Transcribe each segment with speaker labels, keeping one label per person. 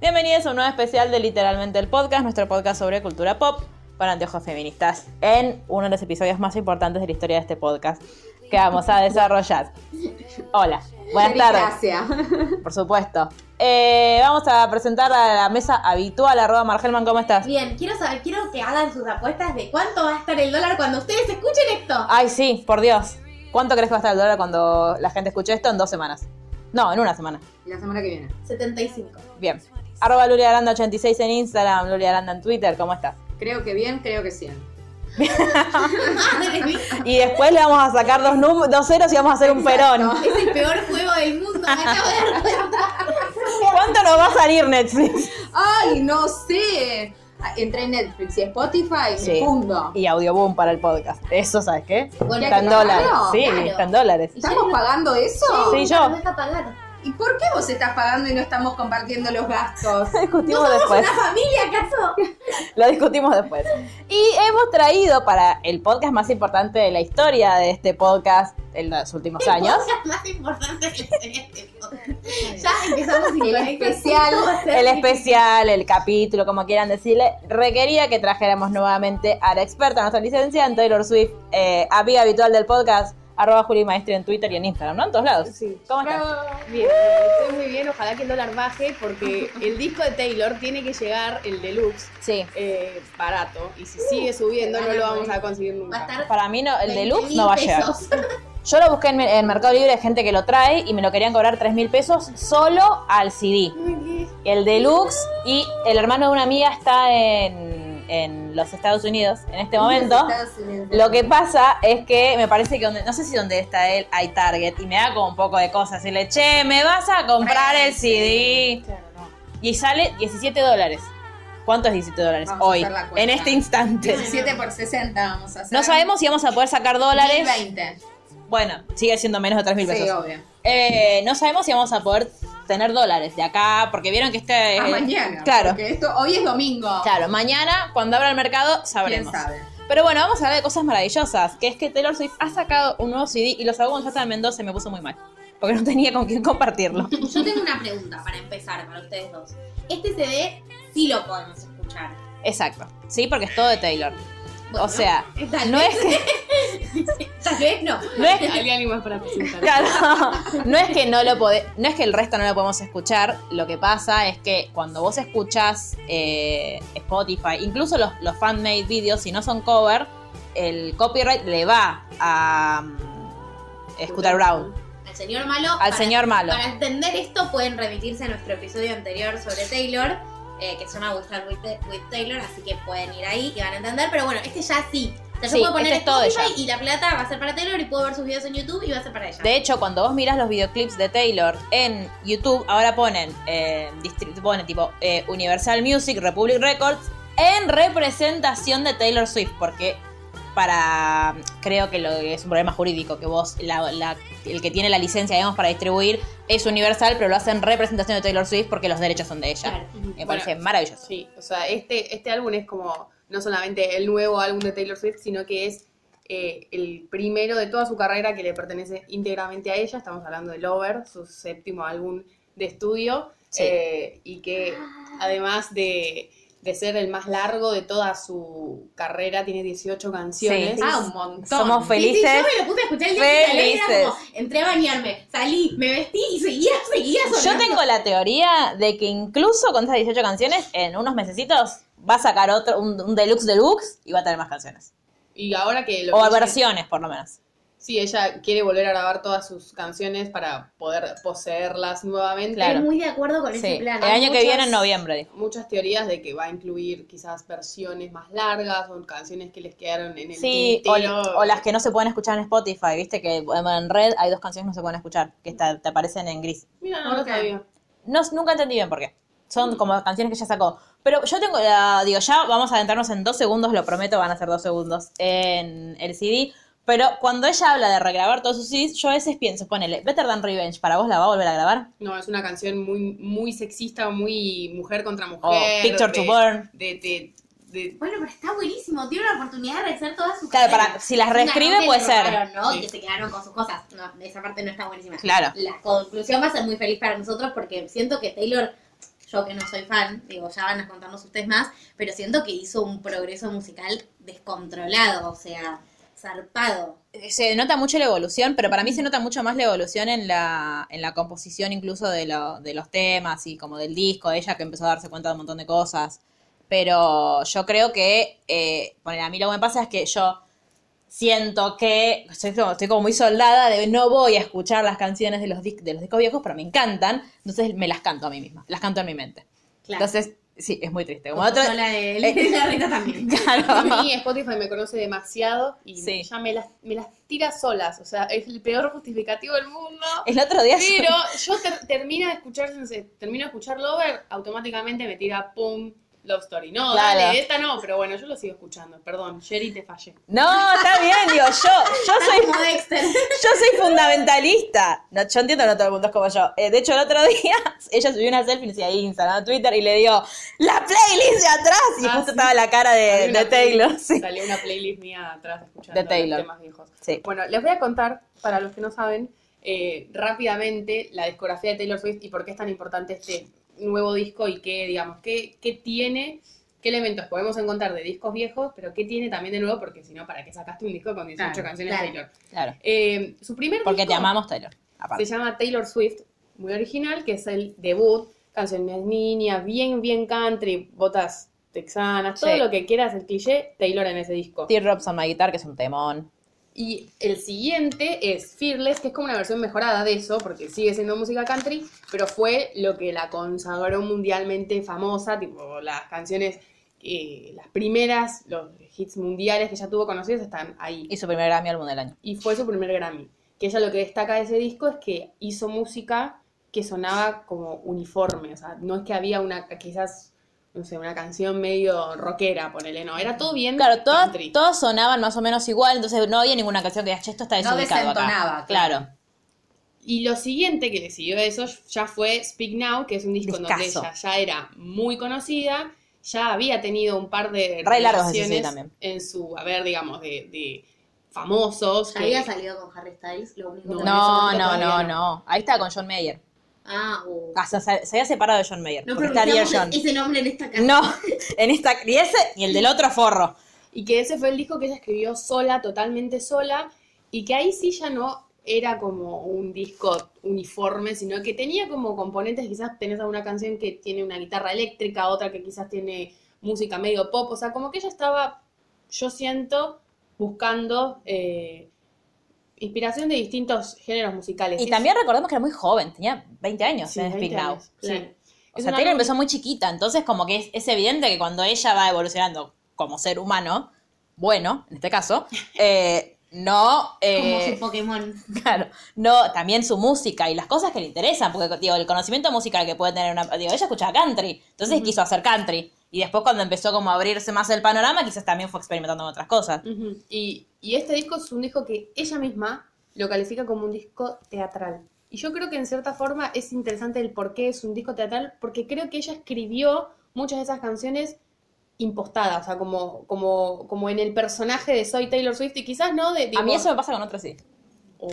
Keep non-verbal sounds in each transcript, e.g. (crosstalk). Speaker 1: Bienvenidos a un nuevo especial de Literalmente el Podcast, nuestro podcast sobre cultura pop para anteojos feministas, en uno de los episodios más importantes de la historia de este podcast que vamos a desarrollar. Hola, buenas tardes,
Speaker 2: (laughs)
Speaker 1: por supuesto. Eh, vamos a presentar a la mesa habitual, arroba Margelman, ¿cómo estás?
Speaker 3: Bien, quiero saber, quiero que hagan sus apuestas de cuánto va a estar el dólar cuando ustedes escuchen esto.
Speaker 1: Ay, sí, por Dios. ¿Cuánto crees que va a estar el dólar cuando la gente escuche esto? En dos semanas. No, en una semana.
Speaker 2: La semana que viene.
Speaker 3: 75. (laughs)
Speaker 1: Bien. Arroba Lulia Aranda 86 en Instagram, Lulia Aranda en Twitter, ¿cómo estás?
Speaker 2: Creo que bien, creo que 100.
Speaker 3: Madre mía,
Speaker 1: Y después le vamos a sacar dos, num- dos ceros y vamos a hacer un perón.
Speaker 3: es el peor juego del mundo, me acabo de dar cuenta.
Speaker 1: ¿Cuánto nos va a salir Netflix?
Speaker 2: ¡Ay, no sé! Ah, Entré en Netflix y Spotify,
Speaker 1: Sí.
Speaker 2: segundo.
Speaker 1: Y audioboom para el podcast. Eso, ¿sabes qué?
Speaker 3: Bueno,
Speaker 1: Está en
Speaker 2: claro,
Speaker 1: dólares. Sí,
Speaker 3: claro.
Speaker 1: está en dólares.
Speaker 2: ¿Estamos pagando eso?
Speaker 1: Sí,
Speaker 3: No
Speaker 1: yo.
Speaker 3: nos deja pagar.
Speaker 2: ¿Y por qué vos estás pagando y no estamos compartiendo los
Speaker 1: (laughs)
Speaker 2: gastos?
Speaker 1: Discutimos
Speaker 3: ¿Somos
Speaker 1: después.
Speaker 3: una familia acaso?
Speaker 1: Lo discutimos después. Y hemos traído para el podcast más importante de la historia de este podcast en los últimos
Speaker 3: El
Speaker 1: años.
Speaker 3: podcast más importante que tenía este podcast. Ya empezamos sin
Speaker 2: El
Speaker 3: conectar.
Speaker 2: especial,
Speaker 3: ¿Cómo va a ser?
Speaker 1: El especial, el capítulo, como quieran decirle, requería que trajéramos nuevamente a la experta, nuestra licencia en Taylor Swift, eh, amiga habitual del podcast, arroba Juli Maestri en Twitter y en Instagram, ¿no? En todos lados.
Speaker 4: Sí.
Speaker 1: ¿Cómo estás?
Speaker 4: Bien, estoy muy bien. Ojalá que el dólar baje porque el disco de Taylor tiene que llegar, el deluxe,
Speaker 1: Sí.
Speaker 4: eh, barato. Y si sigue subiendo, no lo vamos a conseguir
Speaker 3: Va a
Speaker 4: nunca.
Speaker 3: estar
Speaker 1: Para mí no, el
Speaker 3: 20.000
Speaker 1: deluxe no va a llegar.
Speaker 3: pesos.
Speaker 1: Yo lo busqué en, en Mercado Libre, hay gente que lo trae y me lo querían cobrar 3 mil pesos solo al CD. El deluxe y el hermano de una amiga está en, en los Estados Unidos en este momento.
Speaker 2: Estados Unidos.
Speaker 1: Lo que pasa es que me parece que donde, no sé si donde está él hay Target y me da como un poco de cosas. Y le, che, me vas a comprar el CD. Y sale 17 dólares. ¿Cuánto es 17 dólares
Speaker 2: Vamos a
Speaker 1: hoy?
Speaker 2: hacer la cuenta.
Speaker 1: En este instante.
Speaker 2: 17 por 60 vamos a hacer.
Speaker 1: No sabemos si vamos a poder sacar dólares.
Speaker 2: 20.
Speaker 1: Bueno, sigue siendo menos de 3 mil pesos.
Speaker 2: Sí, obvio.
Speaker 1: Eh, no sabemos si vamos a poder tener dólares de acá, porque vieron que este.
Speaker 2: A
Speaker 1: eh,
Speaker 2: Ah, mañana.
Speaker 1: Claro.
Speaker 2: Porque esto, hoy es domingo.
Speaker 1: Claro, mañana, cuando abra el mercado,
Speaker 2: ¿Quién
Speaker 1: sabremos.
Speaker 2: sabe?
Speaker 1: Pero bueno, vamos a hablar de cosas maravillosas, que es que Taylor Swift ha sacado un nuevo CD y lo sacó con Jonathan Mendoza y me puso muy mal, porque no tenía con quién
Speaker 2: (laughs)
Speaker 1: compartirlo.
Speaker 3: Yo tengo una pregunta para empezar para ustedes dos. Este CD sí lo podemos escuchar.
Speaker 1: Exacto, sí, porque es todo de Taylor.
Speaker 3: Bueno,
Speaker 1: o sea,
Speaker 3: tal
Speaker 1: no
Speaker 3: vez-
Speaker 1: es que
Speaker 3: Tal vez no.
Speaker 1: no
Speaker 4: (laughs)
Speaker 1: es,
Speaker 4: Hay alguien más para presentar.
Speaker 1: (laughs) claro, no es que no lo pode- no es que el resto no lo podemos escuchar. Lo que pasa es que cuando vos escuchás eh, Spotify, incluso los, los fan-made videos, si no son cover, el copyright le va a mm, Scooter Brown.
Speaker 3: Al señor malo.
Speaker 1: Al señor malo.
Speaker 3: Para entender esto pueden remitirse a nuestro episodio anterior sobre Taylor, eh, que se llama We Start with, with Taylor, así que pueden ir ahí y van a entender. Pero bueno, este ya sí. O sea, yo
Speaker 1: Sí,
Speaker 3: puedo poner
Speaker 1: este es todo de
Speaker 3: Spotify y la plata va a ser para Taylor y puedo ver sus videos en YouTube y va a ser para ella.
Speaker 1: De hecho, cuando vos mirás los videoclips de Taylor en YouTube, ahora ponen, eh, distri- ponen tipo eh, Universal Music, Republic Records, en representación de Taylor Swift, porque para, creo que lo, es un problema jurídico, que vos, la- la- el que tiene la licencia, digamos, para distribuir, es Universal, pero lo hacen en representación de Taylor Swift porque los derechos son de ella.
Speaker 3: Claro.
Speaker 1: Me
Speaker 4: Bueno,
Speaker 1: parece maravilloso.
Speaker 4: Sí, o sea, este, este álbum es como no solamente el nuevo álbum de Taylor Swift, sino que es eh, el primero de toda su carrera que le pertenece íntegramente a ella. Estamos hablando de Lover, su séptimo álbum de estudio.
Speaker 1: Sí.
Speaker 4: eh, y que además de, de ser el más largo de toda su carrera, tiene 18 canciones.
Speaker 1: Sí.
Speaker 2: Ah, un montón.
Speaker 1: Somos
Speaker 3: Sí, sí,
Speaker 1: felices.
Speaker 3: yo me lo puse a escuchar el día que salí, era
Speaker 1: Felices.
Speaker 3: como, entré a bañarme, salí, me vestí y seguía, seguía
Speaker 1: Yo
Speaker 3: sonando.
Speaker 1: tengo la teoría de que incluso con esas 18 canciones, en unos mesecitos va a sacar otro, un, un deluxe deluxe y va a tener más canciones.
Speaker 4: Y ahora que lo
Speaker 1: O
Speaker 4: que-
Speaker 1: versiones, por lo menos.
Speaker 4: Sí, ella quiere volver a grabar todas sus canciones para poder poseerlas nuevamente.
Speaker 1: Claro.
Speaker 3: Estoy muy de acuerdo con
Speaker 1: Sí.
Speaker 3: ese plan.
Speaker 1: El año que
Speaker 3: Muchos-
Speaker 1: viene, en noviembre, dijo.
Speaker 4: Muchas teorías de que va a incluir quizás versiones más largas o canciones que les quedaron en el
Speaker 1: Sí, o,
Speaker 4: tintero.
Speaker 1: o las que no se pueden escuchar en Spotify, viste que en red hay dos canciones que no se pueden escuchar, que está- te aparecen en gris.
Speaker 4: Mira, no, no
Speaker 2: Ok.
Speaker 4: sabía.
Speaker 1: No, nunca entendí bien por qué. Son como canciones que ya sacó. Pero yo tengo, la, digo, ya vamos a adentrarnos en dos segundos, lo prometo, van a ser dos segundos en el CD. Pero cuando ella habla de regrabar todos sus CDs, yo a veces pienso, ponele, Better Than Revenge, ¿para vos la va a volver a grabar?
Speaker 4: No, es una canción muy, muy sexista, muy mujer contra mujer.
Speaker 1: O Oh, Picture to
Speaker 4: de-
Speaker 1: Burn.
Speaker 4: de- de- de-
Speaker 3: Bueno, pero está buenísimo. Tiene la oportunidad de rehacer todas sus
Speaker 1: Claro,
Speaker 3: carreras.
Speaker 1: para, si las
Speaker 3: Una,
Speaker 1: reescribe
Speaker 3: no
Speaker 1: puede
Speaker 3: que
Speaker 1: ser.
Speaker 3: robaron, ¿no?
Speaker 4: Sí.
Speaker 3: Que se quedaron con sus cosas. No, esa parte no está buenísima.
Speaker 1: Claro.
Speaker 3: La conclusión va a ser muy feliz para nosotros porque siento que Taylor, yo que no soy fan, digo, ya van a contarnos ustedes más, pero siento que hizo un progreso musical descontrolado, o sea, zarpado.
Speaker 1: Se nota mucho la evolución, pero para mí se nota mucho más la evolución en la, en la composición incluso de, lo- de los temas y como del disco, ella que empezó a darse cuenta de un montón de cosas. Pero yo creo que, eh, bueno, a mí lo que me pasa es que yo siento que estoy como, estoy como muy soldada de no voy a escuchar las canciones de los, dis- de los discos viejos, pero me encantan, entonces me las canto a mí misma, las canto en mi mente.
Speaker 3: Claro.
Speaker 1: Entonces, sí, es muy triste. Como
Speaker 3: Como
Speaker 1: otro-
Speaker 3: sola él.
Speaker 1: Eh.
Speaker 3: (laughs) la Rita también.
Speaker 4: A
Speaker 1: (laughs) Claro.
Speaker 4: mí Spotify me conoce demasiado y
Speaker 1: Sí.
Speaker 4: ya me las, me las tira solas. O sea, es el peor justificativo del mundo.
Speaker 1: El otro día...
Speaker 4: Pero yo ter- termino de escuchar, termino de escuchar Lover, automáticamente me tira pum, Love Story. No,
Speaker 1: Claro.
Speaker 4: dale, esta no, pero bueno, yo lo sigo escuchando. Perdón, Sherry, te fallé.
Speaker 1: No, está bien, digo, yo, yo soy
Speaker 3: Como Dexter.
Speaker 1: (laughs) Yo soy fundamentalista. No, yo entiendo que no todo el mundo es como yo. Eh, de hecho, el otro (laughs) día ella subió una selfie decía Instagram, a Twitter y le dio la playlist de atrás y
Speaker 4: Ah,
Speaker 1: justo
Speaker 4: sí.
Speaker 1: estaba la cara de,
Speaker 4: Salió
Speaker 1: Eh, de
Speaker 4: una
Speaker 1: Taylor. (laughs)
Speaker 4: playlist-
Speaker 1: Sí.
Speaker 4: Salió una playlist mía atrás escuchando
Speaker 1: De Taylor.
Speaker 4: los temas viejos.
Speaker 1: Sí.
Speaker 4: Bueno, les voy a contar, para los que no saben, eh, rápidamente la discografía de Taylor Swift y por qué es tan importante este nuevo disco y qué, digamos, qué, qué tiene, qué elementos podemos encontrar de discos viejos, pero qué tiene también de nuevo, porque si no, ¿para qué sacaste un disco con 18
Speaker 2: Claro,
Speaker 4: canciones
Speaker 3: claro.
Speaker 4: de Taylor?
Speaker 1: Claro.
Speaker 4: Eh, su primer
Speaker 1: Porque
Speaker 4: disco
Speaker 1: te amamos, Taylor.
Speaker 4: se
Speaker 1: Aparte.
Speaker 4: llama Taylor Swift, muy original, que es el debut, canciones niña, bien, bien country, botas texanas, todo
Speaker 1: Sí.
Speaker 4: lo que quieras, el cliché, Taylor en ese disco.
Speaker 1: Steve Robson, My Guitar, que es un temón.
Speaker 4: Y el siguiente es Fearless, que es como una versión mejorada de eso, porque sigue siendo música country, pero fue lo que la consagró mundialmente famosa, tipo las canciones, eh, las primeras, los hits mundiales que ya tuvo conocidos están ahí.
Speaker 1: Y su primer Grammy álbum del año.
Speaker 4: Y fue su primer Grammy. Que ella lo que destaca de ese disco es que hizo música que sonaba como uniforme, o sea, no es que había una, quizás, no sé, una canción medio rockera, ponele, no, era todo bien
Speaker 1: Claro, todas,
Speaker 4: country.
Speaker 1: todas sonaban más o menos igual, entonces no había ninguna canción que digas, che, esto está
Speaker 3: No
Speaker 1: desubicado acá.
Speaker 3: desentonaba,
Speaker 1: Claro.
Speaker 4: Y lo siguiente que le siguió a eso ya fue Speak Now, que es un disco en donde
Speaker 1: Discazo.
Speaker 4: ella ya era muy conocida, ya había tenido un par de
Speaker 1: Re largos esos, sí,
Speaker 4: relaciones
Speaker 1: también.
Speaker 4: en su, a ver, digamos, de, de famosos.
Speaker 3: Ya
Speaker 4: que-
Speaker 3: había salido con Harry Styles, lo único que
Speaker 4: No,
Speaker 1: No,
Speaker 4: en ese
Speaker 1: no,
Speaker 4: momento
Speaker 1: no,
Speaker 4: todavía
Speaker 1: no. Ahí estaba con John Mayer.
Speaker 3: Ah, uh.
Speaker 1: Ah, se, se había separado de John Mayer.
Speaker 3: No
Speaker 1: porque estaría
Speaker 3: pronunciamos
Speaker 1: John.
Speaker 3: ese nombre en esta
Speaker 1: (laughs)
Speaker 3: casa.
Speaker 1: No, en esta, y ese y el del otro forro.
Speaker 4: Y que ese fue el disco que ella escribió sola, totalmente sola, y que ahí sí ya no era como un disco uniforme, sino que tenía como componentes, quizás tenés alguna canción que tiene una guitarra eléctrica, otra que quizás tiene música medio pop, o sea, como que ella estaba, yo siento, buscando eh, inspiración de distintos géneros musicales.
Speaker 1: Y también recordemos que era muy joven, tenía 20 años
Speaker 4: Sí,
Speaker 1: en Speak
Speaker 4: 20
Speaker 1: Now.
Speaker 4: años, claro.
Speaker 1: O
Speaker 4: Es
Speaker 1: sea,
Speaker 4: un
Speaker 1: Taylor
Speaker 4: álbum-
Speaker 1: empezó muy chiquita, entonces como que es, es evidente que cuando ella va evolucionando como ser humano, bueno, en este caso, (laughs) eh, no...
Speaker 3: Como
Speaker 1: eh,
Speaker 3: su Pokémon.
Speaker 1: Claro, no, también su música y las cosas que le interesan, porque digo, el conocimiento musical que puede tener una, digo, ella escuchaba country, entonces quiso hacer country y después cuando empezó como a abrirse más el panorama, quizás también fue experimentando con otras cosas.
Speaker 4: Ujú. y, y este disco es un disco que ella misma lo califica como un disco teatral. Y yo creo que en cierta forma es interesante el por qué es un disco teatral, porque creo que ella escribió muchas de esas canciones impostadas, o sea, como, como, como en el personaje de Soy Taylor Swift, y quizás no de...
Speaker 1: A mí
Speaker 4: digo,
Speaker 1: eso me pasa con otros sí.
Speaker 4: Oh,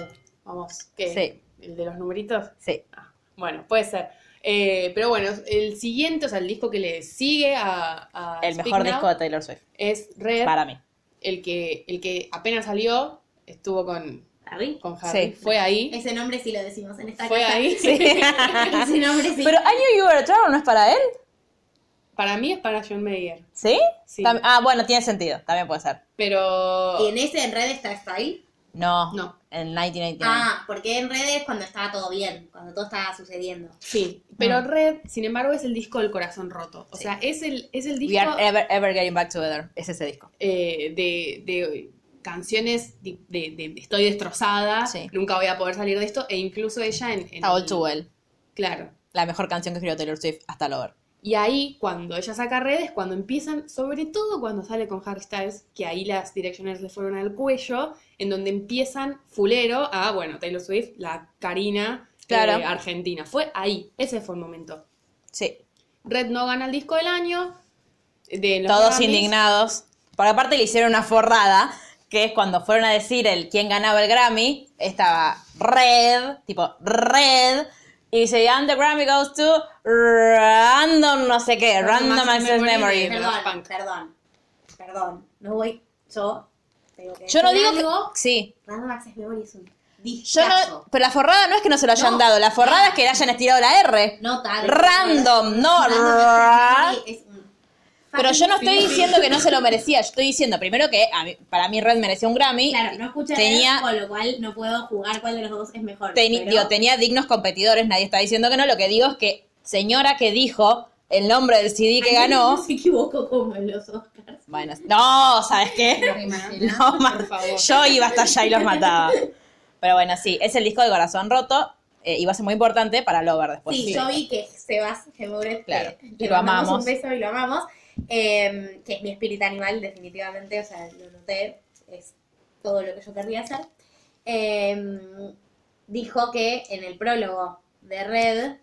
Speaker 4: vamos, ¿qué?
Speaker 1: Sí.
Speaker 4: ¿El de los numeritos?
Speaker 1: Sí.
Speaker 4: Ah, bueno, puede ser. Eh, pero bueno, el siguiente, o sea, el disco que le sigue a... a
Speaker 1: El
Speaker 4: Speak
Speaker 1: mejor
Speaker 4: Now
Speaker 1: disco de Taylor Swift,
Speaker 4: Es Red
Speaker 1: para
Speaker 4: (laughs)
Speaker 1: mí.
Speaker 4: el que, el que apenas salió, estuvo con,
Speaker 3: Harry.
Speaker 4: con
Speaker 1: Sí.
Speaker 4: Harry. Fue ahí.
Speaker 3: Ese nombre sí lo decimos en esta
Speaker 4: Fue
Speaker 3: casa. (laughs)
Speaker 4: ahí.
Speaker 3: Ese nombre sí.
Speaker 1: (laughs) Pero I Knew You Were a Trouble no es para él,
Speaker 4: Para mí es para John Mayer.
Speaker 1: ¿sí?
Speaker 4: Sí.
Speaker 1: Tam- ah, bueno, tiene sentido, también puede ser.
Speaker 4: Pero.
Speaker 3: Y en ese en red está Style.
Speaker 1: No,
Speaker 4: No.
Speaker 1: en 1999.
Speaker 3: Ah, porque en redes cuando estaba todo bien, cuando todo estaba sucediendo.
Speaker 4: Sí, pero Red, sin embargo, es el disco del corazón roto. O
Speaker 1: Sí.
Speaker 4: sea, es el, es el
Speaker 1: We
Speaker 4: disco
Speaker 1: are ever, ever getting back together. Es ese disco.
Speaker 4: eh, de, de canciones de, de- de estoy destrozada,
Speaker 1: Sí.
Speaker 4: nunca voy a poder salir de esto, e incluso ella en... en
Speaker 1: Está All
Speaker 4: el-
Speaker 1: Too Well.
Speaker 4: Claro.
Speaker 1: La mejor canción que escribió Taylor Swift hasta Lover.
Speaker 4: Y ahí, cuando ella saca redes, cuando empiezan, sobre todo cuando sale con Harry Styles, que ahí las direcciones le fueron al cuello, en donde empiezan fulero a, bueno, Taylor Swift, la Karina eh,
Speaker 1: Claro.
Speaker 4: argentina. Fue ahí, ese fue el momento.
Speaker 1: Sí.
Speaker 4: Red no gana el disco del año. eh, De los
Speaker 1: Todos
Speaker 4: Grammys.
Speaker 1: indignados. Por aparte le hicieron una forrada, que es cuando fueron a decir el quién ganaba el Grammy, estaba Red, tipo Red, y dice, and the Grammy goes to Random no sé qué,
Speaker 4: Random
Speaker 1: Random
Speaker 4: Access
Speaker 1: Access
Speaker 4: Memory.
Speaker 1: Memory.
Speaker 4: Pero
Speaker 3: Perdón,
Speaker 4: punk.
Speaker 3: perdón, perdón. No voy, yo tengo que
Speaker 1: Yo no
Speaker 3: decir
Speaker 1: digo
Speaker 3: algo.
Speaker 1: que... Sí.
Speaker 3: Random Access Memory es un
Speaker 1: Yo no,
Speaker 3: discazo.
Speaker 1: pero la forrada no es que no se lo hayan
Speaker 3: No.
Speaker 1: dado, la forrada es que le hayan estirado la R.
Speaker 3: No tal.
Speaker 1: Random, no. ra-
Speaker 3: Access Memory es un
Speaker 1: Pero yo no estoy
Speaker 3: fucking-
Speaker 1: diciendo que no se lo merecía, yo estoy diciendo primero que a mí- para mí Red merecía un Grammy.
Speaker 3: Claro, no escuché
Speaker 1: Tenía-
Speaker 3: tenía... con lo cual no puedo jugar cuál de los dos es mejor.
Speaker 1: Teni-
Speaker 3: pero-
Speaker 1: digo, tenía dignos competidores, nadie está diciendo que no. Lo que digo es que señora que dijo el nombre del CD que
Speaker 3: Ay,
Speaker 1: ganó.
Speaker 3: (laughs) No se equivocó como en los Oscars.
Speaker 1: Bueno, no, ¿sabes qué? (laughs) No, ma- yo iba hasta allá y los mataba. Pero bueno, sí, es el disco de corazón roto eh, y va a ser muy importante para Lover después.
Speaker 3: sí, yo vi que Sebas
Speaker 1: Pues
Speaker 3: Gemouret,
Speaker 1: Claro,
Speaker 3: que
Speaker 1: y
Speaker 3: le
Speaker 1: lo
Speaker 3: mandamos
Speaker 1: amamos.
Speaker 3: un beso y lo amamos, eh, que es mi espíritu animal definitivamente, o sea, lo noté, es todo lo que yo querría hacer, eh, dijo que en el prólogo de Red,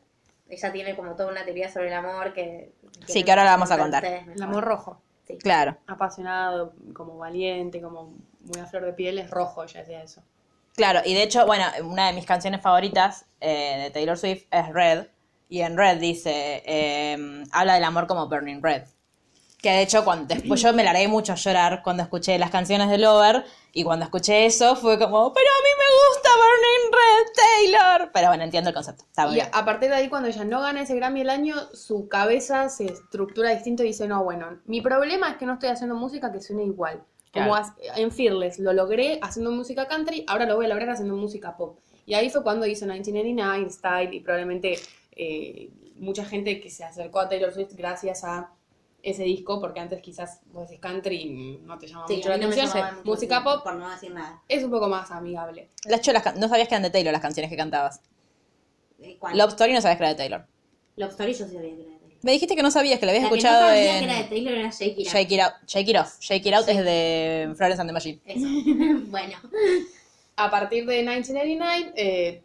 Speaker 3: ella tiene como toda una teoría sobre el amor que...
Speaker 1: Sí,
Speaker 3: no
Speaker 1: que ahora la vamos a contar.
Speaker 3: contar ustedes mejor.
Speaker 4: El amor rojo.
Speaker 1: Claro,
Speaker 4: Apasionado, como valiente, como una flor de piel, es rojo, ya decía eso.
Speaker 1: claro. Y de hecho, bueno, una de mis canciones favoritas eh, de Taylor Swift es Red. Y en Red dice, eh, habla del amor como Burning Red. Que de hecho, cuando, después yo me largué mucho a llorar cuando escuché las canciones de Lover. Y cuando escuché eso, fue como, pero a mí me gusta Burning Red Taylor. Pero bueno, entiendo el concepto. Está muy
Speaker 4: Y
Speaker 1: bien.
Speaker 4: a partir de ahí, cuando ella no gana ese Grammy el año, su cabeza se estructura distinto y dice, no, bueno, mi problema es que no estoy haciendo música que suene igual. Como
Speaker 5: Claro.
Speaker 4: as- en Fearless, lo logré haciendo música country, ahora lo voy a lograr haciendo música pop. Y ahí fue cuando hizo 1989, Style, y probablemente eh, mucha gente que se acercó a Taylor Swift gracias a ese disco, porque antes quizás vos decís country y no te llama
Speaker 3: Sí,
Speaker 4: mucho
Speaker 3: a
Speaker 4: la
Speaker 3: mí no me
Speaker 4: atención.
Speaker 3: llamaba mucho
Speaker 4: música
Speaker 3: la atención,
Speaker 4: pop
Speaker 3: Por no decir nada.
Speaker 4: es un poco más amigable.
Speaker 1: De hecho, las can- no sabías que eran de Taylor las canciones que cantabas.
Speaker 3: Eh, ¿Cuál?
Speaker 1: Love Story no sabías que era de Taylor.
Speaker 3: Love Story yo sí sabía que era de Taylor.
Speaker 1: Me dijiste que no sabías, que la habías
Speaker 3: La que no
Speaker 1: escuchado
Speaker 3: sabía que
Speaker 1: en...
Speaker 3: era de Taylor era Shake It Up.
Speaker 1: Shake It Out. Shake It Off. Shake It Out es de Florence and the Machine.
Speaker 3: Eso. (laughs) bueno.
Speaker 4: a partir de 1989 eh,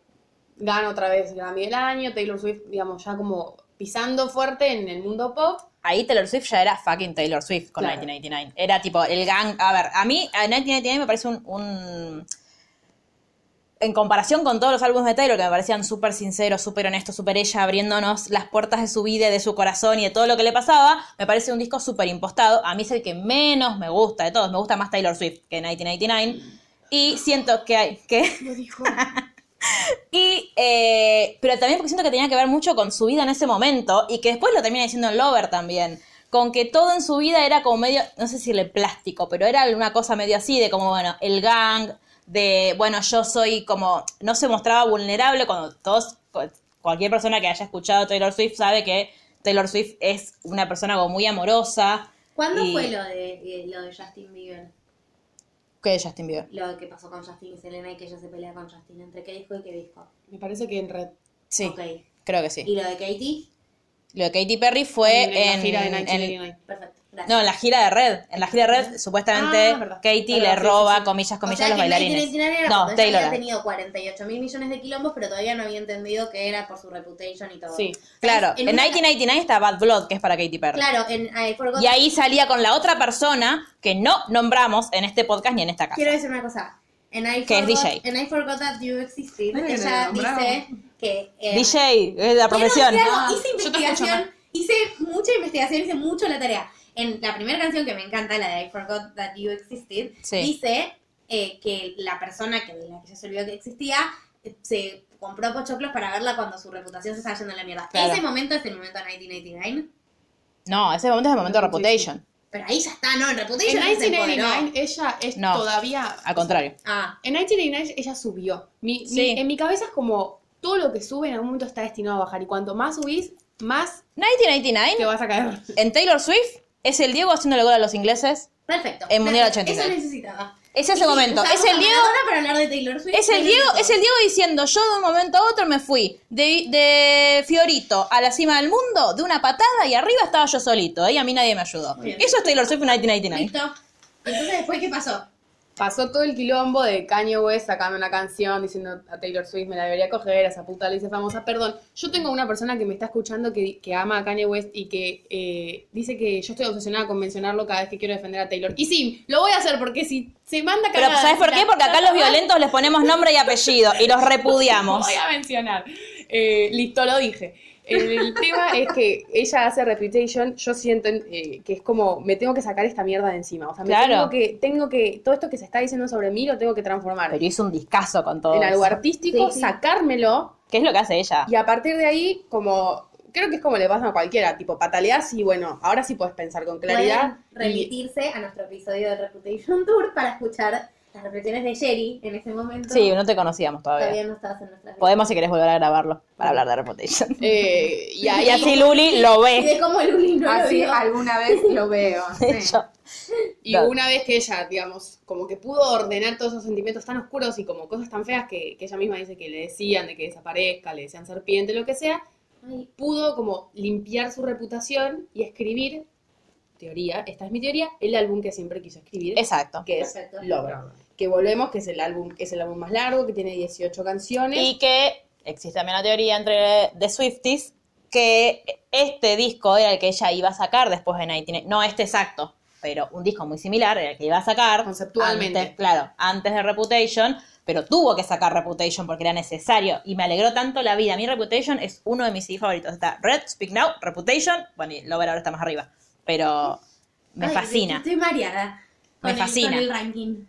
Speaker 4: gana otra vez Grammy del año, Taylor Swift, digamos, ya como pisando fuerte en el mundo pop.
Speaker 1: Ahí Taylor Swift ya era fucking Taylor Swift con
Speaker 4: Claro.
Speaker 1: 1999. Era tipo el gang. A ver, a mí a 1999 me parece un, un- En comparación con todos los álbumes de Taylor que me parecían súper sinceros, súper honestos, súper ella, abriéndonos las puertas de su vida, y de su corazón y de todo lo que le pasaba, me parece un disco súper impostado. A mí es el que menos me gusta de todos. Me gusta más Taylor Swift que 1999. Y siento que hay. que Y, eh, pero también porque siento que tenía que ver mucho con su vida en ese momento y que después lo termina diciendo en Lover también. Con que todo en su vida era como medio, no sé si le plástico, pero era una cosa medio así de como, bueno, el gang, de, bueno, yo soy como, no se mostraba vulnerable cuando todos, cu- cualquier persona que haya escuchado Taylor Swift sabe que Taylor Swift es una persona como muy amorosa.
Speaker 3: ¿Cuándo
Speaker 1: Y-
Speaker 3: fue lo de, eh, lo de Justin Bieber?
Speaker 1: Que Justin Bieber.
Speaker 3: Lo que pasó con Justin y Selena y que ella se pelea con Justin. ¿Entre qué disco y qué disco?
Speaker 4: Me parece que en red.
Speaker 1: Sí,
Speaker 3: Ok.
Speaker 1: creo que sí.
Speaker 3: ¿Y lo de Katie?
Speaker 1: Lo de Katy Perry fue
Speaker 4: en,
Speaker 1: en,
Speaker 4: la gira de
Speaker 1: en-
Speaker 4: 1989.
Speaker 3: Perfecto. Gracias.
Speaker 1: No, en la gira de Red. En la gira de Red, supuestamente
Speaker 4: Ah, verdad.
Speaker 1: Katie le
Speaker 4: Verdad, sí,
Speaker 1: roba,
Speaker 4: sí, sí.
Speaker 1: comillas, comillas,
Speaker 3: o sea,
Speaker 1: los
Speaker 3: que en
Speaker 1: bailarines.
Speaker 3: 1999 era
Speaker 1: No,
Speaker 3: cuando ella
Speaker 1: Taylor
Speaker 3: había
Speaker 1: era.
Speaker 3: tenido 48 mil millones de quilombos, pero todavía no había entendido que era por su reputation y todo.
Speaker 4: Sí.
Speaker 1: Claro, en,
Speaker 3: En una-
Speaker 1: 1999 está Bad Blood, que es para Katy Perry.
Speaker 3: Claro, en I Forgot-
Speaker 1: Y ahí salía con la otra persona que no nombramos en este podcast ni en esta casa.
Speaker 3: Quiero decir una cosa. En I
Speaker 1: Que es
Speaker 3: Forgot-
Speaker 1: DJ.
Speaker 3: En I Forgot That You Existed,
Speaker 2: Ay,
Speaker 3: ella
Speaker 2: lo nombraron.
Speaker 3: dice que... eh,
Speaker 1: DJ, es la
Speaker 3: Quiero decir
Speaker 1: profesión. Ah.
Speaker 3: algo, hice investigación, hice mucha investigación, hice mucho la tarea. En la primera canción que me encanta, la de I Forgot That You Existed,
Speaker 1: Sí.
Speaker 3: dice eh, que la persona que de la que ya se olvidó que existía eh, se compró pochoclos para verla cuando su reputación se estaba yendo a la mierda.
Speaker 1: Claro.
Speaker 3: Ese momento es el momento de 1989.
Speaker 1: No, ese momento es el momento de Reputation.
Speaker 3: Pero ahí ya está, ¿no? En
Speaker 4: En
Speaker 3: Reputation se empoderó.
Speaker 4: 1989 ella es
Speaker 1: No.
Speaker 4: todavía...
Speaker 1: Al contrario.
Speaker 3: Ah,
Speaker 4: En 1989 ella subió. Mi- mi-
Speaker 1: Sí.
Speaker 4: en mi cabeza es como todo lo que sube en algún momento está destinado a bajar y cuanto más subís, más te
Speaker 1: 1989,
Speaker 4: vas a caer.
Speaker 1: en Taylor Swift, es el Diego haciendo el gol a los ingleses.
Speaker 3: perfecto.
Speaker 1: En Mundial
Speaker 3: Perfecto.
Speaker 1: 89.
Speaker 3: Eso necesitaba.
Speaker 1: Es ese momento. Es el Diego...
Speaker 3: Ahora para hablar de Taylor Swift.
Speaker 1: Es el
Speaker 3: Taylor
Speaker 1: Diego,
Speaker 3: Swift.
Speaker 1: es el Diego diciendo, yo de un momento a otro me fui de, de Fiorito a la cima del mundo, de una patada y arriba estaba yo solito, ¿eh? y a mí nadie me ayudó.
Speaker 3: Muy bien.
Speaker 1: Eso es Taylor Swift 1999.
Speaker 3: Listo. Entonces, ¿después qué pasó?
Speaker 4: Pasó todo el quilombo de Kanye West sacando una canción diciendo a Taylor Swift me la debería coger, a esa puta le hice famosa. Perdón, yo tengo una persona que me está escuchando que, que ama a Kanye West y que eh, dice que yo estoy obsesionada con mencionarlo cada vez que quiero defender a Taylor. Y sí, lo voy a hacer porque si se manda
Speaker 1: Pero
Speaker 4: cagadas,
Speaker 1: ¿sabes por
Speaker 4: la
Speaker 1: qué? Porque acá
Speaker 4: puta
Speaker 1: los violentos les ponemos nombre y apellido y los repudiamos.
Speaker 4: Voy a mencionar. Eh, listo, lo dije. El tema es que ella hace Reputation, yo siento eh, que es como, me tengo que sacar esta mierda de encima. O sea, me
Speaker 1: Claro.
Speaker 4: tengo, que, tengo que, todo esto que se está diciendo sobre mí lo tengo que transformar
Speaker 1: Pero hizo un discazo con todo.
Speaker 4: en algo
Speaker 1: eso.
Speaker 4: artístico, sacármelo
Speaker 1: ¿Qué es lo que hace ella?
Speaker 4: y a partir de ahí, como, creo que es como le pasa a cualquiera, tipo pataleás y bueno, ahora sí puedes pensar con claridad.
Speaker 3: Pueden
Speaker 4: Y
Speaker 3: remitirse a nuestro episodio de Reputation Tour para escuchar las reflexiones de Sherry en ese momento.
Speaker 1: Sí, no te conocíamos todavía.
Speaker 3: Todavía no estabas en nuestras vidas.
Speaker 1: Podemos si querés volver a grabarlo para hablar de Reputation.
Speaker 4: eh, y
Speaker 1: (laughs)
Speaker 4: ahí-
Speaker 1: Y así Luli lo
Speaker 3: Y
Speaker 1: ve.
Speaker 3: de cómo el Uli no lo
Speaker 2: Así
Speaker 3: vio.
Speaker 2: alguna vez lo veo. sí.
Speaker 1: (laughs) Yo-
Speaker 4: (laughs) Y
Speaker 1: Claro.
Speaker 4: una vez que ella, digamos, como que pudo ordenar todos esos sentimientos tan oscuros y como cosas tan feas que, que ella misma dice que le decían de que desaparezca, le decían serpiente, lo que sea,
Speaker 3: Ay,
Speaker 4: pudo como limpiar su reputación y escribir, teoría, esta es mi teoría, el álbum que siempre quiso escribir,
Speaker 1: Exacto.
Speaker 4: que es
Speaker 3: Perfecto.
Speaker 4: Lover. Que volvemos, que es el álbum, es el álbum más largo, que tiene 18 canciones.
Speaker 1: Y que existe también la teoría entre de Swifties que este disco era el que ella iba a sacar después de 19... No este exacto, pero un disco muy similar era el que iba a sacar.
Speaker 4: Conceptualmente.
Speaker 1: antes- claro, antes de Reputation, pero tuvo que sacar Reputation porque era necesario y me alegró tanto la vida. Mi Reputation es uno de mis CDs favoritos. Está Red, Speak Now, Reputation. Bueno, y Lover ahora está más arriba, pero me
Speaker 3: Ay,
Speaker 1: fascina.
Speaker 3: Estoy mareada.
Speaker 1: Me
Speaker 3: con el-
Speaker 1: fascina.
Speaker 3: con el ranking.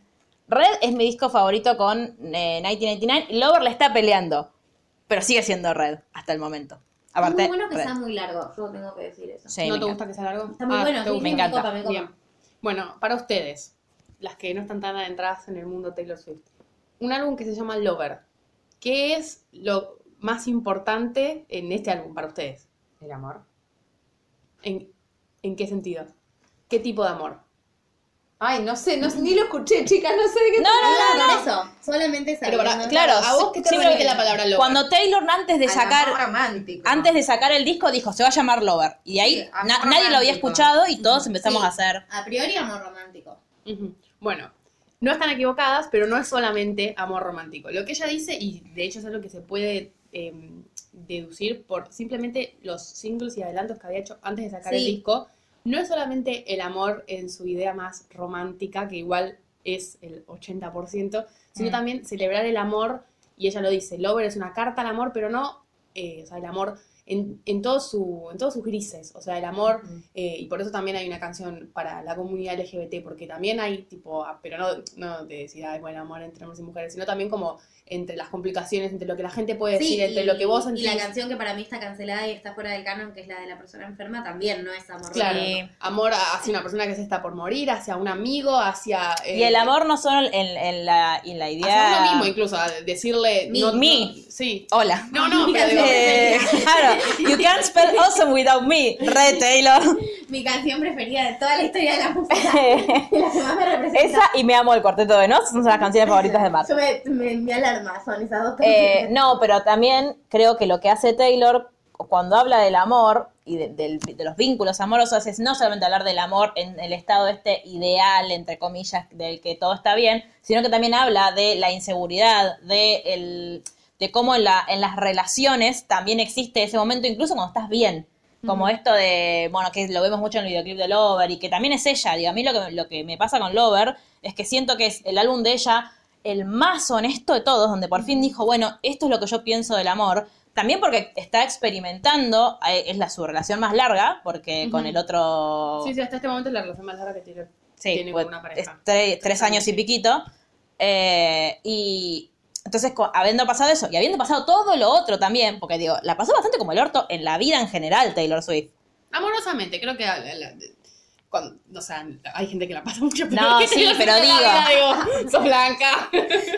Speaker 1: Red es mi disco favorito con eh, 1999. Lover la está peleando, pero sigue siendo Red hasta el momento.
Speaker 3: Es
Speaker 1: Aparte,
Speaker 3: muy bueno que
Speaker 1: Red.
Speaker 3: sea muy largo, yo tengo que decir eso.
Speaker 1: Sí,
Speaker 4: ¿No
Speaker 1: me
Speaker 4: te
Speaker 1: encanta.
Speaker 4: gusta que sea largo?
Speaker 3: Está muy
Speaker 4: Ah,
Speaker 3: bueno,
Speaker 4: te
Speaker 3: sí,
Speaker 4: gusta.
Speaker 1: me
Speaker 3: sí,
Speaker 1: encanta.
Speaker 3: copa, me copa.
Speaker 4: Bien. Bueno, para ustedes, las que no están tan adentradas en el mundo Taylor Swift, un álbum que se llama Lover. ¿Qué es lo más importante en este álbum para ustedes? El amor. ¿En, en qué sentido? ¿Qué tipo de amor?
Speaker 2: Ay, no sé, no, ni lo escuché, chicas, no sé de qué.
Speaker 1: No, no, no, no.
Speaker 3: por eso, solamente
Speaker 4: Pero
Speaker 3: sabiendo-
Speaker 4: para-
Speaker 1: Claro,
Speaker 4: a vos que te
Speaker 1: siempre-
Speaker 4: remite la palabra lover.
Speaker 1: Cuando Taylor antes de
Speaker 2: Al amor
Speaker 1: sacar
Speaker 2: romántico.
Speaker 1: antes de sacar el disco dijo se va a llamar Lover y ahí
Speaker 2: Sí, amor
Speaker 1: na- nadie lo había
Speaker 2: romántico.
Speaker 1: escuchado y todos empezamos
Speaker 3: Sí.
Speaker 1: a hacer
Speaker 3: A priori amor romántico.
Speaker 4: Ujú. Bueno, no están equivocadas, pero no es solamente amor romántico. Lo que ella dice, y de hecho es algo que se puede em, deducir por simplemente los singles y adelantos que había hecho antes de sacar el
Speaker 3: Sí.
Speaker 4: disco, no es solamente el amor en su idea más romántica, que igual es el 80%, sino
Speaker 1: Mm.
Speaker 4: también celebrar el amor, y ella lo dice, Lover es una carta al amor, pero no, eh, o sea, el amor en, en, todo su, en todos sus grises, o sea, el amor
Speaker 2: Mm.
Speaker 4: eh, y por eso también hay una canción para la comunidad LGBT, porque también hay tipo, ah, pero no, no de decir, ay, bueno, amor entre hombres y mujeres, sino también como entre las complicaciones, entre lo que la gente puede decir, entre
Speaker 3: y-
Speaker 4: lo que vos
Speaker 3: y
Speaker 4: sentís.
Speaker 3: la canción que para mí está cancelada y está fuera del canon, que es la de la persona enferma, también no es amor
Speaker 4: Claro,
Speaker 3: romántico.
Speaker 1: Sí.
Speaker 4: amor a- hacia una persona que se está por morir, hacia un amigo, hacia... eh,
Speaker 1: y el amor no solo en, en la, en la idea
Speaker 4: Hacia uno mismo incluso, a decirle...
Speaker 3: Mi-
Speaker 4: no, no-
Speaker 1: mi.
Speaker 4: sí.
Speaker 1: hola
Speaker 4: No, no,
Speaker 1: (laughs)
Speaker 4: pero digo,
Speaker 1: Eh, claro you can't spell awesome without me Red Taylor (laughs)
Speaker 3: Mi canción preferida de toda la historia de la música. (laughs) la que más me representa.
Speaker 1: esa y me amo el cuarteto de Nos son las canciones favoritas de Mar
Speaker 3: Yo me, me, me alarma, son esas (laughs) dos
Speaker 1: Eh,
Speaker 3: canciones.
Speaker 1: no, pero también creo que lo que hace Taylor cuando habla del amor y de, del- de los vínculos amorosos es no solamente hablar del amor en el estado este ideal, entre comillas, del que todo está bien, sino que también habla de la inseguridad, de, el, de cómo en, la, en las relaciones también existe ese momento, incluso cuando estás bien. Como esto de, bueno, que lo vemos mucho en el videoclip de Lover y que también es ella. Digo, a mí lo que, lo que me pasa con Lover es que siento que es el álbum de ella el más honesto de todos, donde por fin dijo, bueno, esto es lo que yo pienso del amor. También porque está experimentando, eh, es la, su relación más larga, porque con el otro...
Speaker 4: Sí, sí, hasta este momento es la relación más larga que tiene.
Speaker 1: Sí,
Speaker 4: tiene
Speaker 1: pues,
Speaker 4: con una pareja.
Speaker 1: es tre- tres, años y piquito. Eh, y entonces, co- habiendo pasado eso, y habiendo pasado todo lo otro también, porque digo, la pasó bastante como el orto en la vida en general Taylor Swift.
Speaker 4: Amorosamente, creo que... eh, la- la- cuando- o sea, hay gente que la pasa mucho
Speaker 1: No,
Speaker 4: que
Speaker 1: sí,
Speaker 4: Taylor (laughs)
Speaker 1: pero
Speaker 4: Swift en la
Speaker 1: digo.
Speaker 4: vida, digo, sos blanca.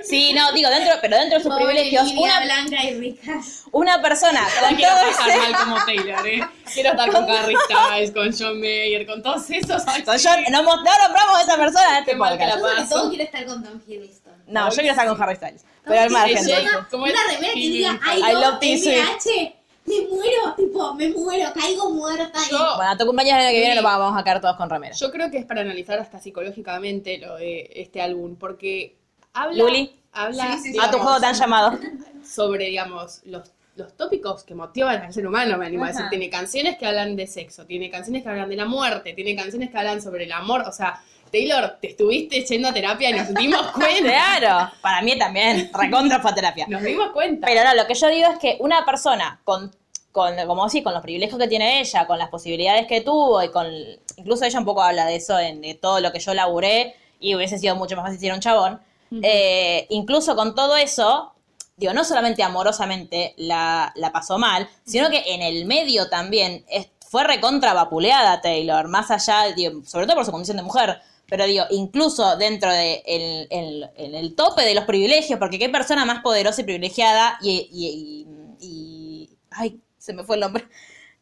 Speaker 1: Sí, no, digo, dentro, pero dentro de sus
Speaker 3: Pobre
Speaker 1: privilegios,
Speaker 3: Lidia
Speaker 1: una,
Speaker 3: blanca y rica.
Speaker 1: una persona con
Speaker 4: Quiero
Speaker 1: todo
Speaker 4: pasar
Speaker 1: ese...
Speaker 4: mal como Taylor, ¿eh? Quiero estar con
Speaker 1: (laughs)
Speaker 4: Harry Styles, con John Mayer, con todos esos. Ay,
Speaker 1: con John- no, mos- no nombramos a esa persona en este
Speaker 4: Qué mal que
Speaker 1: podcast.
Speaker 4: la
Speaker 3: Sobre
Speaker 4: paso.
Speaker 3: todo quiere estar con Tom Hiddleston.
Speaker 1: No, yo quiero estar con Harry Styles. Pero al margen.
Speaker 4: Sí, sí.
Speaker 3: Una,
Speaker 4: ¿Cómo
Speaker 3: una
Speaker 4: es?
Speaker 3: remera que diga,
Speaker 4: I
Speaker 3: ay,
Speaker 1: love
Speaker 3: no,
Speaker 1: this week".
Speaker 3: TCH, me muero, tipo, me muero, caigo muerta. y-
Speaker 4: Yo-
Speaker 1: Bueno, a tu cumpleaños el año que viene nos
Speaker 4: Sí.
Speaker 1: vamos a caer todos con remeras.
Speaker 4: Yo creo que es para analizar hasta psicológicamente lo de este álbum, porque habla,
Speaker 1: Luli.
Speaker 4: habla
Speaker 2: Sí, sí, sí.
Speaker 1: A tu
Speaker 4: digamos,
Speaker 1: juego tan
Speaker 4: (laughs)
Speaker 1: llamado.
Speaker 4: sobre, digamos, los, los tópicos que motivan al ser humano, me animo a decir.
Speaker 1: Ajá.
Speaker 4: Tiene canciones que hablan de sexo, tiene canciones que hablan de la muerte, tiene canciones que hablan sobre el amor. O sea, Taylor, te estuviste yendo a terapia y nos
Speaker 1: (laughs)
Speaker 4: dimos cuenta.
Speaker 1: Claro. Para mí también, recontra fue terapia.
Speaker 4: nos dimos cuenta.
Speaker 1: Pero no, lo que yo digo es que una persona con, con como sí, con los privilegios que tiene ella, con las posibilidades que tuvo y con, incluso ella un poco habla de eso, en, de todo lo que yo laburé y hubiese sido mucho más fácil si era un chabón, Eh, incluso con todo eso, digo, no solamente amorosamente la, la pasó mal, sino que en el medio también es- fue recontra vapuleada Taylor, más allá, digo, sobre todo por su condición de mujer. Pero digo, incluso dentro de el, el- en el tope de los privilegios, porque qué persona más poderosa y privilegiada y, y- y- y- ay, se me fue el nombre,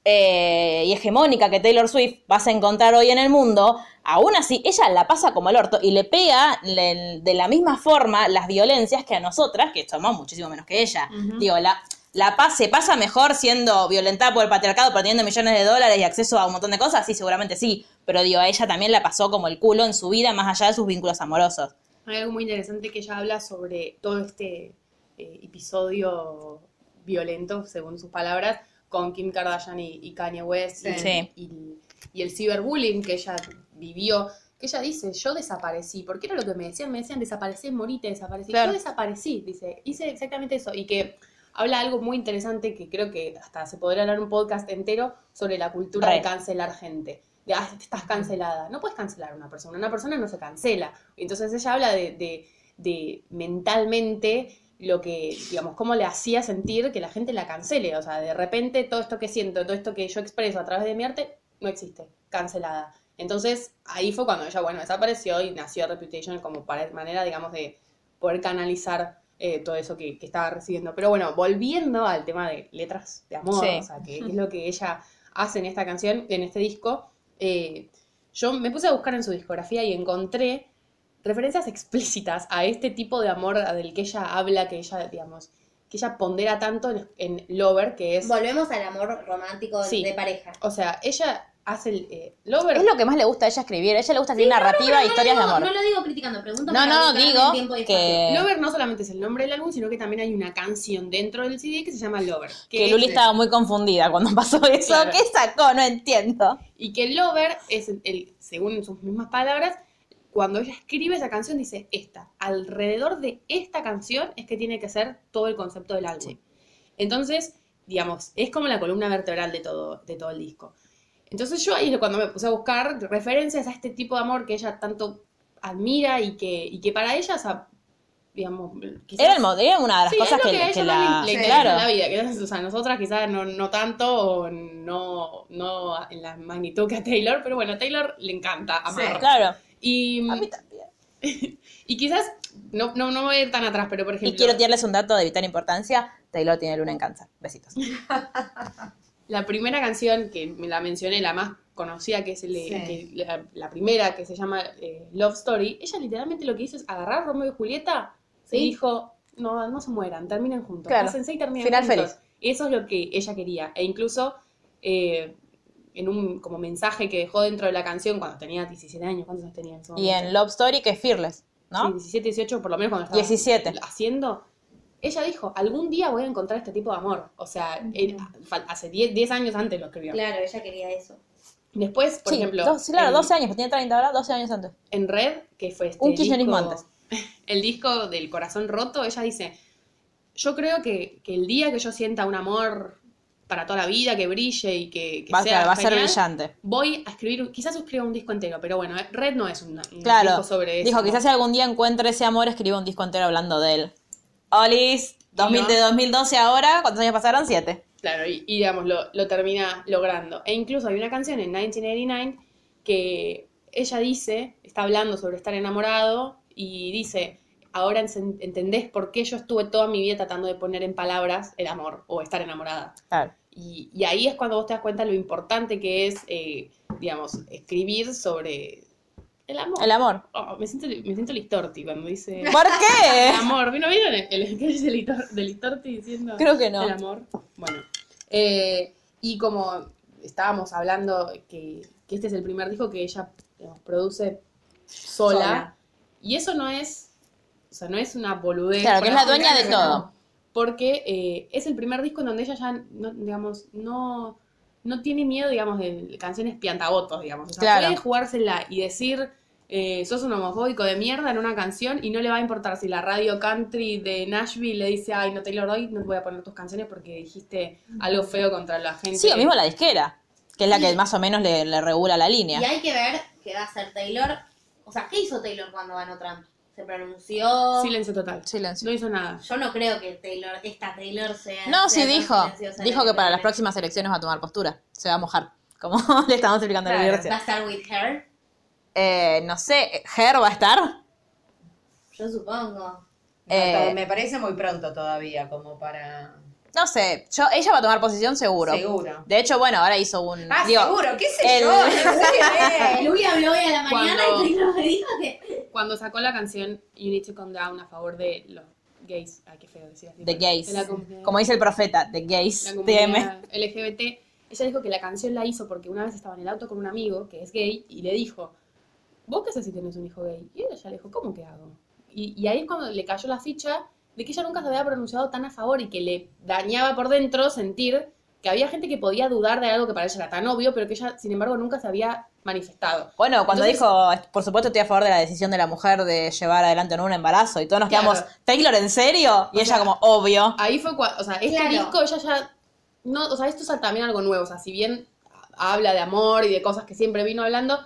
Speaker 1: eh, y hegemónica que Taylor Swift vas a encontrar hoy en el mundo, aún así ella la pasa como el orto y le pega le- de la misma forma las violencias que a nosotras, que somos muchísimo menos que ella. Digo, la, la paz se pasa mejor siendo violentada por el patriarcado, perdiendo millones de dólares y acceso a un montón de cosas, sí, seguramente sí, pero digo, a ella también la pasó como el culo en su vida, más allá de sus vínculos amorosos.
Speaker 4: Hay algo muy interesante que ella habla sobre todo este eh, episodio violento, según sus palabras, con Kim Kardashian y, y Kanye West y,
Speaker 1: Sí.
Speaker 4: y- y el ciberbullying que ella vivió. Que ella dice, yo desaparecí, porque era lo que me decían, me decían, desaparecí, morite, desaparecí.
Speaker 1: Claro.
Speaker 4: Yo desaparecí, dice, hice exactamente eso. Y que habla algo muy interesante que creo que hasta se podría hablar un podcast entero sobre la cultura
Speaker 1: Re.
Speaker 4: de cancelar gente. De, ah, estás cancelada. No puedes cancelar a una persona. Una persona no se cancela. Entonces ella habla de, de- de mentalmente lo que, digamos, cómo le hacía sentir que la gente la cancele. O sea, de repente todo esto que siento, todo esto que yo expreso a través de mi arte, no existe. Cancelada. Entonces ahí fue cuando ella, bueno, desapareció y nació Reputation como para, manera, digamos, de poder canalizar eh, todo eso que, que estaba recibiendo. Pero bueno, volviendo al tema de letras de amor,
Speaker 1: Sí.
Speaker 4: o sea, que es lo que ella hace en esta canción, en este disco, eh, yo me puse a buscar en su discografía y encontré referencias explícitas a este tipo de amor del que ella habla, que ella, digamos, que ella pondera tanto en, en Lover, que es,
Speaker 3: Volvemos al amor romántico
Speaker 4: Sí.
Speaker 3: de pareja.
Speaker 4: o sea, ella hace el eh, Lover.
Speaker 1: Es lo que más le gusta a ella escribir, a ella le gusta escribir
Speaker 3: Pero
Speaker 1: narrativa, e
Speaker 3: no lo
Speaker 1: historias
Speaker 3: digo-
Speaker 1: de amor.
Speaker 3: No lo digo criticando, pregunto
Speaker 1: No,
Speaker 3: para
Speaker 1: no,
Speaker 3: ubicarme
Speaker 1: digo
Speaker 3: en tiempo y espacio.
Speaker 1: que,
Speaker 4: Lover no solamente es el nombre del álbum, sino que también hay una canción dentro del CD que se llama Lover.
Speaker 1: que
Speaker 4: es,
Speaker 1: Luli
Speaker 4: eh,
Speaker 1: estaba muy confundida cuando pasó eso.
Speaker 4: Claro.
Speaker 1: ¿Qué sacó? No entiendo.
Speaker 4: Y que Lover es el, el- según sus mismas palabras, cuando ella escribe esa canción dice esta. Alrededor de esta canción es que tiene que ser todo el concepto del álbum. Entonces, digamos, es como la columna vertebral de todo, de todo el disco. Entonces yo ahí cuando me puse a buscar referencias a este tipo de amor que ella tanto admira y que, y que para ella, o sea, digamos, quizás-
Speaker 1: Era, el mo- era una de las
Speaker 4: Sí,
Speaker 1: cosas
Speaker 4: es lo
Speaker 1: que,
Speaker 4: a
Speaker 1: que
Speaker 4: ella
Speaker 1: la...
Speaker 4: más le, le interesa
Speaker 1: claro.
Speaker 4: la vida. que, o sea, nosotras quizás no, no tanto o no, no en la magnitud que a Taylor, pero bueno, a Taylor le encanta amar.
Speaker 1: Claro.
Speaker 4: Y,
Speaker 1: A mí también.
Speaker 4: y quizás, no, no, no voy a ir tan atrás, pero por ejemplo,
Speaker 1: Y quiero tirarles un dato de vital importancia. Taylor tiene luna en cáncer. Besitos.
Speaker 4: la primera canción que me la mencioné, la más conocida, que es el-
Speaker 2: Sí.
Speaker 4: que- la, la primera que se llama eh, Love Story, ella literalmente lo que hizo es agarrar Romeo y Julieta y dijo, no, no se mueran, terminen juntos.
Speaker 1: Claro.
Speaker 4: Cásense y terminen
Speaker 1: Final
Speaker 4: juntos. Eso es lo que ella quería. E incluso eh, en un como mensaje que dejó dentro de la canción cuando tenía 17 años, ¿cuántos años tenía en ese
Speaker 1: Y
Speaker 4: momento?
Speaker 1: en Love Story, que es Fearless,
Speaker 4: Sí,
Speaker 1: ¿no?
Speaker 4: 17, 18, por lo menos cuando estaba
Speaker 1: 17.
Speaker 4: haciendo. Ella dijo, algún día voy a encontrar este tipo de amor. O sea, él- fal- hace 10, 10 años antes lo escribió.
Speaker 3: Claro, ella quería eso.
Speaker 4: Después, por
Speaker 1: Sí,
Speaker 4: ejemplo,
Speaker 1: dos- sí, claro,
Speaker 4: en,
Speaker 1: 12 años, porque tiene 30 ahora, 12 años antes.
Speaker 4: en Red, que fue este
Speaker 1: Un kirchnerismo
Speaker 4: disco-
Speaker 1: antes.
Speaker 4: (laughs) El disco del corazón roto, ella dice, yo creo que, que el día que yo sienta un amor para toda la vida, que brille y que, que
Speaker 1: Va,
Speaker 4: sea
Speaker 1: claro, va a ser
Speaker 4: genial,
Speaker 1: brillante.
Speaker 4: Voy a escribir, un- quizás escriba un disco entero, pero bueno, eh, Red no es un, un
Speaker 1: Claro.
Speaker 4: disco sobre eso.
Speaker 1: Dijo,
Speaker 4: ¿no?
Speaker 1: quizás si algún día encuentre ese amor, escriba un disco entero hablando de él. Olis, 2000
Speaker 4: no.
Speaker 1: de 2012 ahora, ¿cuántos años pasaron? Siete.
Speaker 4: Claro, y, y digamos, lo, lo termina logrando. E incluso hay una canción en 1989 que que ella dice, está hablando sobre estar enamorado y dice, ahora en- entendés por qué yo estuve toda mi vida tratando de poner en palabras el amor o estar enamorada.
Speaker 5: Claro.
Speaker 4: Y, y ahí es cuando vos te das cuenta lo importante que es, eh, digamos, escribir sobre el amor.
Speaker 1: El amor.
Speaker 4: Oh, me siento, me siento Listorti
Speaker 1: (laughs)
Speaker 4: cuando dice
Speaker 1: ¿Por qué?
Speaker 4: (laughs) el amor. ¿No vieron el, el sketch de Litor- de Listorti diciendo
Speaker 1: Creo que
Speaker 4: el
Speaker 1: no.
Speaker 4: amor? Bueno, eh, y como estábamos hablando que, que este es el primer disco que ella digamos, produce sola,
Speaker 1: Sola.
Speaker 4: y eso no es, o sea, no es una boludez.
Speaker 1: Claro, que es
Speaker 4: por
Speaker 1: la
Speaker 4: así
Speaker 1: dueña de
Speaker 4: decirlo,
Speaker 1: todo.
Speaker 4: Porque eh, es el primer disco en donde ella ya, no, digamos, no, no tiene miedo, digamos, de canciones piantabotos, digamos. O sea,
Speaker 1: Claro.
Speaker 4: puede jugársela y decir, eh, sos un homofóbico de mierda en una canción y no le va a importar si la radio country de Nashville le dice, ay, no Taylor Doy, no voy a poner tus canciones porque dijiste algo feo contra la gente.
Speaker 1: Sí, o mismo la disquera, que es la que más o menos le, le regula la línea.
Speaker 3: Y hay que ver qué va a hacer Taylor. O sea, ¿qué hizo Taylor cuando ganó Trump? ¿Se pronunció?
Speaker 4: Silencio total.
Speaker 1: Silencio.
Speaker 4: No hizo nada.
Speaker 3: Yo no creo que Taylor, esta Taylor sea.
Speaker 1: No, sí
Speaker 3: sea tan
Speaker 1: dijo.
Speaker 3: silenciosa
Speaker 1: Dijo que para las
Speaker 3: electoralmente.
Speaker 1: próximas elecciones va a tomar postura. Se va a mojar. Como (laughs) le estamos explicando a la
Speaker 3: ¿Va
Speaker 4: Claro.
Speaker 3: a
Speaker 1: universidad.
Speaker 3: estar with her?
Speaker 1: Eh, no sé, ¿Her va a estar?
Speaker 3: Yo supongo.
Speaker 1: Eh,
Speaker 2: me parece muy pronto todavía, como para.
Speaker 1: no sé, yo, ella va a tomar posición seguro.
Speaker 2: Seguro.
Speaker 1: De hecho, bueno, ahora hizo un.
Speaker 2: Ah,
Speaker 1: digo,
Speaker 2: seguro, qué sé
Speaker 1: el-
Speaker 2: yo. no
Speaker 1: (laughs)
Speaker 2: sé.
Speaker 3: Luis habló hoy a la mañana
Speaker 4: Eh, Cuando-
Speaker 3: y Taylor me dijo que.
Speaker 4: Cuando sacó la canción You Need to Calm Down a favor de los gays, ay, qué feo decir así.
Speaker 1: De gays.
Speaker 4: De la comunidad-
Speaker 1: Como dice el profeta, de gays,
Speaker 4: la
Speaker 1: TM.
Speaker 4: comunidad LGBT, ella dijo que la canción la hizo porque una vez estaba en el auto con un amigo que es gay y le dijo, ¿vos qué haces si tenés un hijo gay? Y ella le dijo, ¿cómo que hago? Y, y ahí es cuando le cayó la ficha de que ella nunca se había pronunciado tan a favor y que le dañaba por dentro sentir que había gente que podía dudar de algo que para ella era tan obvio, pero que ella, sin embargo, nunca se había manifestado.
Speaker 1: Bueno, cuando
Speaker 4: Entonces-
Speaker 1: dijo, por supuesto estoy a favor de la decisión de la mujer de llevar adelante o no un embarazo, y todos nos
Speaker 4: Claro.
Speaker 1: quedamos, ¿Taylor en serio? Y
Speaker 4: O
Speaker 1: ella
Speaker 4: sea, Ah,
Speaker 1: como, obvio.
Speaker 4: Ahí fue cuando, o sea, este
Speaker 3: Claro.
Speaker 4: disco ella ya, no, o sea, esto es también algo nuevo, o sea, si bien habla de amor y de cosas que siempre vino hablando,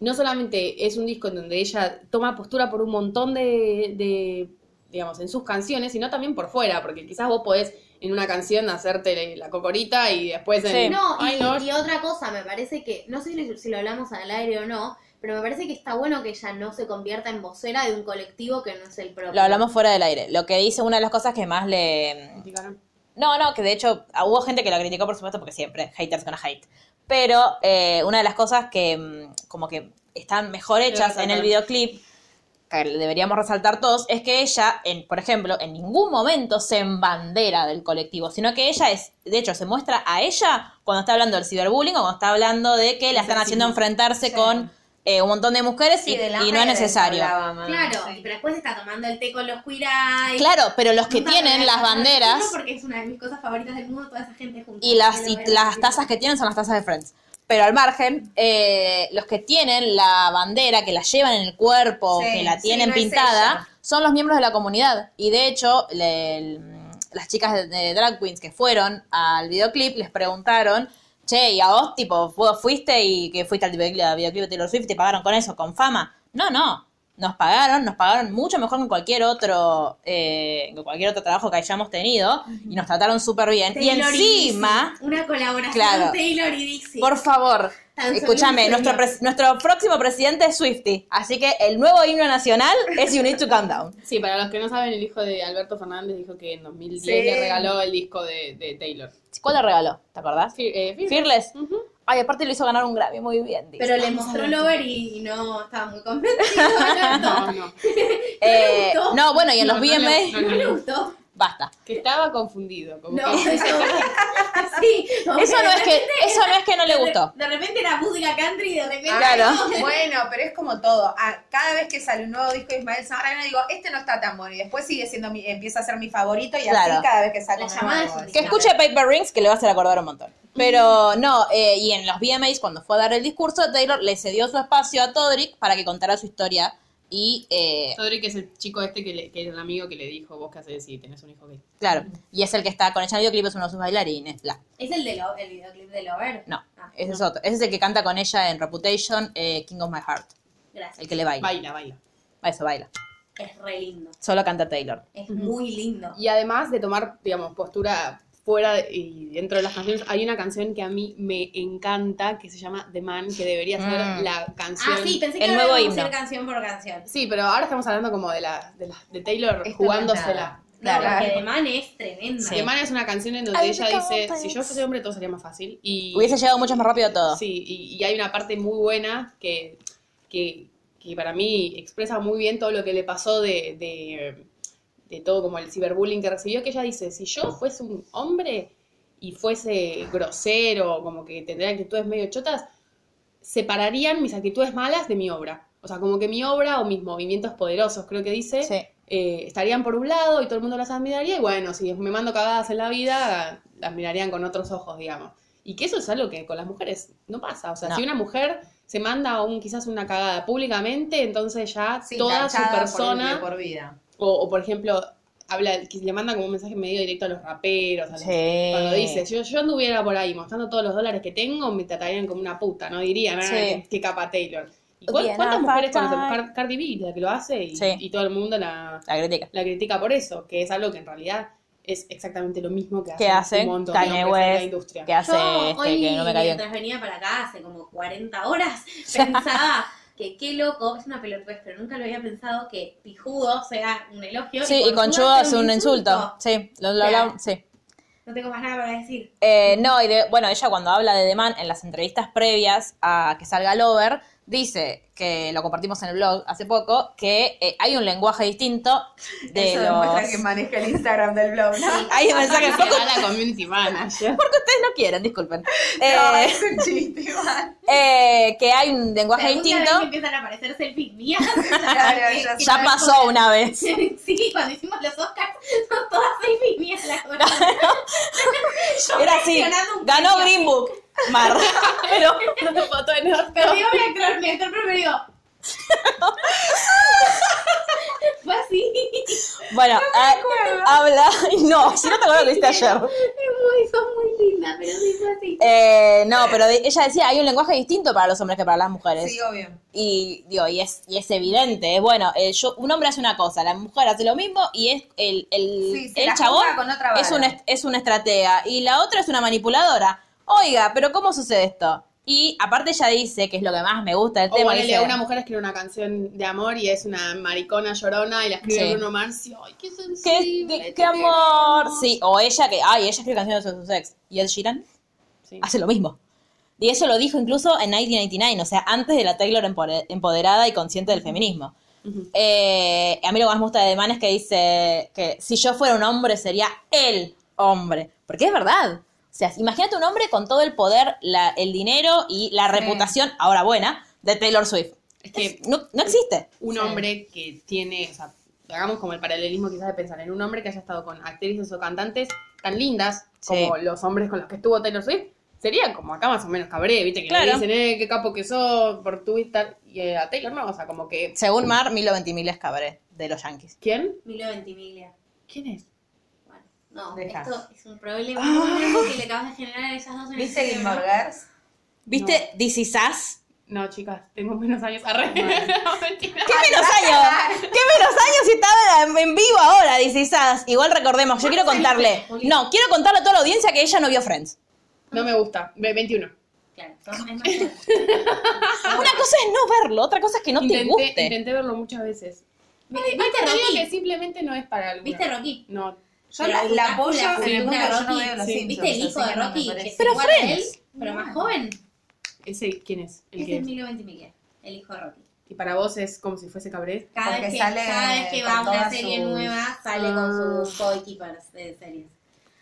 Speaker 4: no solamente es un disco en donde ella toma postura por un montón de, de, digamos, en sus canciones, sino también por fuera, porque quizás vos podés en una canción hacerte la cocorita y después en...
Speaker 1: Sí.
Speaker 3: No, y,
Speaker 4: Ay, no.
Speaker 3: y otra cosa, me parece que. No sé si lo, si lo hablamos al aire o no, pero me parece que está bueno que ella no se convierta en vocera de un colectivo que no es el propio.
Speaker 1: Lo hablamos fuera del aire. Lo que dice una de las cosas que más le...
Speaker 4: criticaron.
Speaker 1: No, no, que de hecho ah, hubo gente que la criticó, por supuesto, porque siempre, haters con hate. Pero eh, una de las cosas que mm, como que están mejor hechas en el videoclip, que deberíamos resaltar todos, es que ella, en, por ejemplo, en ningún momento se embandera del colectivo, sino que ella es, de hecho, se muestra a ella cuando está hablando del ciberbullying o cuando está hablando de que la están haciendo enfrentarse con eh, un montón de mujeres y, y no es necesario.
Speaker 4: Ah,
Speaker 3: Claro, pero después está tomando el té con los cuirai.
Speaker 1: Claro, pero los que
Speaker 3: Nunca
Speaker 1: tienen
Speaker 3: me
Speaker 1: las
Speaker 3: voy a acordar de
Speaker 1: banderas...
Speaker 3: uno Porque es una de mis cosas favoritas del mundo, toda esa gente junta.
Speaker 1: y las,
Speaker 3: Pero
Speaker 1: y
Speaker 3: bueno,
Speaker 1: las
Speaker 3: sí.
Speaker 1: tazas que tienen son las tazas de Friends. Pero al margen, eh, los que tienen la bandera, que la llevan en el cuerpo,
Speaker 2: Sí,
Speaker 1: que la
Speaker 2: sí,
Speaker 1: tienen
Speaker 2: no es
Speaker 1: pintada,
Speaker 2: ella.
Speaker 1: son los miembros de la comunidad. Y de hecho, le- el- las chicas de, de Drag Queens que fueron al videoclip les preguntaron, che, ¿y a vos, tipo, vos fuiste y que fuiste al videoclip, al videoclip de Taylor Swift y te pagaron con eso, con fama? No, no. Nos pagaron, nos pagaron mucho mejor que cualquier otro, eh, que cualquier otro trabajo que hayamos tenido y nos trataron súper bien. Y
Speaker 3: Taylor
Speaker 1: encima,
Speaker 3: Dixie, una colaboración
Speaker 1: Claro.
Speaker 3: Taylor y Dixie.
Speaker 1: por favor,
Speaker 3: Tan solo
Speaker 1: escúchame,
Speaker 3: un
Speaker 1: nuestro,
Speaker 3: sueño.
Speaker 1: pres- nuestro próximo presidente es Swifty, así que el nuevo himno nacional es You Need to Calm Down.
Speaker 4: Sí, para los que no saben, el hijo de Alberto Fernández dijo que en 2010
Speaker 2: Sí.
Speaker 4: le regaló el disco de, de Taylor.
Speaker 1: ¿Cuál le regaló? ¿Te acordás?
Speaker 4: Fear- eh, Fearless.
Speaker 1: Fearless.
Speaker 4: Ujú.
Speaker 1: Ay, aparte lo hizo ganar un Grammy, muy bien. dice.
Speaker 3: pero le mostró Lover y, y no estaba muy convencido. (laughs)
Speaker 4: No,
Speaker 3: Alberto.
Speaker 4: (laughs) no.
Speaker 1: Eh,
Speaker 3: le gustó.
Speaker 1: no, bueno, y en
Speaker 4: No,
Speaker 1: los
Speaker 4: no le-
Speaker 1: VMA,
Speaker 3: No
Speaker 4: no, no,
Speaker 3: le
Speaker 4: no.
Speaker 3: gustó.
Speaker 1: basta.
Speaker 4: Que estaba confundido. Como
Speaker 3: No,
Speaker 4: que- (laughs)
Speaker 3: eso. sí, como
Speaker 1: Eso
Speaker 3: de
Speaker 1: no es que,
Speaker 3: repente-
Speaker 1: eso no es que no le
Speaker 3: de-
Speaker 1: gustó. Ah.
Speaker 3: De repente era música country y de repente.
Speaker 1: Claro.
Speaker 2: Bueno, pero es como todo. Ah, cada vez que sale un nuevo disco de Ismael Serrano, digo, este no está tan bueno. Y después sigue siendo mi, empieza a ser mi favorito y
Speaker 1: Claro.
Speaker 2: así cada vez que saca
Speaker 3: La
Speaker 2: un
Speaker 3: llamada
Speaker 2: nuevo.
Speaker 3: es un
Speaker 1: Que escuche Paper Rings que le vas a hacer acordar un montón. Pero no, eh, y en los VMAs, cuando fue a dar el discurso, Taylor le cedió su espacio a Todrick para que contara su historia y eh,
Speaker 4: Sodri, que es el chico este que, le- que era el amigo que le dijo, vos qué haces si tenés un hijo gay.
Speaker 1: Claro, y es el que está con ella en el videoclip, es uno de sus bailarines, bla.
Speaker 3: Es el, de Lo- el videoclip de Lover.
Speaker 1: No,
Speaker 3: Ah,
Speaker 1: ese es otro. Ese es el que canta con ella en Reputation, eh, King of My Heart,
Speaker 3: Gracias.
Speaker 1: el que le baila.
Speaker 4: Baila, baila.
Speaker 1: Eso baila.
Speaker 3: Es re lindo.
Speaker 1: Solo canta Taylor.
Speaker 3: Es muy lindo.
Speaker 4: Y además de tomar, digamos, postura fuera de- y dentro de las canciones, hay una canción que a mí me encanta que se llama The Man, que debería ser
Speaker 5: Mm.
Speaker 4: la canción.
Speaker 3: Ah, sí, pensé que
Speaker 1: El
Speaker 3: ahora
Speaker 1: nuevo
Speaker 3: íbamos a
Speaker 1: himno.
Speaker 3: hacer canción por canción.
Speaker 4: Sí, pero ahora estamos hablando como de la de, la- de Taylor
Speaker 2: Esto no es
Speaker 4: jugándosela.
Speaker 2: nada.
Speaker 3: Claro,
Speaker 2: Claro.
Speaker 3: porque de man es tremenda.
Speaker 4: The Man es una canción en donde ella dice, si yo fuese hombre todo sería más fácil. Y
Speaker 1: Hubiese llegado mucho más rápido todo.
Speaker 4: Sí, y, y hay una parte muy buena que, que, que para mí expresa muy bien todo lo que le pasó de, de, de todo como el ciberbullying que recibió, que ella dice, si yo fuese un hombre y fuese grosero, como que tendría actitudes medio chotas, separarían mis actitudes malas de mi obra. O sea, como que mi obra o mis movimientos poderosos, creo que dice,
Speaker 1: Sí.
Speaker 4: eh, estarían por un lado y todo el mundo las admiraría, y bueno, si me mando cagadas en la vida, las mirarían con otros ojos, digamos. Y que eso es algo que con las mujeres no pasa. O sea,
Speaker 1: No.
Speaker 4: si una mujer se manda un, quizás una cagada públicamente, entonces ya
Speaker 2: Sí,
Speaker 4: toda su
Speaker 2: tachada por
Speaker 4: persona,
Speaker 2: vida, por vida.
Speaker 4: o, o por ejemplo, habla, que le manda como un mensaje medio directo a los raperos, a los-
Speaker 1: Sí.
Speaker 4: cuando dice, yo, yo anduviera por ahí mostrando todos los dólares que tengo, me tratarían como una puta, ¿no? Dirían, ah,
Speaker 1: Sí.
Speaker 4: qué- qué capa Taylor. ¿Y cuán-
Speaker 1: Bien,
Speaker 4: cuántas
Speaker 1: ah,
Speaker 4: mujeres
Speaker 1: fatal.
Speaker 4: conocemos? Car- Cardi B, la que lo hace, y,
Speaker 1: Sí.
Speaker 4: y todo el mundo la,
Speaker 1: La crítica.
Speaker 4: la critica por eso, que es algo que en realidad es exactamente lo mismo que
Speaker 1: Que
Speaker 4: hace
Speaker 1: hace
Speaker 4: un montón de
Speaker 1: Kanye
Speaker 4: hombres en la
Speaker 1: West,
Speaker 4: industria.
Speaker 1: que hace
Speaker 3: Yo
Speaker 1: este,
Speaker 3: hoy,
Speaker 1: que no me cae bien.
Speaker 3: mientras venía para acá hace como
Speaker 1: (laughs)
Speaker 3: 40 horas, pensaba que qué loco, es una pelotudez, pero nunca lo había pensado que pijudo sea un elogio.
Speaker 1: Sí, y conchudo es un insulto. Sí, lo, lo
Speaker 3: Claro.
Speaker 1: hablamos- sí.
Speaker 3: No tengo más nada para decir.
Speaker 1: Eh, no, y de- bueno, ella cuando habla de The Man en las entrevistas previas a que salga Lover, dice que lo compartimos en el blog hace poco, que eh, hay un lenguaje distinto de
Speaker 2: Eso demuestra
Speaker 1: los.
Speaker 2: que maneja el Instagram del blog, ¿no?
Speaker 1: Hay un
Speaker 2: (laughs)
Speaker 1: mensaje
Speaker 4: (laughs) Que
Speaker 1: poco.
Speaker 4: va la community
Speaker 1: (laughs)
Speaker 4: manager.
Speaker 1: Porque ustedes no quieren, disculpen.
Speaker 2: No, (laughs)
Speaker 1: Eh,
Speaker 2: es un chiste, igual.
Speaker 1: eh, que hay un lenguaje
Speaker 3: Alguna
Speaker 1: distinto.
Speaker 3: vez me empiezan a aparecer
Speaker 1: (laughs)
Speaker 3: selfies mías. (laughs)
Speaker 2: Claro, ya
Speaker 3: Que-
Speaker 2: sé.
Speaker 1: Ya pasó una vez.
Speaker 3: (laughs) Sí, cuando hicimos los Oscars, (laughs) son todas selfies mías las (laughs)
Speaker 1: Era así.
Speaker 3: mencionando un
Speaker 1: Ganó
Speaker 3: premio.
Speaker 1: Green Book.
Speaker 2: (laughs)
Speaker 1: Mar. Pero
Speaker 4: Foto de North
Speaker 3: Pero digo mi actor, mi actor preferido.
Speaker 1: (laughs)
Speaker 3: (laughs) Fue así.
Speaker 1: bueno, ah, habla. (laughs) No, si no te acuerdas lo
Speaker 2: (laughs)
Speaker 1: viste ayer.
Speaker 3: Es muy, sos muy linda, pero sí fue así.
Speaker 1: Eh, no, pero de- ella decía, hay un lenguaje distinto para los hombres que para las mujeres.
Speaker 2: Sí, obvio.
Speaker 1: y digo, y es, y es evidente, es bueno, eh, yo, un hombre hace una cosa, la mujer hace lo mismo y es el, el,
Speaker 2: Sí, se
Speaker 1: el
Speaker 2: la
Speaker 1: chabón
Speaker 2: juzga con otra
Speaker 1: es
Speaker 2: vara.
Speaker 1: una est- es una estratega y la otra es una manipuladora. Oiga, pero ¿cómo sucede esto? Y aparte ella dice, que es lo que más me gusta del
Speaker 4: O
Speaker 1: tema,
Speaker 4: ponele,
Speaker 1: dice,
Speaker 4: una mujer escribe una canción de amor y es una maricona llorona y la escribe
Speaker 1: Sí.
Speaker 4: Bruno Mars y, ay, qué
Speaker 1: ¿Qué,
Speaker 4: sensible.
Speaker 1: de-
Speaker 4: te
Speaker 1: qué amor?
Speaker 4: queremos.
Speaker 1: Sí, o ella que, ay, ella escribe canciones sobre su sex. Y Ed Sheeran
Speaker 4: Sí.
Speaker 1: hace lo mismo. Y eso lo dijo incluso en 1999, o sea, antes de la Taylor empore- empoderada y consciente del feminismo.
Speaker 4: Ujú.
Speaker 1: Eh, a mí lo que más me gusta de The Man es que dice que si yo fuera un hombre sería el hombre. Porque es verdad. O sea, imagínate un hombre con todo el poder, la- el dinero y la reputación, ahora buena, de Taylor Swift.
Speaker 4: Es que
Speaker 1: No, no existe.
Speaker 4: un hombre que tiene, o sea, hagamos como el paralelismo quizás de pensar en un hombre que haya estado con actrices o cantantes tan lindas como los hombres con los que estuvo Taylor Swift, sería como acá más o menos cabré, viste, que
Speaker 1: Claro.
Speaker 4: le dicen, eh, qué capo que sos por tu Insta, y eh, a Taylor no, o sea, como que,
Speaker 1: Según Mar, Milo Ventimiglia es cabaret de los Yankees.
Speaker 4: ¿quién?
Speaker 3: Milo Ventimiglia.
Speaker 4: ¿Quién es?
Speaker 3: Bueno, no,
Speaker 2: Deja.
Speaker 3: esto es un problema muy grande que le acabas de generar a esas dos en el
Speaker 2: ¿Viste
Speaker 3: cerebro.
Speaker 2: Gilmore Girls?
Speaker 1: ¿Viste This Is (laughs) Us?
Speaker 4: No, chicas, tengo menos años. Arre. (laughs) No, mentira.
Speaker 1: ¿Qué menos años? ¿Qué menos años si estaba en vivo ahora, This Is Us? Igual recordemos, yo quiero contarle. No, quiero contarle a toda la audiencia que ella no vio (laughs) Friends.
Speaker 4: No me gusta. Ve- 21.
Speaker 3: Claro, son es más joven.
Speaker 1: Una cosa es no verlo, otra cosa es que no te
Speaker 4: intenté,
Speaker 1: guste.
Speaker 4: intenté verlo muchas veces.
Speaker 3: ¿Viste
Speaker 4: Pero digo que
Speaker 3: Rocky?
Speaker 4: simplemente no es para alguna.
Speaker 3: ¿Viste Rocky?
Speaker 4: No.
Speaker 2: Yo
Speaker 3: Pero
Speaker 2: la, la apoyo
Speaker 3: la
Speaker 2: en el mundo,
Speaker 3: película
Speaker 2: yo no
Speaker 3: Rocky,
Speaker 2: veo los
Speaker 4: sí.
Speaker 2: Simpsons.
Speaker 3: ¿Viste el
Speaker 2: así
Speaker 3: hijo de
Speaker 2: que no me
Speaker 3: Rocky? que
Speaker 2: parece. Mm.
Speaker 3: es igual a él,
Speaker 1: Friends.
Speaker 3: pero más joven?
Speaker 4: ¿Ese quién es? El
Speaker 3: Ese
Speaker 4: que
Speaker 3: es Milo Ventimiglia, el hijo de Rocky.
Speaker 4: Y para vos es como si fuese cabré.
Speaker 3: Cada
Speaker 2: Porque
Speaker 3: vez, que,
Speaker 2: sale
Speaker 3: cada vez que
Speaker 2: con
Speaker 3: va a una
Speaker 2: todas
Speaker 3: serie
Speaker 2: sus- Ah.
Speaker 3: nueva, sale con sus coequippers de series.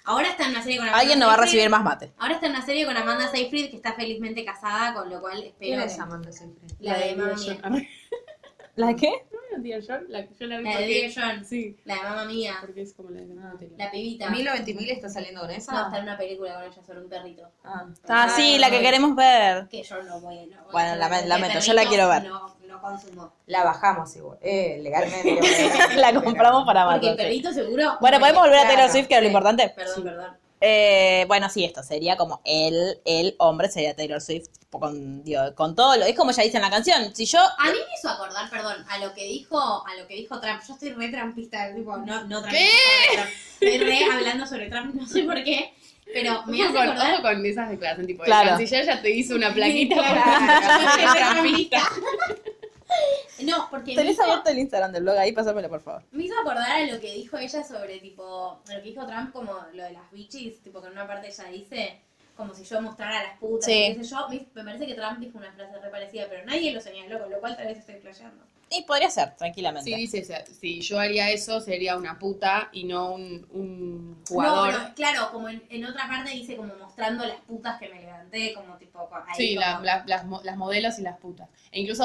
Speaker 3: Ahora está en una serie con Amanda
Speaker 1: Alguien no va a
Speaker 3: Seyfried.
Speaker 1: recibir más mate.
Speaker 3: Ahora está en una serie con Amanda Seyfried, que está felizmente casada, con lo cual
Speaker 2: ¿Quién
Speaker 3: espero
Speaker 2: es
Speaker 3: que-
Speaker 2: Amanda Seyfried?
Speaker 3: la de Mamma
Speaker 4: Yo-
Speaker 3: Mía.
Speaker 4: Arre.
Speaker 1: ¿La qué?
Speaker 4: No, Dear John, (laughs) la yo la vi
Speaker 3: La de
Speaker 4: porque-
Speaker 3: Dear John.
Speaker 4: Sí,
Speaker 3: La de Mamma Mía,
Speaker 4: porque es como la de la tele.
Speaker 3: la pibita.
Speaker 2: ¿Milo Ventimil está saliendo con esa?
Speaker 3: No, está en una película con ella sobre un perrito.
Speaker 2: Ah.
Speaker 1: Ah, sí, la que queremos ver.
Speaker 3: Que yo no voy, no voy a...
Speaker 1: Bueno,
Speaker 3: saber
Speaker 1: lame-
Speaker 3: de
Speaker 1: lamento, yo la
Speaker 3: perritos,
Speaker 1: quiero ver.
Speaker 3: No, no consumo.
Speaker 2: La bajamos igual. Eh,
Speaker 1: (laughs)
Speaker 2: legalmente.
Speaker 1: (laughs) La compramos para
Speaker 3: Porque el
Speaker 1: matar. sí.
Speaker 3: perrito seguro...
Speaker 1: Ah, Bueno,
Speaker 3: muere.
Speaker 1: podemos volver a Taylor
Speaker 2: Claro,
Speaker 1: Swift, que era lo
Speaker 3: sí.
Speaker 1: importante.
Speaker 3: Perdón, perdón.
Speaker 1: Eh, bueno, sí, esto sería como el, el hombre sería Taylor Swift con, digo, con todo lo. Es como ya dice en la canción. Si yo.
Speaker 3: A mí me hizo acordar, perdón, a lo que dijo, a lo que dijo Trump. Yo estoy re trampista, tipo, no, no trampista. sobre Trump. Estoy re hablando sobre Trump, (laughs) no sé por qué. Pero me hace
Speaker 4: Ojo con,
Speaker 3: acordar.
Speaker 4: ojo con esas declaraciones, tipo,
Speaker 1: Claro.
Speaker 4: el canciller ya te hizo una plaquita
Speaker 3: Claro. (laughs)
Speaker 4: para
Speaker 3: Soy re trampista. No, porque me
Speaker 1: Tenés
Speaker 3: hizo,
Speaker 1: abierto el Instagram del blog ahí, pásamelo, por favor.
Speaker 3: me hizo acordar a lo que dijo ella sobre, tipo, lo que dijo Trump, como lo de las bitches, tipo, que en una parte ella dice, como si yo mostrara a las putas,
Speaker 1: Sí.
Speaker 3: y qué sé yo. Me, me parece que Trump dijo una frase re parecida, pero nadie lo señaló, con lo cual tal vez estoy flasheando.
Speaker 1: Y podría ser, tranquilamente.
Speaker 4: (laughs) Sí, dice, o sea, si yo haría eso, sería una puta y no un, un
Speaker 3: No,
Speaker 4: jugador.
Speaker 3: pero claro, como en, en otra parte dice como mostrando las putas que me levanté, como tipo co- ahí
Speaker 4: sí,
Speaker 3: como-
Speaker 4: la- la- las, mo- las modelos y las putas. E incluso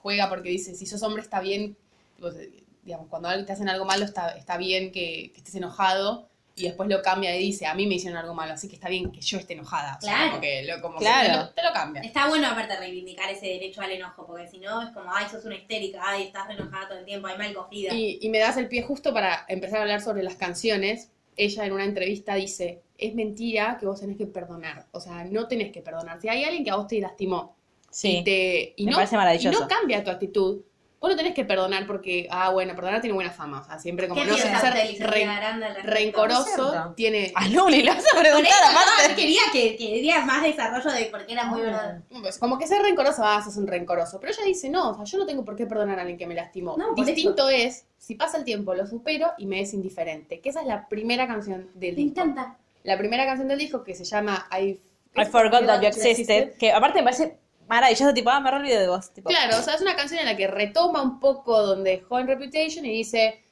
Speaker 4: juega porque dice, si sos hombre está bien, tipo, se- digamos, cuando algo- te hacen algo malo está, está bien que, que estés enojado. Y después lo cambia y dice, a mí me hicieron algo malo, así que está bien que yo esté enojada. O sea,
Speaker 3: Claro.
Speaker 4: como que lo, como que
Speaker 1: Claro.
Speaker 4: te, lo, te lo cambia.
Speaker 3: Está bueno aparte reivindicar ese derecho al enojo, porque si no es como, ay, sos una histérica, ay, estás re enojada todo el tiempo, ay, mal cogida.
Speaker 4: Y, y me das el pie justo para empezar a hablar sobre las canciones. Ella en una entrevista dice, es mentira que vos tenés que perdonar. O sea, no tenés que perdonar. Si hay alguien que a vos te lastimó y, te, y
Speaker 1: me
Speaker 4: no,
Speaker 1: parece maravilloso.
Speaker 4: y no cambia tu actitud, vos no tenés que perdonar porque, ah, bueno, perdonar tiene buena fama. O sea, siempre como
Speaker 3: ¿Qué
Speaker 4: no sé,
Speaker 3: piensa
Speaker 4: ser
Speaker 3: usted, licenciada
Speaker 4: re-
Speaker 3: Aranda, al respecto?
Speaker 4: rencoroso
Speaker 1: cierto.
Speaker 4: tiene...
Speaker 1: A Luli le vas a
Speaker 3: Por eso,
Speaker 1: preguntar,
Speaker 3: no,
Speaker 1: aparte.
Speaker 3: quería que, que diera más desarrollo de por qué era muy verdad.
Speaker 4: pues, como que ser rencoroso, ah, sos un rencoroso. Pero ella dice, no, o sea, yo no tengo por qué perdonar a alguien que me lastimó.
Speaker 3: No, por
Speaker 4: Distinto es, si pasa el tiempo, lo supero y me es indiferente. Que esa es la primera canción del
Speaker 3: Me
Speaker 4: disco.
Speaker 3: encanta.
Speaker 4: La primera canción del disco que se llama I,
Speaker 1: I forgot that you existed. Que aparte me parece maravilloso, tipo, ah, me re olvidé de vos. Tipo,
Speaker 4: Claro, o sea, es una canción en la que retoma un poco donde dejó en Reputation y dice,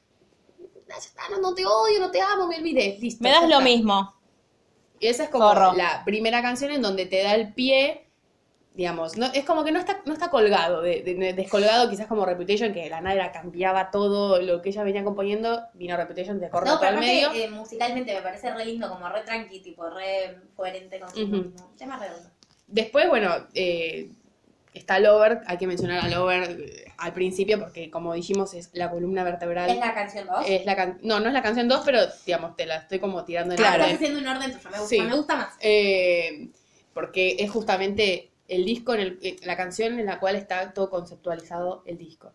Speaker 4: "Ah, ya está, no, no te odio, no te amo, me olvidé, listo.
Speaker 1: Me das
Speaker 4: ya
Speaker 1: lo
Speaker 4: está".
Speaker 1: mismo.
Speaker 4: Y esa es como
Speaker 1: Zorro.
Speaker 4: la primera canción en donde te da el pie, digamos, no, es como que no está, no está colgado, de- de- de- descolgado quizás como Reputation, que de la nada cambiaba todo lo que ella venía componiendo, vino Reputation, te corrió
Speaker 3: No,
Speaker 4: todo
Speaker 3: pero
Speaker 4: el
Speaker 3: aparte,
Speaker 4: medio.
Speaker 3: eh, musicalmente me parece re lindo, como re tranqui, tipo, re coherente con
Speaker 4: Ujú.
Speaker 3: mismo. Tema redondo.
Speaker 4: Después, bueno, eh, está Lover, hay que mencionar a Lover eh, al principio porque como dijimos es la columna vertebral.
Speaker 3: Es la canción Ah, 2.
Speaker 4: Es la can- no, no es la canción 2, pero digamos, te la estoy como tirando en
Speaker 3: Claro.
Speaker 4: el
Speaker 3: Estás
Speaker 4: orden.
Speaker 3: haciendo un orden tuyo, me gusta,
Speaker 4: eh. Sí.
Speaker 3: me gusta más.
Speaker 4: Eh, porque es justamente el disco, en el, eh, la canción en la cual está todo conceptualizado el disco.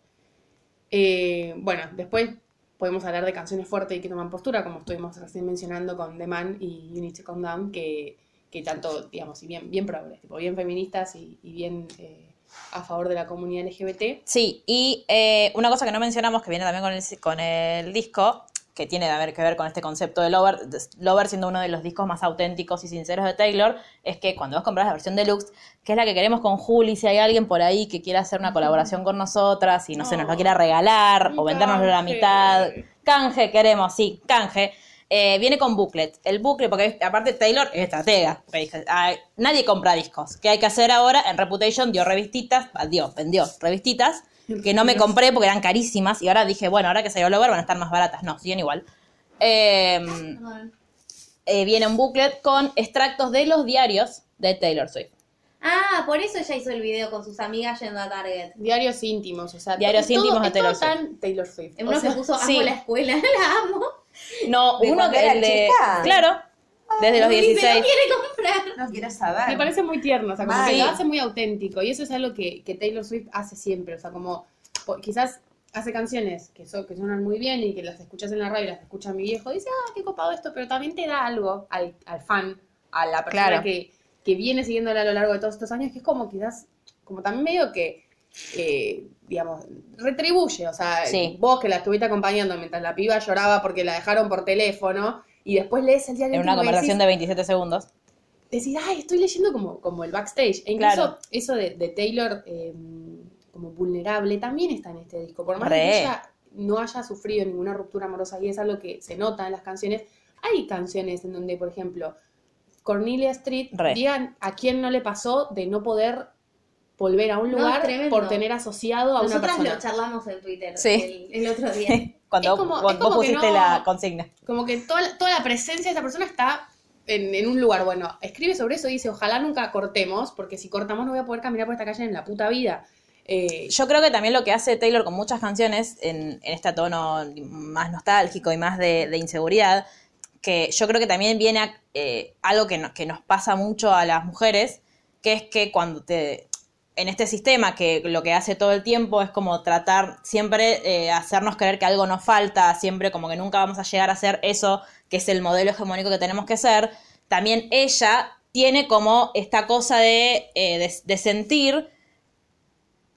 Speaker 4: Eh, bueno, después podemos hablar de canciones fuertes y que toman postura, como estuvimos recién mencionando con The Man y You Need to Calm Down, que, que tanto, digamos, y bien, bien progres, tipo, bien feministas y, y bien eh, a favor de la comunidad LGBT.
Speaker 1: Sí, y eh, una cosa que no mencionamos, que viene también con el, con el disco, que tiene a ver- que ver con este concepto de Lover, de- Lover siendo uno de los discos más auténticos y sinceros de Taylor, es que cuando vos compras la versión deluxe, que es la que queremos con Juli, si hay alguien por ahí que quiera hacer una colaboración con nosotras y no se nos lo quiera regalar o
Speaker 4: Oh, Un
Speaker 1: vendérnoslo a la
Speaker 4: canje.
Speaker 1: mitad, canje queremos, sí, canje. Eh, viene con booklet. El booklet, porque aparte Taylor es estratega. porque dice, "Ay, nadie compra discos. ¿Qué hay que hacer ahora? En Reputation dio revistitas, ah, dio, vendió revistitas, que no me compré porque eran carísimas. Y ahora dije, bueno, ahora que salió Lover van a estar más baratas. No, siguen igual. Eh,
Speaker 3: Perdón.
Speaker 1: eh, viene un booklet con extractos de los diarios de Taylor Swift.
Speaker 3: Ah, por eso ella hizo el video con sus amigas yendo a Target.
Speaker 4: Diarios íntimos, o sea,
Speaker 1: Diarios
Speaker 4: es todo-
Speaker 1: íntimos de
Speaker 4: es todo
Speaker 1: Taylor Swift.
Speaker 4: tan Taylor Swift.
Speaker 3: En uno
Speaker 4: O sea,
Speaker 3: se puso amo
Speaker 1: sí.
Speaker 3: la escuela, (laughs) la amo.
Speaker 1: No,
Speaker 2: ¿De
Speaker 1: uno
Speaker 2: cuando
Speaker 1: que
Speaker 2: era
Speaker 1: el de.
Speaker 2: chica?
Speaker 1: Claro, desde los
Speaker 3: Y se lo
Speaker 1: 16.
Speaker 3: quiere comprar.
Speaker 2: No quiero saber.
Speaker 4: Me parece muy tierno, o sea, como
Speaker 2: Mal.
Speaker 4: que lo hace muy auténtico. Y eso es algo que, que Taylor Swift hace siempre. O sea, como po- quizás hace canciones que, son que suenan muy bien y que las escuchas en la radio y las escucha mi viejo. Y dice, ah, qué copado esto, pero también te da algo al, al fan, a la persona
Speaker 1: Claro.
Speaker 4: que, que viene siguiéndola a lo largo de todos estos años, que es como quizás, como también medio que. eh, digamos, retribuye, o sea,
Speaker 1: Sí.
Speaker 4: vos que la estuviste acompañando mientras la piba lloraba porque la dejaron por teléfono y después lees el diario
Speaker 1: En una
Speaker 4: íntimo y decís,
Speaker 1: conversación de 27 segundos.
Speaker 4: decir, ay, estoy leyendo como, como el backstage. E incluso
Speaker 1: Claro.
Speaker 4: eso de, de Taylor eh, como vulnerable también está en este disco. Por más
Speaker 1: Re.
Speaker 4: que ella no haya sufrido ninguna ruptura amorosa y es algo que se nota en las canciones, hay canciones en donde, por ejemplo, Cornelia Street,
Speaker 1: Re.
Speaker 4: digan a quién no le pasó de no poder volver a un
Speaker 3: No,
Speaker 4: lugar
Speaker 3: tremendo.
Speaker 4: por tener asociado a
Speaker 3: Nosotras lo
Speaker 4: una persona.
Speaker 3: charlamos en Twitter
Speaker 1: Sí.
Speaker 3: el, el otro
Speaker 4: (laughs)
Speaker 3: día.
Speaker 1: Cuando
Speaker 4: Es como-
Speaker 1: vos,
Speaker 4: es como
Speaker 1: vos
Speaker 4: que
Speaker 1: pusiste
Speaker 4: no-
Speaker 1: la consigna.
Speaker 4: Como que toda, la- toda la presencia de esa persona está en, en un lugar. Bueno, escribe sobre eso y dice, ojalá nunca cortemos, porque si cortamos no voy a poder caminar por esta calle en la puta vida. Eh,
Speaker 1: Yo creo que también lo que hace Taylor con muchas canciones, en, en este tono más nostálgico y más de, de inseguridad, que yo creo que también viene a- eh, algo que, no- que nos pasa mucho a las mujeres, que es que cuando te... En este sistema que lo que hace todo el tiempo es como tratar siempre eh, hacernos creer que algo nos falta, siempre como que nunca vamos a llegar a ser eso que es el modelo hegemónico que tenemos que ser, también ella tiene como esta cosa de, eh, de- de sentir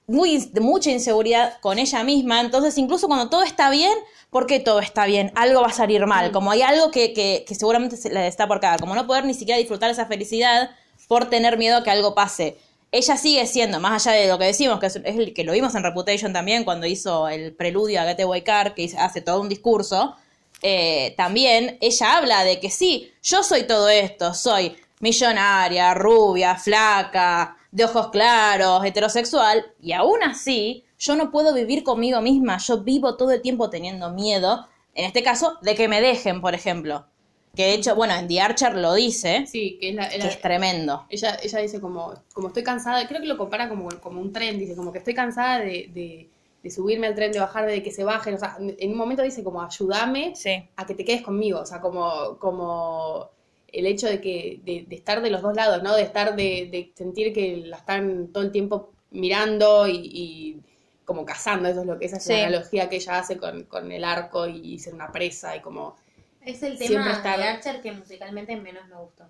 Speaker 1: muy, ins- de mucha inseguridad con ella misma. Entonces, incluso cuando todo está bien, ¿por qué todo está bien? Algo va a salir mal. Como hay algo que, que- que seguramente se le está por cagar. Como no poder ni siquiera disfrutar esa felicidad por tener miedo a que algo pase. Ella sigue siendo, más allá de lo que decimos, que es, es el- que lo vimos en Reputation también, cuando hizo el preludio a Getaway Car, que hizo- hace todo un discurso, eh, también ella habla de que sí, yo soy todo esto, soy millonaria, rubia, flaca, de ojos claros, heterosexual, y aún así yo no puedo vivir conmigo misma, yo vivo todo el tiempo teniendo miedo, en este caso, de que me dejen, por ejemplo. Que de hecho, bueno, en The Archer lo dice,
Speaker 4: Sí, que es la,
Speaker 1: que es tremendo.
Speaker 4: Ella, ella dice como, como estoy cansada, creo que lo compara como, como un tren, dice como que estoy cansada de, de- de subirme al tren, de bajar, de que se bajen, o sea, en un momento dice como ayúdame
Speaker 1: Sí.
Speaker 4: a que te quedes conmigo, o sea, como, como el hecho de que, de, de estar de los dos lados, ¿no? De estar, de, de sentir que la están todo el tiempo mirando y, y como cazando, eso es lo que, esa es
Speaker 1: Sí.
Speaker 4: la analogía que ella hace con, con el arco y, ser una presa y como,
Speaker 3: Es el
Speaker 4: Siempre
Speaker 3: tema
Speaker 4: está-
Speaker 3: de Archer que musicalmente menos me gustó.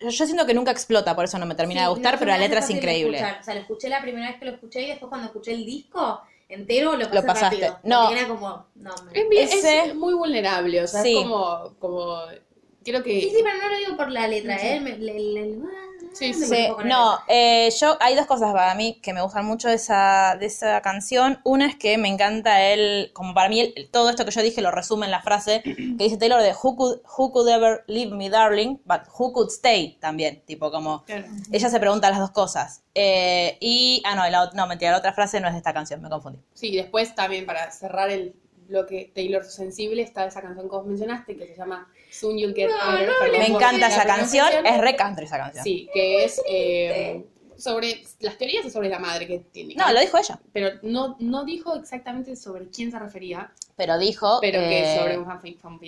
Speaker 1: Yo, yo siento que nunca explota, por eso no me termina
Speaker 3: Sí,
Speaker 1: de gustar,
Speaker 3: no
Speaker 1: pero la
Speaker 3: me hace
Speaker 1: letra es
Speaker 3: fácil de
Speaker 1: increíble.
Speaker 3: escuchar. O sea, lo escuché la primera vez que lo escuché y después cuando escuché el disco entero lo pasé
Speaker 1: pasaste.
Speaker 3: rápido.
Speaker 1: No.
Speaker 3: Porque Era como, no, me-
Speaker 4: es, bien- es
Speaker 1: Ese-
Speaker 4: muy vulnerable, o sea,
Speaker 1: Sí.
Speaker 4: es como, como, creo que...
Speaker 3: Sí, sí, pero no lo digo por la letra, ¿eh? Me- le- le- le-
Speaker 4: Sí,
Speaker 3: me
Speaker 4: sí.
Speaker 3: preocupa
Speaker 1: Sí,
Speaker 3: con
Speaker 1: no, eh, yo hay dos cosas para mí que me gustan mucho de esa, de esa canción. Una es que me encanta él, como para mí el- todo esto que yo dije lo resume en la frase (clears throat) que dice Taylor de Who could, who could ever leave me darling, but who could stay también, tipo como ella se pregunta las dos cosas. Eh, y, ah no, la, ot- no, mentira, la otra frase no es de esta canción, me confundí.
Speaker 4: Sí, y después también para cerrar el bloque Taylor Sensible está esa canción que vos mencionaste que se llama Soon You'll Get Better.
Speaker 1: Me
Speaker 4: Perdón por
Speaker 1: encanta
Speaker 4: la
Speaker 1: esa canción,
Speaker 4: pronunciación.
Speaker 1: es re country esa canción.
Speaker 4: Sí, que es eh, sobre las teorías sobre la madre que tiene.
Speaker 1: No, lo dijo ella,
Speaker 4: Pero no, no dijo exactamente sobre quién se refería,
Speaker 1: pero dijo
Speaker 4: pero que
Speaker 1: eh,
Speaker 4: sobre un fan- fan- fan-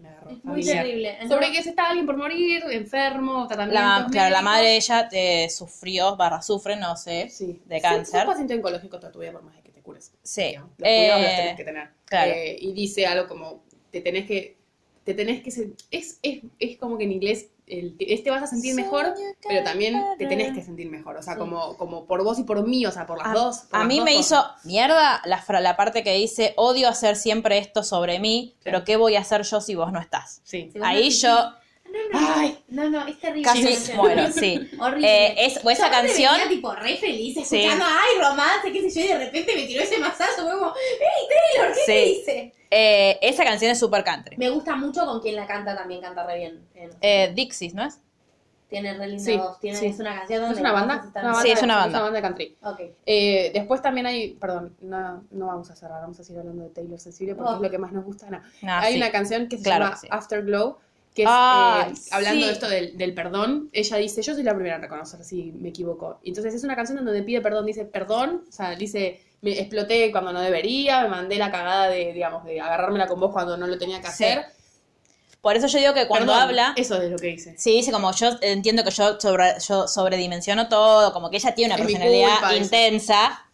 Speaker 4: me agarró,
Speaker 3: Es muy
Speaker 4: familiar.
Speaker 3: terrible. No,
Speaker 4: Sobre que se está alguien por morir, enfermo, tratamiento.
Speaker 1: la, claro, la madre de ella eh, sufrió, barra sufre, no sé,
Speaker 4: sí.
Speaker 1: de
Speaker 4: Sí,
Speaker 1: cáncer.
Speaker 4: Un paciente oncológico toda tu vida por más de que te cures.
Speaker 1: Sí.
Speaker 4: Los cuidados los
Speaker 1: Eh,
Speaker 4: tenés que tener.
Speaker 1: claro.
Speaker 4: Eh, y dice algo como, te tenés que, te tenés que, sen- es, es, es como que en inglés, el, es te vas a sentir mejor, pero también te tenés que sentir mejor, o sea, como, como por vos y por mí, o sea, por las
Speaker 1: A-
Speaker 4: dos. por
Speaker 1: A
Speaker 4: las
Speaker 1: mí
Speaker 4: dos
Speaker 1: me
Speaker 4: cosas.
Speaker 1: hizo mierda la, fra- la parte que dice, odio hacer siempre esto sobre mí, pero ¿qué voy a hacer yo si vos no estás?
Speaker 4: Sí.
Speaker 3: Si vos no
Speaker 1: Ahí
Speaker 3: existís-
Speaker 1: yo
Speaker 3: No, no,
Speaker 4: Ay.
Speaker 3: no, no, es terrible.
Speaker 1: casi
Speaker 3: esa canción.
Speaker 1: muero, sí.
Speaker 4: (laughs)
Speaker 3: Horrible.
Speaker 1: Eh, es, o esa
Speaker 3: Yo aparte
Speaker 1: canción,
Speaker 3: venía, tipo re feliz
Speaker 1: Sí.
Speaker 3: escuchando, ay, romance, qué sé yo, y de repente me tiró ese masazo, fue como, hey, Taylor, ¿qué
Speaker 1: Sí.
Speaker 3: te hice?
Speaker 1: eh, esa canción es super country.
Speaker 3: Me gusta mucho con quien la canta también, canta re bien. Eh,
Speaker 1: Eh, Dixies, ¿no es?
Speaker 3: tiene re linda
Speaker 4: sí,
Speaker 3: voz, tiene,
Speaker 4: sí.
Speaker 3: es una canción donde
Speaker 4: ¿Es una
Speaker 3: las
Speaker 4: banda?
Speaker 3: voces están-
Speaker 1: Sí, es una banda.
Speaker 4: Es una banda country.
Speaker 3: Ok.
Speaker 4: Eh, después también hay, perdón, no, no vamos a cerrar, vamos a seguir hablando de Taylor Sensible porque
Speaker 3: Oh.
Speaker 4: es lo que más nos gusta. no.
Speaker 1: No,
Speaker 4: hay
Speaker 1: Ah, sí.
Speaker 4: una canción que se
Speaker 1: Claro
Speaker 4: llama
Speaker 1: que sí.
Speaker 4: Afterglow, que es
Speaker 1: Ah,
Speaker 4: eh, hablando
Speaker 1: sí.
Speaker 4: de esto del, del perdón. Ella dice, yo soy la primera en reconocer si me equivoco. Entonces es una canción en donde pide perdón, dice perdón, o sea, dice, me exploté cuando no debería, me mandé la cagada de, digamos, de agarrármela con vos cuando no lo tenía que
Speaker 1: Sí.
Speaker 4: hacer.
Speaker 1: Por eso yo digo que cuando
Speaker 4: Perdón,
Speaker 1: habla...
Speaker 4: Eso es lo que dice.
Speaker 1: Sí, dice como yo entiendo que yo sobre yo sobredimensiono todo, como que ella tiene una
Speaker 4: Es mi
Speaker 1: personalidad
Speaker 4: culpa, dice.
Speaker 1: intensa.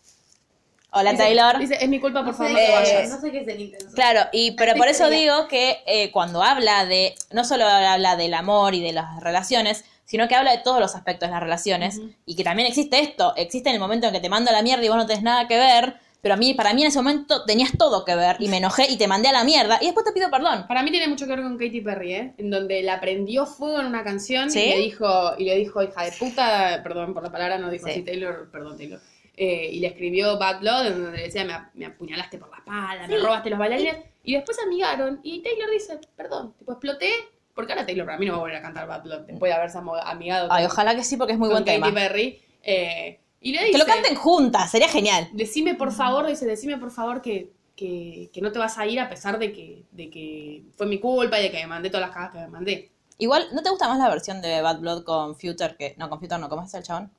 Speaker 1: Hola
Speaker 4: Dice-
Speaker 1: Taylor.
Speaker 4: Dice, es mi culpa, por
Speaker 3: No
Speaker 4: favor,
Speaker 3: sé
Speaker 4: no te
Speaker 3: qué-
Speaker 4: vayas.
Speaker 3: No sé qué es el intenso.
Speaker 1: Claro, y pero por eso digo que eh, cuando habla de, no solo habla del amor y de las relaciones, sino que habla de todos los aspectos de las relaciones y que también existe esto, existe en el momento en que te mando a la mierda y vos no tenés nada que ver, pero a mí, para mí en ese momento tenías todo que ver y me enojé y te mandé a la mierda y después te pido perdón.
Speaker 4: Para mí tiene mucho que ver con Katy Perry, ¿eh? En donde la prendió fuego en una canción
Speaker 1: ¿Sí?
Speaker 4: y le dijo, y le dijo, hija de puta, perdón por la palabra, no dijo
Speaker 1: Sí.
Speaker 4: así Taylor, perdón Taylor. Eh, y le escribió Bad Blood, en donde le decía, me, ap- me apuñalaste por la espalda, me robaste los bailarines. Y después se amigaron y Taylor dice, perdón, tipo exploté, porque ahora Taylor para mí no va a volver a cantar Bad Blood, después de haberse amo- amigado
Speaker 1: Ay,
Speaker 4: con,
Speaker 1: ojalá que sí porque es muy
Speaker 4: con
Speaker 1: buen
Speaker 4: Katy
Speaker 1: tema.
Speaker 4: Perry. Eh, y le dice,
Speaker 1: Que lo canten juntas, sería genial.
Speaker 4: Decime por favor, dice, decime por favor que, que, que no te vas a ir a pesar de que, de que fue mi culpa y de que me mandé todas las cajas que me mandé.
Speaker 1: Igual, ¿no te gusta más la versión de Bad Blood con Future que no con Future no, ¿cómo es el chabón?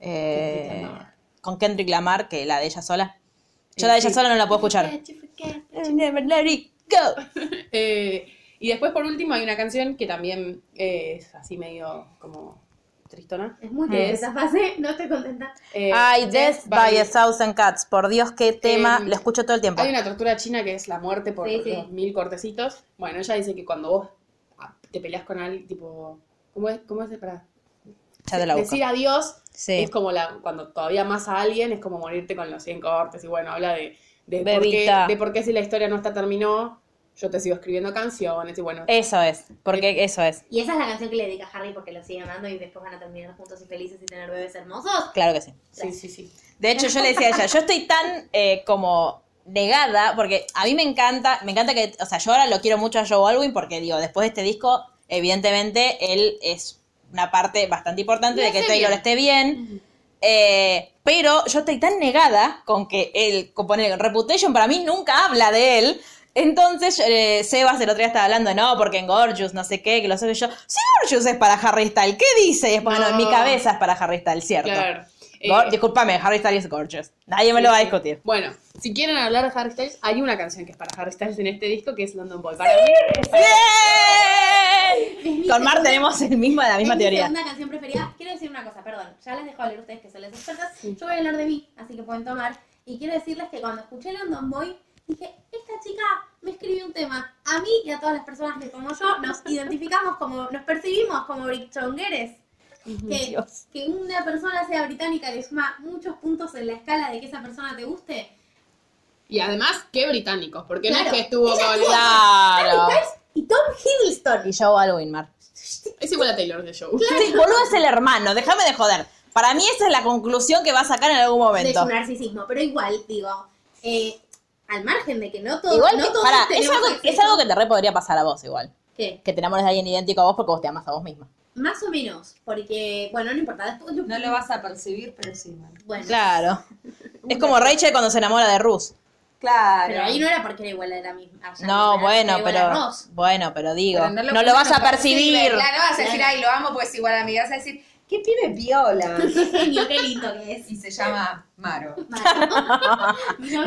Speaker 1: Eh,
Speaker 4: Kendrick Lamar.
Speaker 1: con Kendrick Lamar que la de ella sola. Yo
Speaker 4: Eh,
Speaker 1: la de ella
Speaker 4: sí.
Speaker 1: sola no la puedo escuchar. I never let it go.
Speaker 4: Eh, y después por último hay una canción que también eh, es así medio como tristona.
Speaker 3: Es muy triste
Speaker 4: Es-
Speaker 3: esa frase, (laughs) no estoy contenta.
Speaker 4: Eh,
Speaker 1: Ay, Death by a Thousand Cats. Por Dios, qué tema.
Speaker 4: Eh,
Speaker 1: Lo escucho todo el tiempo.
Speaker 4: Hay una tortura china que es la muerte por
Speaker 3: Sí, sí.
Speaker 4: los mil cortecitos. Bueno, ella dice que cuando vos ah, te peleas con alguien, tipo, ¿cómo es? ¿Cómo es? Para
Speaker 1: Ya te la busco.
Speaker 4: decir adiós
Speaker 1: Sí.
Speaker 4: es como la, cuando todavía más a alguien, es como morirte con los 100 cortes. Y bueno, habla de, de, por qué,
Speaker 1: Bebita.
Speaker 4: de por qué si la historia no está terminó, yo te sigo escribiendo canciones. Y bueno,
Speaker 1: Eso es. Porque eso es.
Speaker 3: Y esa es la canción que le dedica a Harry porque lo sigue amando y después van a terminar juntos y felices y tener bebés hermosos.
Speaker 1: Claro que sí.
Speaker 4: sí, sí, sí.
Speaker 1: De hecho, yo le decía a ella, yo estoy tan eh, como negada, porque a mí me encanta, me encanta que, o sea, yo ahora lo quiero mucho a Joe Alwyn porque digo, después de este disco, evidentemente él es una parte bastante importante de que Taylor esté bien. eh, pero yo estoy tan negada con que él, con poner Reputation, para mí nunca habla de él. Entonces, eh, Sebas el otro día estaba hablando, no, porque en Gorgeous, no sé qué, que lo sé yo. Si Gorgeous es para Harry Styles, ¿qué dice? Y después, no, en mi
Speaker 4: No.
Speaker 1: cabeza es para Harry Styles, ¿cierto?
Speaker 4: Claro. Eh,
Speaker 1: Gor- Discúlpame, Harry Styles es gorgeous. Nadie me lo va a
Speaker 4: sí.
Speaker 1: discutir.
Speaker 4: Bueno, si quieren hablar de Harry Styles, hay una canción que es para Harry Styles en este disco que es London Boy. Para mí,
Speaker 1: ¡Bien! Con Mar tenemos el mismo, la misma
Speaker 3: es Mi
Speaker 1: teoría.
Speaker 3: segunda canción preferida. Quiero decir una cosa, perdón. Ya les dejo hablar a ustedes que son las expertas. Yo voy a hablar de mí, así que pueden tomar. Y quiero decirles que cuando escuché London Boy, dije, esta chica me escribió un tema. A mí y a todas las personas que como yo nos identificamos como, nos percibimos como brichongueres. Que, que una persona sea británica le suma muchos puntos en la escala de que esa persona te guste.
Speaker 4: Y además, qué británicos, porque no
Speaker 3: Claro.
Speaker 4: es que estuvo con la...
Speaker 1: Claro.
Speaker 3: Y Tom Hiddleston.
Speaker 1: Y Joe Alwyn, Mar.
Speaker 4: Es igual a Taylor de Show.
Speaker 1: Sí, boludo es el hermano, déjame de joder. Para mí esa es la conclusión que va a sacar en algún
Speaker 3: de
Speaker 1: momento.
Speaker 3: su narcisismo. Pero igual, digo, eh, al margen de que no todo
Speaker 1: Igual
Speaker 3: no
Speaker 1: que,
Speaker 3: todos
Speaker 1: pará, es
Speaker 3: tenemos
Speaker 1: algo, es
Speaker 3: acceso-
Speaker 1: algo que te re podría pasar a vos igual.
Speaker 3: ¿Qué?
Speaker 1: Que te enamores de alguien idéntico a vos porque vos te amas a vos misma.
Speaker 3: Más o menos, porque, bueno, no importa. después-
Speaker 2: No lo vas a percibir, pero sí, man.
Speaker 3: Bueno,
Speaker 1: Claro. Es como Rachel cuando se enamora de Ruth.
Speaker 2: Claro.
Speaker 3: pero ahí no era porque era igual a la misma. o sea,
Speaker 1: No,
Speaker 3: era
Speaker 1: bueno,
Speaker 3: igual a
Speaker 1: pero. (laughs)
Speaker 3: Ross.
Speaker 1: Bueno, pero digo.
Speaker 2: Pero
Speaker 1: no lo,
Speaker 2: uno
Speaker 1: vas a
Speaker 2: percibe,
Speaker 1: percibir.
Speaker 2: Claro, vas a decir, ay, lo amo, pues igual amiga. Vas a decir, ¿qué pibe viola?
Speaker 1: (laughs)
Speaker 3: Genio, qué lindo que es.
Speaker 2: Y se llama Maro.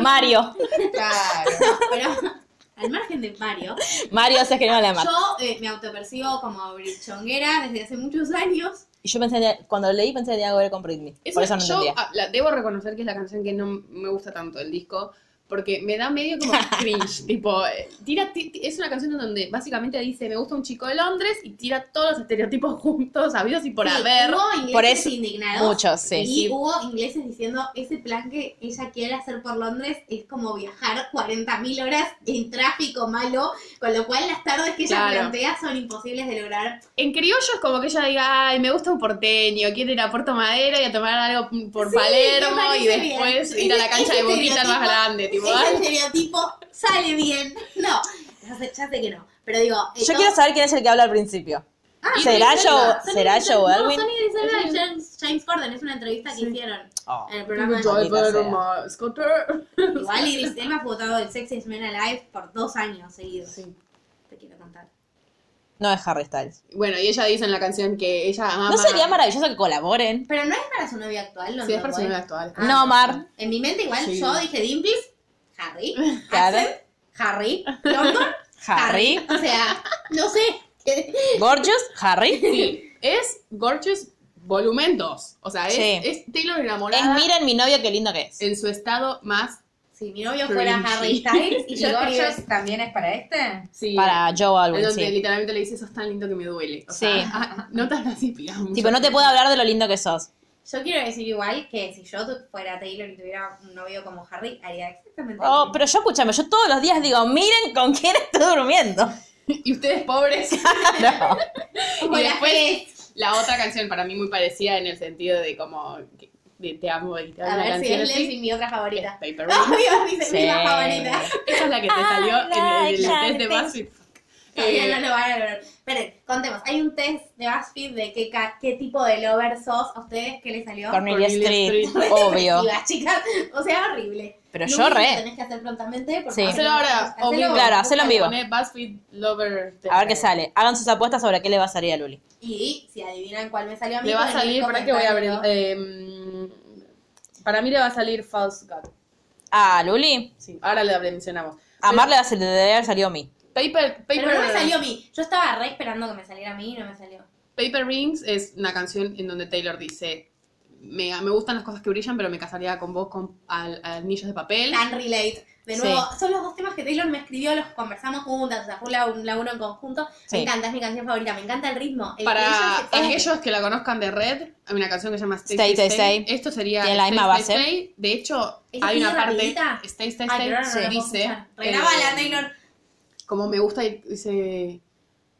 Speaker 3: Mario.
Speaker 1: Mario.
Speaker 2: Claro.
Speaker 3: Pero, al margen de
Speaker 1: (laughs)
Speaker 3: Mario,
Speaker 1: Mario se escribió en la mar.
Speaker 3: yo eh, me autopercibo como brichonguera desde hace muchos años.
Speaker 1: Y yo pensé, que- cuando leí pensé que tenía algo que ver con Britney.
Speaker 4: Es
Speaker 1: por eso
Speaker 4: una-
Speaker 1: no
Speaker 4: yo
Speaker 1: entendía.
Speaker 4: ah, la- debo reconocer que es la canción que no me gusta tanto del disco, porque me da medio como cringe. tipo, eh, tira, ti- ti- es una canción en donde básicamente dice, me gusta un chico de Londres y tira todos los estereotipos (laughs) juntos, sabidos y por
Speaker 3: Sí,
Speaker 4: haber.
Speaker 3: Hubo ingleses
Speaker 1: por eso-
Speaker 3: indignados.
Speaker 1: muchos, sí,
Speaker 3: Y
Speaker 1: sí.
Speaker 3: hubo ingleses diciendo, ese plan que ella quiere hacer por Londres es como viajar 40.000 horas en tráfico malo, con lo cual las tardes que ella
Speaker 4: Claro.
Speaker 3: plantea son imposibles de lograr.
Speaker 4: En criollo es como que ella diga, ay, me gusta un porteño, quiero ir a Puerto Madero y a tomar algo por
Speaker 3: Sí, me
Speaker 4: Palermo
Speaker 3: parece
Speaker 4: y después
Speaker 3: bien. este
Speaker 4: ir a
Speaker 3: Ese-
Speaker 4: la cancha de
Speaker 3: ese
Speaker 4: Boquita el más
Speaker 3: estereotipo-
Speaker 4: grande. Tipo,
Speaker 3: Ese
Speaker 4: ay,
Speaker 3: estereotipo sale bien. No, ya sé, ya sé que no. Pero digo, eh,
Speaker 1: Yo
Speaker 3: todo-
Speaker 1: quiero saber quién es el que habla al principio.
Speaker 3: Ah,
Speaker 1: ¿Será
Speaker 3: Idris
Speaker 1: Joe-
Speaker 3: Elba. Son
Speaker 1: será
Speaker 3: Idris
Speaker 1: Joe
Speaker 3: Elba. No,
Speaker 1: Elwin?
Speaker 3: son Idris Elba y James, James Corden, es una entrevista que hicieron
Speaker 1: Oh.
Speaker 3: en el programa de
Speaker 1: Maldita sea.
Speaker 4: ma- Scooter.
Speaker 3: Igual Idris Elba fue votado del Sexiest Man Alive por dos años seguidos.
Speaker 4: Sí.
Speaker 3: Te quiero contar.
Speaker 1: No es Harry Styles.
Speaker 4: Bueno, y ella dice en la canción que ella ama...
Speaker 1: ¿No sería maravilloso que colaboren?
Speaker 3: Pero no es para su novia actual, ¿no?
Speaker 4: Sí, es
Speaker 3: No,
Speaker 4: persona
Speaker 3: bueno.
Speaker 4: actual.
Speaker 3: Ah.
Speaker 1: No, Mar.
Speaker 3: En mi mente igual
Speaker 4: Sí.
Speaker 3: yo dije Dimples, Harry,
Speaker 1: Claro.
Speaker 3: Axel, Harry, London,
Speaker 1: Harry.
Speaker 3: O sea, no sé. eh,
Speaker 1: Gorgeous.
Speaker 4: (laughs)
Speaker 1: Harry.
Speaker 4: Sí, es Gorgeous volumen 2. O sea, es,
Speaker 1: Sí.
Speaker 4: es Taylor
Speaker 1: Es
Speaker 4: enamorada
Speaker 1: miren mi novio, qué lindo que es.
Speaker 4: en su estado más...
Speaker 3: Si mi novio fuera
Speaker 4: Cringy.
Speaker 3: Harry Styles y
Speaker 4: (laughs)
Speaker 2: ¿Y
Speaker 3: yo escribiera...
Speaker 2: Gorgeous también es para este?
Speaker 4: Sí,
Speaker 1: Para Joe
Speaker 4: en
Speaker 1: Alwyn,
Speaker 4: donde
Speaker 1: sí.
Speaker 4: literalmente le dice, sos tan lindo que me duele. O
Speaker 1: Sí.
Speaker 4: sea, ah, notas las inspiras mucho.
Speaker 1: Tipo, no te puedo hablar de lo lindo que sos.
Speaker 3: Yo quiero decir igual que si yo tu- fuera Taylor y tuviera un novio como Harry, haría exactamente lo
Speaker 1: Oh,
Speaker 3: mismo.
Speaker 1: pero yo escúchame, yo todos los días digo, miren con quién estoy durmiendo. (laughs)
Speaker 4: Y ustedes pobres.
Speaker 1: Claro.
Speaker 3: Como
Speaker 4: y
Speaker 3: la
Speaker 4: después-
Speaker 3: Jess.
Speaker 4: La otra canción para mí muy parecida en el sentido de como... que- de te amo y te amo
Speaker 3: A
Speaker 4: la
Speaker 3: ver si
Speaker 4: canción.
Speaker 3: es
Speaker 4: así.
Speaker 3: Leslie mi otra
Speaker 4: Es
Speaker 3: favorita.
Speaker 4: Paper
Speaker 1: (laughs)
Speaker 4: Rain.
Speaker 3: (laughs) Obvio, mi segunda
Speaker 1: Sí.
Speaker 3: favorita.
Speaker 4: Esa es la que te salió en el, en el test de BuzzFeed.
Speaker 3: (laughs) Todavía
Speaker 4: Eh,
Speaker 3: no lo van a lograr. Esperen, contemos. Hay un test de BuzzFeed de qué, ca- qué tipo de lover sos. ¿A ustedes qué les salió?
Speaker 1: Cornelia
Speaker 4: Cornelia
Speaker 1: Street,
Speaker 3: (laughs)
Speaker 4: Street.
Speaker 1: obvio.
Speaker 3: Depresiva, chicas. O sea, horrible.
Speaker 1: Pero
Speaker 3: Lo
Speaker 1: yo
Speaker 3: único que
Speaker 1: re.
Speaker 3: tenés que hacer prontamente porque...
Speaker 1: Sí.
Speaker 4: Hacelo ahora, o vivo.
Speaker 1: Claro, hacelo en vivo.
Speaker 4: Poné BuzzFeed Lover.
Speaker 1: A ver qué sale. Hagan sus apuestas sobre qué le va a salir a Luli.
Speaker 3: Y si adivinan cuál me salió a mí... pues
Speaker 4: Le va a
Speaker 3: pueden ir
Speaker 4: salir, para que voy a abrir.
Speaker 3: comentando.
Speaker 4: eh, para mí le va a salir False God.
Speaker 1: Ah, Luli.
Speaker 4: Sí, ahora le mencionamos.
Speaker 1: A
Speaker 4: Pero-
Speaker 1: Mar le va a salir, le debe haber salido a mí.
Speaker 4: Paper, paper,
Speaker 3: Pero no me salió a mí. Yo estaba re esperando que me saliera a mí y no me salió.
Speaker 4: Paper Rings es una canción en donde Taylor dice, me, me gustan las cosas que brillan, pero me casaría con vos con al- anillos de papel.
Speaker 3: Can relate. De nuevo, son los dos temas que Taylor me escribió, los conversamos juntas, o sea, fue un lab- un laburo en conjunto.
Speaker 1: Sí.
Speaker 3: Me encanta, es mi canción favorita, me encanta el ritmo. El que ella
Speaker 4: Para
Speaker 3: se pone-
Speaker 4: aquellos que la conozcan de Red, hay una canción que se llama Stay,
Speaker 1: Stay,
Speaker 4: Stay,
Speaker 1: Stay,
Speaker 4: Stay.
Speaker 1: Stay.
Speaker 4: Esto sería
Speaker 1: Tiene la
Speaker 4: Stay,
Speaker 1: misma
Speaker 4: Stay,
Speaker 1: base.
Speaker 4: Stay. De hecho,
Speaker 3: ¿Esa
Speaker 4: hay
Speaker 3: tiene
Speaker 4: una parte,
Speaker 3: rapidita?
Speaker 4: Stay, Stay,
Speaker 3: Ay,
Speaker 4: Stay,
Speaker 3: pero ahora no la puedo
Speaker 4: dice,
Speaker 3: escuchar. Regrabala,
Speaker 4: eh,
Speaker 3: Taylor.
Speaker 4: como me gusta, y dice...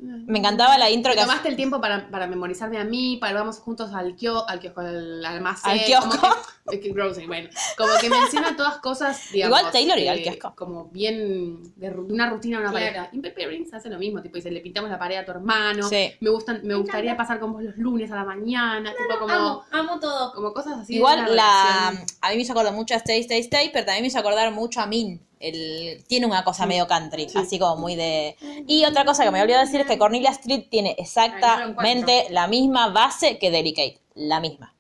Speaker 1: Me encantaba la intro que
Speaker 4: Tomaste el tiempo para, para memorizarme a mí, para vamos juntos al, kio- al kiosco, al almacén.
Speaker 1: Al kiosco.
Speaker 4: como que- es que grocery, bueno. Como que menciona todas
Speaker 1: (laughs)
Speaker 4: cosas, digamos.
Speaker 1: Igual Taylor y
Speaker 4: eh,
Speaker 1: al kiosco.
Speaker 4: Como bien de ru- una rutina de una
Speaker 3: Claro.
Speaker 4: pareja. Y Pepe Rings hace lo mismo, tipo, dice, le pintamos la pared a tu hermano.
Speaker 1: Sí.
Speaker 4: Me, gustan, me gustaría pasar con vos los lunes a la mañana, tipo como,
Speaker 3: Amo, amo todo.
Speaker 4: como cosas así. de una
Speaker 1: Igual la,
Speaker 4: relación.
Speaker 1: a mí me hizo acordar mucho a Stay, Stay, Stay, pero también me hizo acordar mucho a Min. El, tiene una cosa medio country, así como muy de... Y otra cosa que me olvidé decir es que Cornelia Street tiene exactamente la misma base que Delicate, la misma.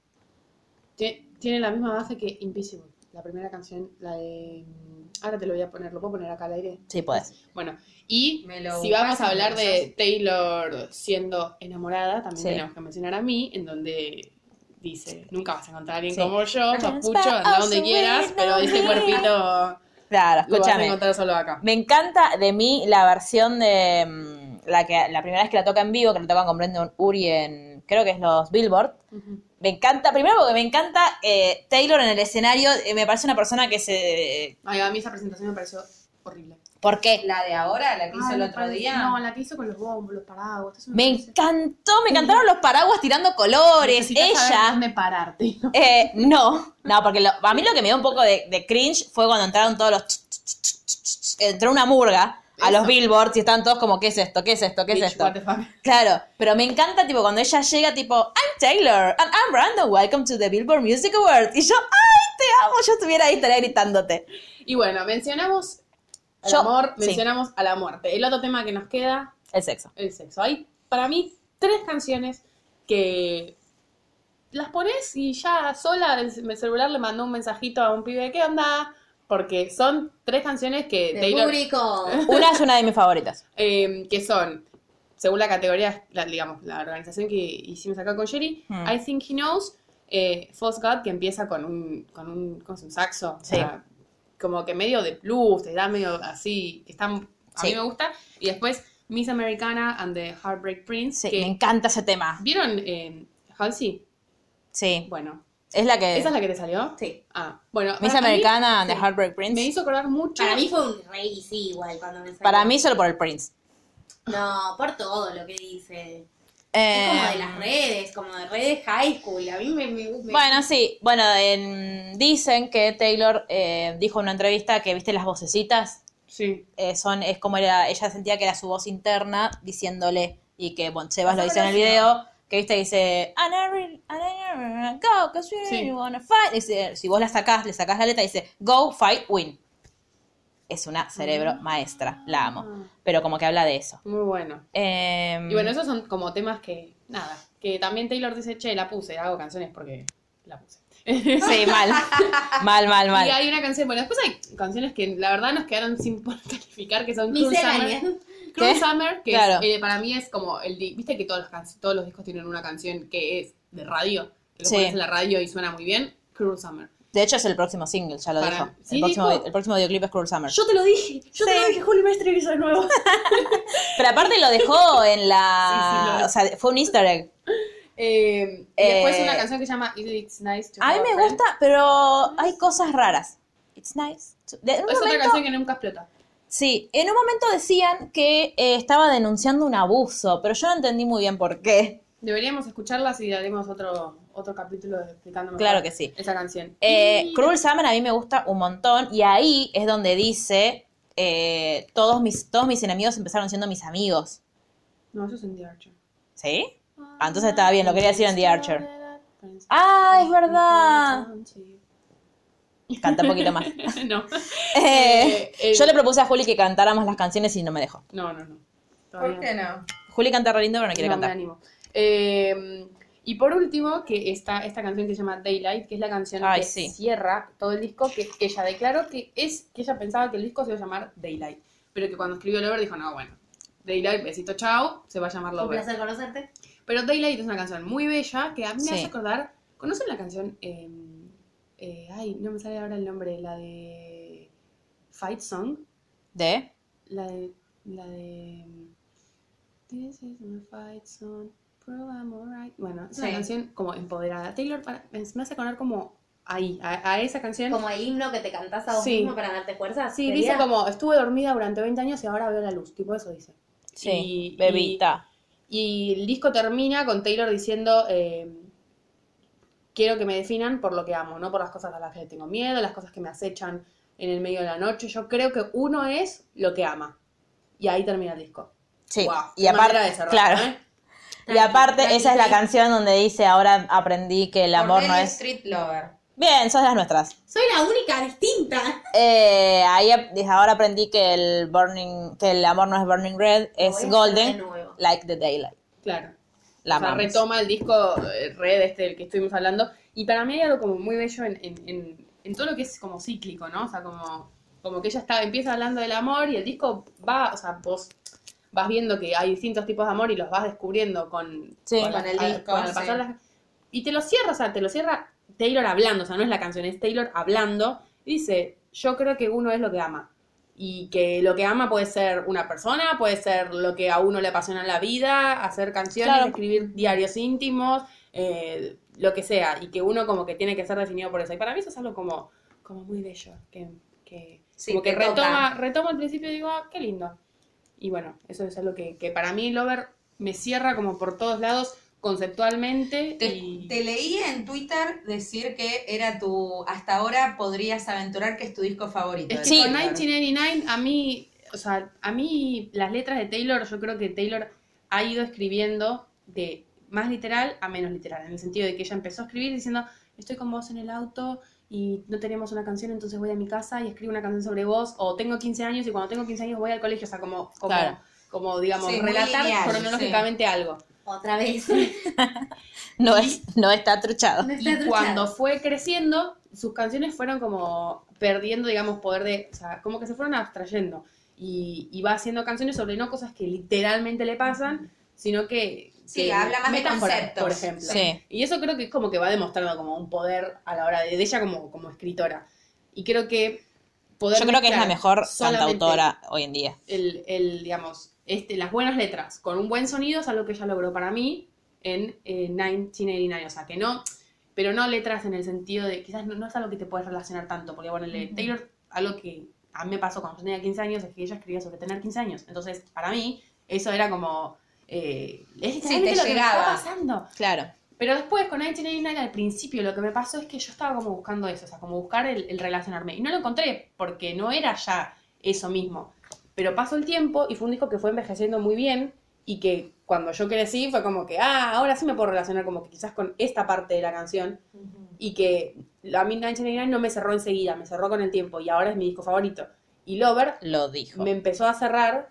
Speaker 4: Tie- Tiene la misma base que Invisible, la primera canción, la de... mm, Ahora te lo voy a poner, lo puedo poner acá al aire.
Speaker 1: Sí, puedes.
Speaker 4: Bueno, y
Speaker 2: Me lo
Speaker 4: si vamos
Speaker 2: pasan,
Speaker 4: a hablar
Speaker 2: me lo
Speaker 4: de Taylor siendo enamorada, también
Speaker 1: Sí.
Speaker 4: tenemos que mencionar a mí, en donde dice, nunca vas a encontrar a alguien
Speaker 1: Sí.
Speaker 4: como yo, papucho,
Speaker 1: Pero
Speaker 4: anda
Speaker 1: also
Speaker 4: donde quieras,
Speaker 1: we
Speaker 4: pero
Speaker 1: know
Speaker 4: este
Speaker 1: we-
Speaker 4: cuerpito lo
Speaker 1: Claro,
Speaker 4: vas a
Speaker 1: escúchame.
Speaker 4: encontrar solo acá.
Speaker 1: Me encanta de mí la versión de mm, la que la primera vez que la toca en vivo, que la tocan con Brendan Uri en creo que es los Billboard.
Speaker 4: Ujú.
Speaker 1: Me encanta, primero porque me encanta eh, Taylor en el escenario, eh, me parece una persona que se
Speaker 4: Ay, a mí esa presentación me pareció horrible.
Speaker 1: ¿Por qué?
Speaker 2: La de ahora, la que hizo
Speaker 4: Ay,
Speaker 2: el
Speaker 4: me
Speaker 2: otro
Speaker 4: parece-
Speaker 2: día.
Speaker 4: No, la que hizo con los bombos, los paraguas. esto es una
Speaker 1: Me
Speaker 4: cosa-
Speaker 1: encantó, me encantaron los paraguas tirando colores,
Speaker 4: Necesitas saber
Speaker 1: ella.
Speaker 4: dónde pararte. ¿no?
Speaker 1: eh, no, no, porque lo- a mí lo que me dio un poco de, de cringe fue cuando entraron todos los. ch- ch- ch- ch- ch- ch- entró una murga a los
Speaker 4: Eso.
Speaker 1: billboards y estaban todos como, ¿qué es esto? ¿Qué es esto? ¿Qué es
Speaker 4: Bitch,
Speaker 1: esto?
Speaker 4: what the fuck.
Speaker 1: Claro, pero me encanta tipo cuando ella llega tipo I'm Taylor and I'm Brandon, welcome to the Billboard Music Awards y yo ay te amo, yo estuviera ahí estaría gritándote.
Speaker 4: Y bueno, mencionamos al
Speaker 1: Yo-
Speaker 4: amor,
Speaker 1: sí.
Speaker 4: mencionamos a la muerte. El otro tema que nos queda
Speaker 1: El sexo.
Speaker 4: el sexo. Hay para mí tres canciones que las pones y ya sola el celular le mandó un mensajito a un pibe, ¿qué onda? Porque son tres canciones que
Speaker 3: De
Speaker 4: Taylor,
Speaker 3: público.
Speaker 1: Una es una de mis
Speaker 4: (laughs)
Speaker 1: favoritas.
Speaker 4: eh, que son, según la categoría, la- digamos, la organización que hicimos acá con Sherry,
Speaker 1: Hmm.
Speaker 4: I Think He Knows, eh, False God, que empieza con un, con un, con un saxo, o
Speaker 1: Sí.
Speaker 4: sea, como que medio de blues, te da medio así, que está, a
Speaker 1: Sí.
Speaker 4: mí me gusta, y después Miss Americana and the Heartbreak Prince,
Speaker 1: Sí,
Speaker 4: que
Speaker 1: me encanta ese tema.
Speaker 4: ¿Vieron eh, Halsey?
Speaker 1: Sí,
Speaker 4: Bueno,
Speaker 1: es la que
Speaker 4: ¿esa es la que te salió?
Speaker 3: Sí.
Speaker 4: Ah, bueno.
Speaker 1: Eh. Miss
Speaker 4: para mí
Speaker 1: Americana and the
Speaker 4: sí.
Speaker 1: Heartbreak
Speaker 4: Me
Speaker 1: Prince.
Speaker 4: hizo acordar mucho.
Speaker 3: Para mí fue un rey, sí, igual, cuando me salió.
Speaker 1: Para mí solo por el Prince.
Speaker 3: No, por todo lo que dice.
Speaker 1: Eh,
Speaker 3: Es como de las redes, como de redes high school. A mí me, me, me-
Speaker 1: Bueno, sí, bueno, en- dicen que Taylor eh, dijo en una entrevista que viste las vocecitas
Speaker 4: Sí.
Speaker 1: eh, son, es como era, ella sentía que era su voz interna diciéndole, y que bueno, Sebas lo dice en el video, que viste, dice, "And I really- and I really wanna go, 'cause you
Speaker 4: Sí.
Speaker 1: really wanna fight". Dice, si vos la sacás, le sacás la letra, dice, go, fight, win. Es una cerebro
Speaker 4: Mm.
Speaker 1: maestra, la amo.
Speaker 4: Ah,
Speaker 1: Pero como que habla de eso.
Speaker 4: muy bueno.
Speaker 1: Eh,
Speaker 4: Y bueno, esos son como temas que, nada, que también Taylor dice, che, la puse, hago canciones porque la
Speaker 1: (laughs)
Speaker 4: puse.
Speaker 1: Sí,
Speaker 4: (laughs)
Speaker 1: mal. mal, mal, mal.
Speaker 4: Y hay una canción, bueno, después hay canciones que la verdad nos quedaron sin (laughs) poder calificar, que son Cruel
Speaker 3: Miscelánea.
Speaker 4: Summer, Cruel
Speaker 1: ¿Qué?
Speaker 4: Summer, que
Speaker 1: Claro.
Speaker 4: es, eh, para mí es como, el di- viste que todos los, can- todos los discos tienen una canción que es de radio, que lo
Speaker 1: Sí.
Speaker 4: pones en la radio y suena muy bien, Cruel Summer.
Speaker 1: De hecho, es el próximo single, ya lo
Speaker 4: Para-
Speaker 1: dijo.
Speaker 4: ¿Sí
Speaker 1: el, próximo,
Speaker 4: dijo?
Speaker 1: el próximo videoclip es Cruel Summer.
Speaker 4: te lo dije, yo
Speaker 1: te lo
Speaker 4: dije, Juli Mestre hizo de nuevo.
Speaker 1: (laughs) Pero aparte lo dejó en
Speaker 4: (laughs) Sí, sí,
Speaker 1: la...
Speaker 4: lo-
Speaker 1: o sea, fue un easter egg.
Speaker 4: y después
Speaker 1: Eh,
Speaker 4: una canción que se llama It's Nice to
Speaker 1: A mí
Speaker 4: Have
Speaker 1: me
Speaker 4: Friend.
Speaker 1: gusta, pero hay cosas raras. It's nice. to- de- en un
Speaker 4: Es otra
Speaker 1: momento-
Speaker 4: canción que nunca explota.
Speaker 1: sí, en un momento decían que eh, estaba denunciando un abuso, pero yo no entendí muy bien por qué.
Speaker 4: Deberíamos escucharlas y haremos otro, otro capítulo explicando mejor
Speaker 1: Claro que sí.
Speaker 4: esa canción.
Speaker 1: Eh,
Speaker 4: Y-
Speaker 1: Cruel Summer a mí me gusta un montón y ahí es donde dice eh, todos, mis, todos mis enemigos empezaron siendo mis amigos.
Speaker 4: No, eso es en The Archer.
Speaker 1: ¿Sí? Ah, entonces estaba bien, lo quería decir en The Archer. ¡Ah, es verdad! Canta un poquito
Speaker 4: (laughs)
Speaker 1: más. (laughs)
Speaker 4: no.
Speaker 1: Eh,
Speaker 4: Eh,
Speaker 1: yo
Speaker 4: eh.
Speaker 1: le propuse a Juli que cantáramos las canciones y no me dejó.
Speaker 4: No, no, no. Todavía
Speaker 2: ¿Por qué no?
Speaker 1: Juli canta re lindo, pero no quiere
Speaker 4: no, me
Speaker 1: cantar.
Speaker 4: animo. Eh, y por último, que está esta canción que se llama Daylight, que es la canción
Speaker 1: Ay,
Speaker 4: que
Speaker 1: sí.
Speaker 4: cierra todo el disco, que ella declaró que es que ella pensaba que el disco se iba a llamar Daylight, pero que cuando escribió Lover dijo, no, bueno, Daylight, besito, chao, se va a llamar
Speaker 3: Un
Speaker 4: Lover.
Speaker 3: placer conocerte.
Speaker 4: Pero Daylight es una canción muy bella que a mí me
Speaker 6: Sí.
Speaker 4: hace acordar. ¿Conocen la canción? eh, eh, ay, no me sale ahora el nombre. La de. Fight Song.
Speaker 1: ¿De?
Speaker 4: La de. La de. This is my fight song. Prove I'm alright. Bueno, es una
Speaker 3: Sí.
Speaker 4: canción como empoderada. Taylor para- me me hace acordar como ahí, a, a esa canción.
Speaker 3: Como el himno que te cantás a vos
Speaker 4: Sí.
Speaker 3: mismo para darte fuerza.
Speaker 4: sí,
Speaker 3: ¿sería?
Speaker 4: dice como estuve dormida durante 20 años y ahora veo la luz. Tipo eso dice.
Speaker 1: Sí,
Speaker 4: Y-
Speaker 1: bebita.
Speaker 4: Y el disco termina con Taylor diciendo, eh, quiero que me definan por lo que amo, no por las cosas a las que le tengo miedo, las cosas que me acechan en el medio de la noche. Yo creo que uno es lo que ama. Y ahí termina el disco.
Speaker 1: Sí.
Speaker 4: Guau,
Speaker 1: y
Speaker 4: qué
Speaker 1: aparte,
Speaker 4: manera de cerrar,
Speaker 1: claro.
Speaker 4: ¿eh?
Speaker 1: Y aparte, esa es la canción donde dice, ahora aprendí que el amor no
Speaker 2: Cornelia
Speaker 1: es...
Speaker 2: Street Lover.
Speaker 1: Bien, son las nuestras.
Speaker 3: Soy la única distinta.
Speaker 1: Eh, ahí ap- dije, ahora aprendí que el burning, que el amor no es burning red, es
Speaker 3: Voy a hacer de
Speaker 1: golden,
Speaker 3: nuevo.
Speaker 1: like the daylight.
Speaker 4: Claro.
Speaker 1: La
Speaker 4: O sea,
Speaker 1: amamos.
Speaker 4: retoma el disco eh, Red, este del que estuvimos hablando. Y para mí hay algo como muy bello en, en- en- en todo lo que es como cíclico, ¿no? O sea, como, como que ella está, empieza hablando del amor y el disco va, o sea, vos vas viendo que hay distintos tipos de amor y los vas descubriendo con,
Speaker 1: Sí,
Speaker 4: con,
Speaker 2: con el
Speaker 4: a-
Speaker 2: disco,
Speaker 4: con el
Speaker 2: sí.
Speaker 4: pasar las- Y te lo cierra, o sea, te lo cierra Taylor hablando, o sea, no es la canción, es Taylor hablando. Y dice, yo creo que uno es lo que ama. Y que lo que ama puede ser una persona, puede ser lo que a uno le apasiona en la vida, hacer canciones,
Speaker 1: Claro.
Speaker 4: escribir diarios íntimos, eh, lo que sea. Y que uno como que tiene que ser definido por eso. Y para mí eso es algo como, como muy bello. Que, que-
Speaker 2: Sí,
Speaker 4: como que
Speaker 2: te toca.
Speaker 4: retoma, retoma al principio y digo, ah, qué lindo. Y bueno, eso es algo que, que para mí Lover me cierra como por todos lados conceptualmente.
Speaker 2: Te,
Speaker 4: y...
Speaker 2: te leí en Twitter decir que era tu. Hasta ahora podrías aventurar que es tu disco favorito. de
Speaker 4: Es que
Speaker 1: Sí.
Speaker 4: con
Speaker 2: Taylor.
Speaker 4: 1999, a mí, o sea, a mí las letras de Taylor, yo creo que Taylor ha ido escribiendo de más literal a menos literal, en el sentido de que ella empezó a escribir diciendo, estoy con vos en el auto y no tenemos una canción, entonces voy a mi casa y escribo una canción sobre vos, o tengo 15 años y cuando tengo 15 años voy al colegio, o sea, como, como,
Speaker 1: Claro.
Speaker 4: como digamos,
Speaker 2: Sí, muy
Speaker 4: relatar
Speaker 2: lineal,
Speaker 4: cronológicamente algo.
Speaker 3: Otra (laughs) vez.
Speaker 1: No es, no está truchado.
Speaker 3: Me está
Speaker 4: Y
Speaker 3: truchando.
Speaker 4: cuando fue creciendo, sus canciones fueron como perdiendo, digamos, poder de. O sea, como que se fueron abstrayendo. Y, y va haciendo canciones sobre no cosas que literalmente le pasan, sino que.
Speaker 2: Sí,
Speaker 4: que
Speaker 2: habla más de
Speaker 4: metáforas,
Speaker 2: conceptos.
Speaker 4: Por ejemplo.
Speaker 1: Sí.
Speaker 4: Y eso creo que es como que va demostrando como un poder a la hora de, de ella como, como escritora. Y creo que. Poder
Speaker 1: Yo creo que es la
Speaker 4: mezclar
Speaker 1: mejor
Speaker 4: solamente
Speaker 1: cantautora hoy en día.
Speaker 4: el, el, digamos, este, las buenas letras con un buen sonido es algo que ella logró para mí en eh, 1989. O sea, que no, pero no letras en el sentido de, quizás no, no es algo que te puedes relacionar tanto, porque bueno, le- Taylor, algo que a mí me pasó cuando yo tenía 15 años es que ella escribía sobre tener 15 años. Entonces, para mí, eso era como... Eh, es literalmente
Speaker 2: te
Speaker 4: lo que me está
Speaker 2: llegaba.
Speaker 4: pasando.
Speaker 1: Claro.
Speaker 4: Pero después con 1989 al principio lo que me pasó es que yo estaba como buscando eso, o sea, como buscar el, el relacionarme. Y no lo encontré porque no era ya eso mismo. Pero pasó el tiempo y fue un disco que fue envejeciendo muy bien y que cuando yo crecí fue como que, ah, ahora sí me puedo relacionar como que quizás con esta parte de la canción y que a mí 1989 no me cerró enseguida, me cerró con el tiempo y ahora es mi disco favorito. Y Lover
Speaker 1: Lo dijo.
Speaker 4: me empezó a cerrar,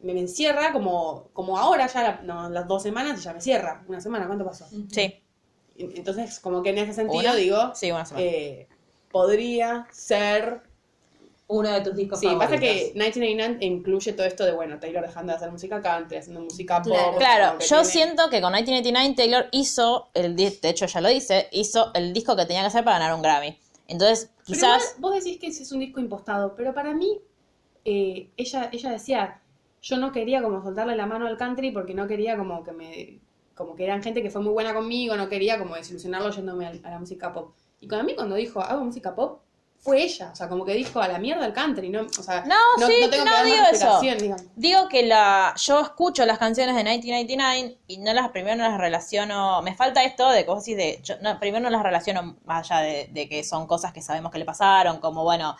Speaker 4: me, me encierra como, como ahora, ya la- no, las dos semanas y ya me cierra. Una semana, ¿cuánto pasó?
Speaker 1: Sí.
Speaker 4: Y- Entonces, como que en ese sentido
Speaker 1: ¿Una?
Speaker 4: digo,
Speaker 1: Sí, una semana.
Speaker 4: eh, podría ser...
Speaker 2: Uno de tus discos
Speaker 4: Sí,
Speaker 2: favoritos.
Speaker 4: pasa que 1989 incluye todo esto de, bueno, Taylor dejando de hacer música country, haciendo música pop.
Speaker 3: Claro.
Speaker 1: Claro,
Speaker 4: como que
Speaker 1: yo
Speaker 4: tiene-
Speaker 1: siento que con 1989 Taylor hizo, el di- de hecho ya lo dice, hizo el disco que tenía que hacer para ganar un Grammy. Entonces,
Speaker 4: Pero
Speaker 1: quizás...
Speaker 4: igual vos decís que ese es un disco impostado, pero para mí, eh, ella, ella decía, yo no quería como soltarle la mano al country porque no quería como que me... Como que eran gente que fue muy buena conmigo, no quería como desilusionarlo yéndome al- a, la música pop. Y con a mí cuando dijo, hago música pop, fue ella. O sea, como que dijo, a la mierda el country, ¿no? O sea,
Speaker 1: No, sí, no
Speaker 4: dar más
Speaker 1: digo eso.
Speaker 4: explicación, digamos.
Speaker 1: Digo que la, yo escucho las canciones de 1999 y no las primero no las relaciono, me falta esto de cosas así de, yo, no, primero no las relaciono más allá de, de que son cosas que sabemos que le pasaron, como bueno,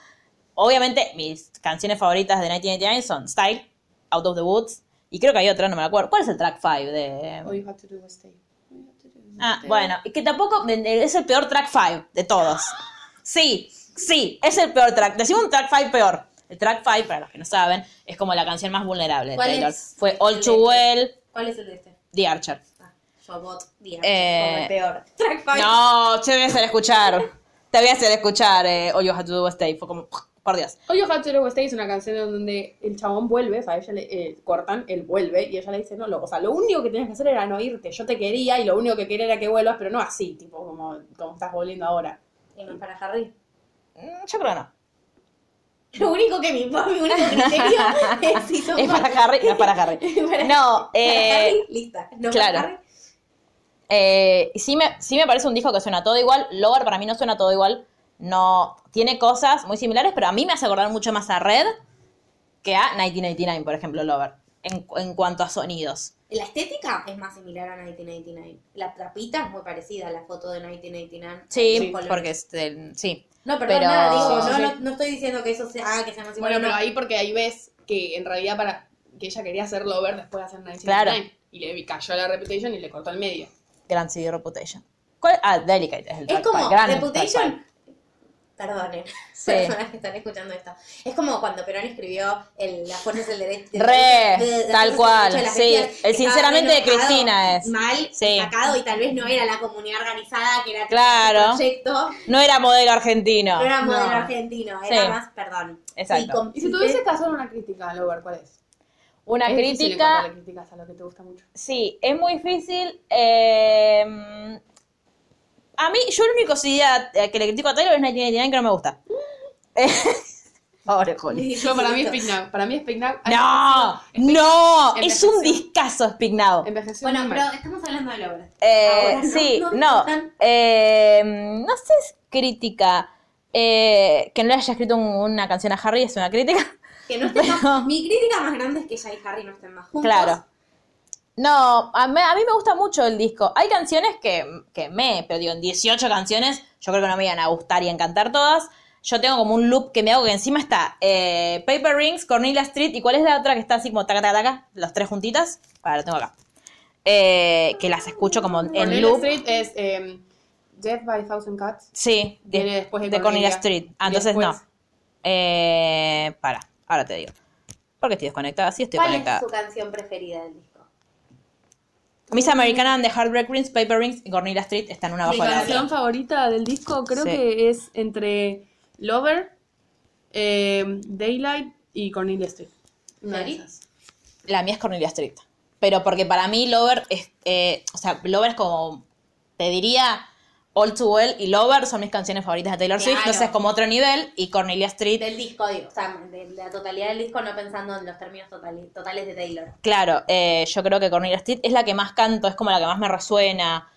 Speaker 1: obviamente mis canciones favoritas de 1999 son Style, Out of the Woods y creo que hay otra, no me acuerdo. ¿Cuál es el track 5 de...
Speaker 4: All you have to do is stay. All you have to do is
Speaker 1: Ah,
Speaker 3: Este.
Speaker 4: stay.
Speaker 1: bueno, y que tampoco es el peor track 5 de todos. Sí, sí, es el peor track. Decimos un track 5 peor. El track 5, para los que no saben, es como la canción más vulnerable de
Speaker 3: ¿Cuál
Speaker 1: Taylor.
Speaker 3: es?
Speaker 1: Fue All Too Well,
Speaker 3: ¿Cuál es el de este?
Speaker 1: The Archer.
Speaker 3: Ah, yo bot, digamos,
Speaker 1: Eh,
Speaker 3: como el peor. Track five.
Speaker 1: No, te voy a hacer escuchar. Te voy a hacer escuchar eh, All You Have to Do Is Stay. Fue como, Por Dios.
Speaker 4: Oyo Hachiro Westay es una canción en donde el chabón vuelve, o sea, a ella le eh, cortan, él vuelve y ella le dice, no, lo, o sea, lo único que tenías que hacer era no irte, yo te quería y lo único que quería era que vuelvas, pero no así, tipo, como, como estás volviendo ahora.
Speaker 3: Y no es para Harry.
Speaker 1: Mm, Yo creo que no.
Speaker 3: Lo único que mi, mi único criterio es si son
Speaker 1: Es
Speaker 3: (laughs)
Speaker 1: para Harry, no es para Harry. No,
Speaker 3: para
Speaker 1: eh,
Speaker 3: Harry, lista. No
Speaker 1: claro.
Speaker 3: para Harry.
Speaker 1: Eh, sí, me, sí me parece un disco que suena todo igual. Lover para mí no suena todo igual. No, tiene cosas muy similares, pero a mí me hace acordar mucho más a Red que a 1999, por ejemplo, Lover, en, en cuanto a sonidos.
Speaker 3: La estética es más similar a 1999. La trapita es muy parecida a la foto de 1999.
Speaker 1: Sí,
Speaker 3: Los colores.
Speaker 1: porque este, sí.
Speaker 3: No, perdón,
Speaker 1: pero-
Speaker 3: nada, digo,
Speaker 4: Sí, sí,
Speaker 3: no,
Speaker 4: sí.
Speaker 3: No, no estoy diciendo que eso sea, ah, que sea más similar.
Speaker 4: Bueno, pero
Speaker 3: no.
Speaker 4: ahí porque ahí ves que en realidad para que ella quería hacer Lover después de hacer 99
Speaker 1: Claro.
Speaker 4: y le cayó la Reputation y le cortó el medio.
Speaker 1: Gran CD Reputation. ¿Cuál? Ah, Delicate es el
Speaker 3: Es
Speaker 1: track
Speaker 3: como
Speaker 1: five, gran track five.
Speaker 3: Reputation. (laughs) Perdonen,
Speaker 1: Sí.
Speaker 3: personas que están escuchando esto. Es como cuando Perón escribió el, Las fuerzas del derecho. del-
Speaker 1: Re,
Speaker 3: de- de- las
Speaker 1: tal
Speaker 3: fuerzas del
Speaker 1: cual,
Speaker 3: derecho de las
Speaker 1: sí.
Speaker 3: bestias,
Speaker 1: El
Speaker 3: que estaba
Speaker 1: sinceramente de
Speaker 3: enojado,
Speaker 1: Cristina es.
Speaker 3: Mal
Speaker 1: Sí.
Speaker 3: sacado y tal vez no era la comunidad organizada que era
Speaker 1: Claro.
Speaker 3: el proyecto.
Speaker 1: No era modelo argentino.
Speaker 3: No era
Speaker 4: No.
Speaker 3: modelo argentino, era
Speaker 1: Sí.
Speaker 3: más, perdón.
Speaker 1: Exacto.
Speaker 3: Y con-
Speaker 4: Y si tuviese que hacer una crítica a Lover, ¿cuál es?
Speaker 1: Una
Speaker 4: Es difícil
Speaker 1: crítica.
Speaker 4: encontrarle críticas a lo que te gusta mucho.
Speaker 1: Sí, es muy difícil. eh, a mí, yo el único CD a- eh, que le critico a Taylor es 1999 que no me gusta. Pobre Juli.
Speaker 4: Yo para mí es Pig Now, Para mí es Pig Now.
Speaker 1: ¡No! ¡No!
Speaker 3: Em,
Speaker 1: Es
Speaker 4: Envejeció.
Speaker 1: un discazo Speak Now.
Speaker 4: Envejeció
Speaker 3: Bueno,
Speaker 4: muy mal.
Speaker 3: pero estamos hablando de obra.
Speaker 1: Eh,
Speaker 3: Em, Ahora, ¿no?
Speaker 1: sí,
Speaker 3: No,
Speaker 1: no.
Speaker 3: tan-
Speaker 1: eh, no sé, es crítica. Eh, que no le haya escrito un- una canción a Harry es una crítica.
Speaker 3: Que no estén más- Mi crítica más grande es que ella y Harry no estén más juntos.
Speaker 1: Claro. No, a mí, a mí me gusta mucho el disco. Hay canciones que, que me, pero digo, en 18 canciones, yo creo que no me iban a gustar y a encantar todas. Yo tengo como un loop que me hago que encima está eh, Paper Rings, Cornelia Street, ¿y cuál es la otra que está así como taca, taca, taca? Las tres juntitas. Para, lo tengo acá. Eh, que las escucho como en
Speaker 4: Cornelia
Speaker 1: loop.
Speaker 4: Street es eh, Death by Thousand Cuts.
Speaker 1: Sí, de-
Speaker 4: Viene después de
Speaker 1: Cornelia
Speaker 4: Cornelia.
Speaker 1: Street. Ah,
Speaker 4: Y
Speaker 1: entonces no.
Speaker 4: después-
Speaker 1: Eh, para, ahora te digo. Porque estoy desconectada, sí estoy
Speaker 3: ¿Cuál es
Speaker 1: conectada.
Speaker 3: su canción preferida del disco?
Speaker 1: Miss Americana and the Heartbreak Rings, Paper Rings y Cornelia Street están una
Speaker 4: Mi
Speaker 1: bajo la
Speaker 4: canción
Speaker 1: otra.
Speaker 4: favorita del disco creo
Speaker 1: Sí.
Speaker 4: que es entre Lover, eh, Daylight y Cornelia Street. Una de
Speaker 3: ¿Feli?
Speaker 4: esas.
Speaker 1: La mía es Cornelia Street. Pero porque para mí Lover es, eh, o sea, Lover es como, te diría, All Too Well y Lover son mis canciones favoritas de Taylor Swift,
Speaker 3: Claro.
Speaker 1: entonces es como otro nivel y Cornelia Street,
Speaker 3: Del disco, digo, o sea, de la totalidad del disco, no pensando en los términos totali- totales de Taylor.
Speaker 1: claro, eh, yo creo que Cornelia Street es la que más canto, es como la que más me resuena.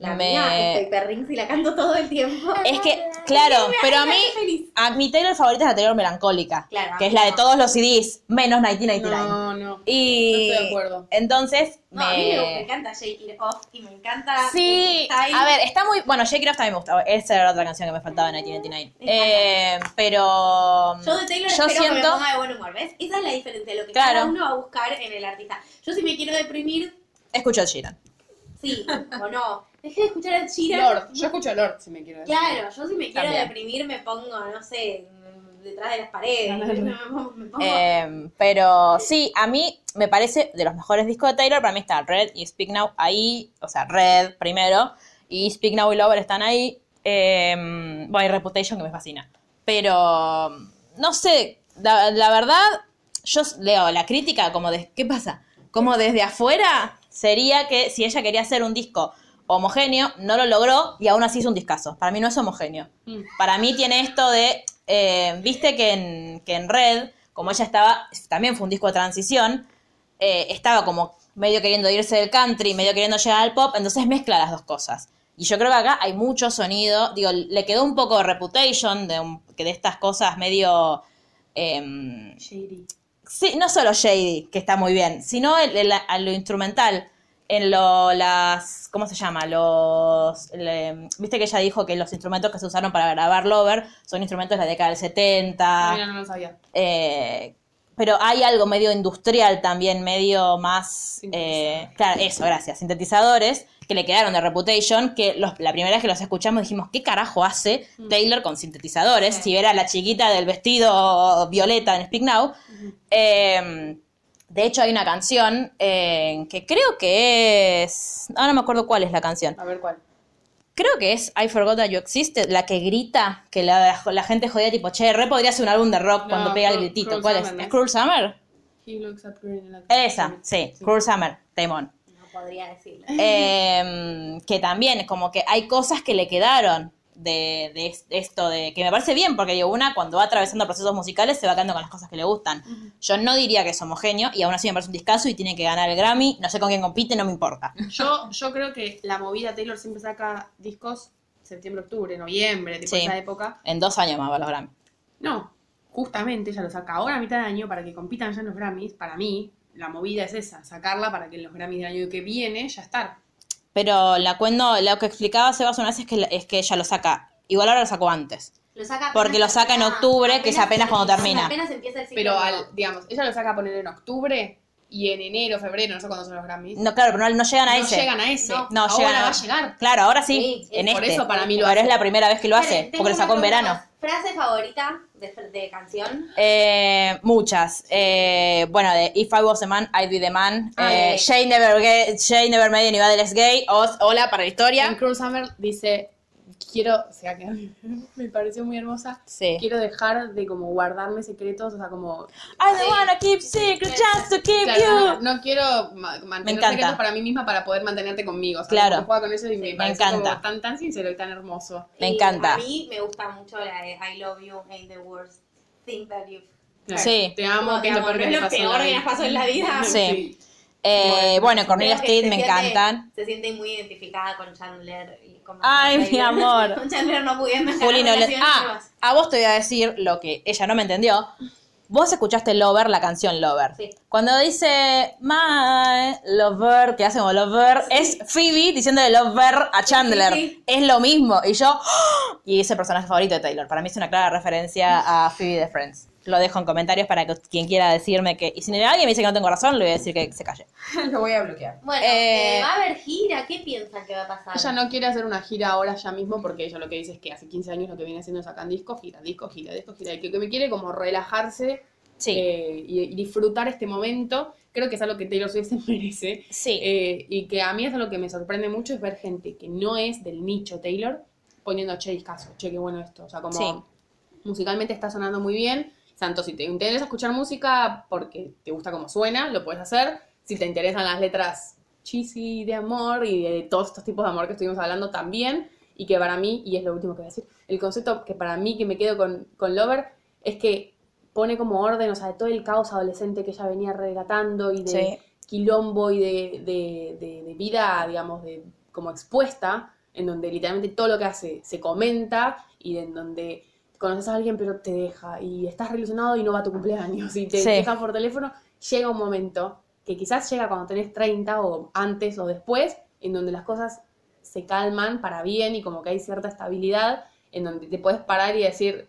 Speaker 3: La
Speaker 1: Me-
Speaker 3: mía
Speaker 4: este,
Speaker 3: es Paper Rings y la canto todo el tiempo.
Speaker 1: Es
Speaker 3: (laughs)
Speaker 1: que, claro,
Speaker 3: Ay,
Speaker 1: pero a
Speaker 3: ay,
Speaker 1: mí,
Speaker 3: qué feliz.
Speaker 1: a mi Taylor favorita es la Taylor melancólica,
Speaker 3: Claro, a
Speaker 1: que
Speaker 3: mí
Speaker 1: es la de
Speaker 3: no.
Speaker 1: todos los CDs, menos 1999.
Speaker 4: No, no.
Speaker 1: Y
Speaker 4: No estoy de acuerdo.
Speaker 1: entonces
Speaker 3: No, a mí me, me encanta Shake It Off y me encanta.
Speaker 1: Sí,
Speaker 3: Time.
Speaker 1: a ver, está muy. Bueno, Shake It Off también me gusta. Esa era la otra canción que me faltaba en 1999. Eh, pero.
Speaker 3: Mm, Yo de Taylor
Speaker 1: yo
Speaker 3: espero que me
Speaker 1: siento.
Speaker 3: ponga de buen humor, ¿ves? Esa es la diferencia, lo que
Speaker 1: Claro.
Speaker 3: cada uno va a buscar en el artista. Yo si me quiero deprimir,
Speaker 1: Escucho a Sheeran.
Speaker 3: sí (laughs) o no. Dejé de escuchar a Sheeran.
Speaker 4: Lord. Yo escucho a Lord si me quiero decir.
Speaker 3: Claro, yo si me quiero
Speaker 1: También.
Speaker 3: deprimir me pongo, no sé, mm, detrás de las paredes. (laughs) me pongo- me pongo-
Speaker 1: Eh, pero sí, a mí me parece de los mejores discos de Taylor. Para mí está Red y Speak Now ahí. O sea, Red primero. Y Speak Now y Lover están ahí. Eh, bueno, y Reputation que me fascina. Pero no sé, la, la verdad, yo leo la crítica como de. ¿Qué pasa? Como desde afuera sería que si ella quería hacer un disco homogéneo, no lo logró y aún así hizo un discazo. Para mí no es homogéneo. Para mí tiene esto de, eh, viste que en, que en Red, como ella estaba, también fue un disco de transición, eh, estaba como medio queriendo irse del country, medio queriendo llegar al pop, entonces mezcla las dos cosas. Y yo creo que acá hay mucho sonido, digo, le quedó un poco de reputation, de, un- que de estas cosas medio... em,
Speaker 4: Shady.
Speaker 1: Sí, no solo Shady, que está muy bien, sino el, el- a lo instrumental, en lo, las, ¿cómo se llama? Los, el, em, viste que ella dijo que los instrumentos que se usaron para grabar Lover son instrumentos de la década del 70,
Speaker 4: Ah, Mira, no lo sabía.
Speaker 1: eh, pero hay algo medio industrial también, medio más. eh, claro, eso, gracias. Sintetizadores que le quedaron de Reputation, que los- la primera vez que los escuchamos dijimos, ¿qué carajo hace Taylor con sintetizadores? Si era la chiquita del vestido violeta en Speak Now. Eh, de hecho, hay una canción eh, que creo que es. Ahora no me acuerdo cuál es la canción.
Speaker 4: A ver cuál.
Speaker 1: Creo que es I Forgot That You Existed, la que grita, que la, la gente jodía tipo, che, re podría ser un álbum de rock
Speaker 4: No,
Speaker 1: cuando pega el
Speaker 4: Cruel-
Speaker 1: gritito.
Speaker 4: Cruel
Speaker 1: ¿Cuál
Speaker 4: Summer,
Speaker 1: es?
Speaker 4: ¿no?
Speaker 1: ¿Es Cruel Summer?
Speaker 4: He looks up green in a-
Speaker 1: Esa, sí, Cruel Summer, Temón.
Speaker 7: No podría decirlo.
Speaker 1: Eh, que también, como que hay cosas que le quedaron de, de es- de esto, de que me parece bien, porque digo, una cuando va atravesando procesos musicales se va quedando con las cosas que le gustan. Yo no diría que es homogéneo y aún así me parece un discazo y tiene que ganar el Grammy. No sé con quién compite, no me importa.
Speaker 4: Yo, yo creo que la movida Taylor siempre saca discos septiembre, octubre, noviembre, tipo
Speaker 1: Sí.
Speaker 4: esa época.
Speaker 1: En dos años más va los Grammy.
Speaker 4: No, justamente ella lo saca ahora a mitad de año para que compitan ya en los Grammys. Para mí, la movida es esa, sacarla para que en los Grammys del año que viene ya estar.
Speaker 1: Pero la cuento, lo que explicaba Sebas una vez es que, la- es que ella lo saca. Igual ahora lo sacó antes.
Speaker 7: Lo saca apenas
Speaker 1: Porque lo saca en
Speaker 7: termina-
Speaker 1: octubre, que es apenas cuando termina.
Speaker 7: Apenas empieza el ciclo.
Speaker 4: Pero, al, digamos, ella lo saca a poner en octubre y en enero, febrero, no sé cuándo son los Grammys.
Speaker 1: No, claro, pero no, no llegan a
Speaker 4: no
Speaker 1: ese.
Speaker 4: llegan a ese.
Speaker 7: No,
Speaker 1: no
Speaker 4: ahora
Speaker 1: llegan a-
Speaker 4: va a llegar.
Speaker 1: Claro, ahora sí,
Speaker 7: Sí,
Speaker 1: en
Speaker 4: por
Speaker 1: este.
Speaker 4: eso para mí lo
Speaker 1: Pero
Speaker 4: hace.
Speaker 1: es la primera vez que lo hace,
Speaker 7: Esperen, tengo
Speaker 1: porque lo
Speaker 7: una
Speaker 1: sacó en
Speaker 7: pregunta
Speaker 1: verano.
Speaker 7: más. ¿Frase favorita de, de canción?
Speaker 1: Eh, muchas. Eh, bueno, de If I Was a Man, I'd Be the Man.
Speaker 4: Ah,
Speaker 1: Eh, Shane never, ga- Shane never Made Anybody Less Gay. Oz, hola para la
Speaker 4: En
Speaker 1: historia.
Speaker 4: Cruel Summer dice, quiero, o sea, que (laughs) me pareció muy hermosa,
Speaker 1: Sí.
Speaker 4: quiero dejar de como guardarme secretos, o sea, como...
Speaker 1: I don't wanna keep secrets just to keep
Speaker 4: Claro,
Speaker 1: you.
Speaker 4: no, no quiero ma-
Speaker 1: Me
Speaker 4: mantener
Speaker 1: encanta.
Speaker 4: secretos para mí misma para poder mantenerte conmigo. O sea,
Speaker 1: Claro.
Speaker 4: como juega con eso y me,
Speaker 1: me
Speaker 4: pareció como
Speaker 1: encanta.
Speaker 4: tan, tan sincero y tan hermoso.
Speaker 1: Me
Speaker 7: Y
Speaker 1: encanta.
Speaker 7: A mí me gusta mucho la de I love you ain't the worst thing that you've.
Speaker 1: Sí.
Speaker 4: Te amo, que es lo peor que
Speaker 7: es
Speaker 4: me
Speaker 7: lo
Speaker 4: pasó en la
Speaker 7: peor que
Speaker 4: vida.
Speaker 7: nos pasó en la vida.
Speaker 4: (laughs)
Speaker 1: Sí. Eh, bueno, Cornelia
Speaker 7: Creo que
Speaker 1: Street me
Speaker 7: se siente-
Speaker 1: encantan.
Speaker 7: Se siente muy identificada con Chandler. Y con
Speaker 1: Ay,
Speaker 7: con
Speaker 1: mi
Speaker 7: Taylor.
Speaker 1: amor.
Speaker 7: (laughs) con Chandler no pudiendo.
Speaker 1: (laughs) Juli no
Speaker 7: encarar
Speaker 1: le-
Speaker 7: relaciones
Speaker 1: Ah,
Speaker 7: nuevas.
Speaker 1: a vos te voy a decir lo que ella no me entendió. Vos escuchaste Lover, la canción Lover.
Speaker 7: Sí.
Speaker 1: Cuando dice My Lover, que hace como Lover, es Phoebe diciéndole Lover a Chandler.
Speaker 7: Sí, sí.
Speaker 1: Es lo mismo. Y yo, (gasps) ¡oh! y ese personaje favorito de Taylor. Para mí es una clara referencia a Phoebe de Friends. Lo dejo en comentarios para que quien quiera decirme que. Y si alguien me dice que no tengo razón, le voy a decir que se calle.
Speaker 2: Lo voy a bloquear.
Speaker 7: Bueno,
Speaker 1: eh,
Speaker 7: eh, va a haber gira. ¿Qué piensan que va a pasar?
Speaker 4: Ella no quiere hacer una gira ahora ya mismo porque ella lo que dice es que hace 15 años lo que viene haciendo es sacar discos, gira, disco, gira, disco, gira. Y que, que me quiere como relajarse
Speaker 1: Sí.
Speaker 4: eh, y, y disfrutar este momento. Creo que es algo que Taylor Swift se (laughs) merece.
Speaker 1: Sí.
Speaker 4: Eh, y que a mí es algo que me sorprende mucho es ver gente que no es del nicho Taylor poniendo che discaso, che qué bueno esto. O sea, como
Speaker 1: Sí.
Speaker 4: musicalmente está sonando muy bien. Santo, si te interesa escuchar música porque te gusta cómo suena, lo puedes hacer. Si te interesan las letras cheesy de amor y de todos estos tipos de amor que estuvimos hablando también. Y que para mí, y es lo último que voy a decir, el concepto que para mí que me quedo con, con Lover es que pone como orden, o sea, de todo el caos adolescente que ella venía regatando y de
Speaker 1: Sí.
Speaker 4: quilombo y de, de- de- de vida, digamos, de, como expuesta, en donde literalmente todo lo que hace se comenta y de- en donde conoces a alguien pero te deja y estás relacionado y no va a tu cumpleaños y te
Speaker 1: Sí.
Speaker 4: deja por teléfono, llega un momento que quizás llega cuando tenés 30 o antes o después, en donde las cosas se calman para bien y como que hay cierta estabilidad, en donde te puedes parar y decir,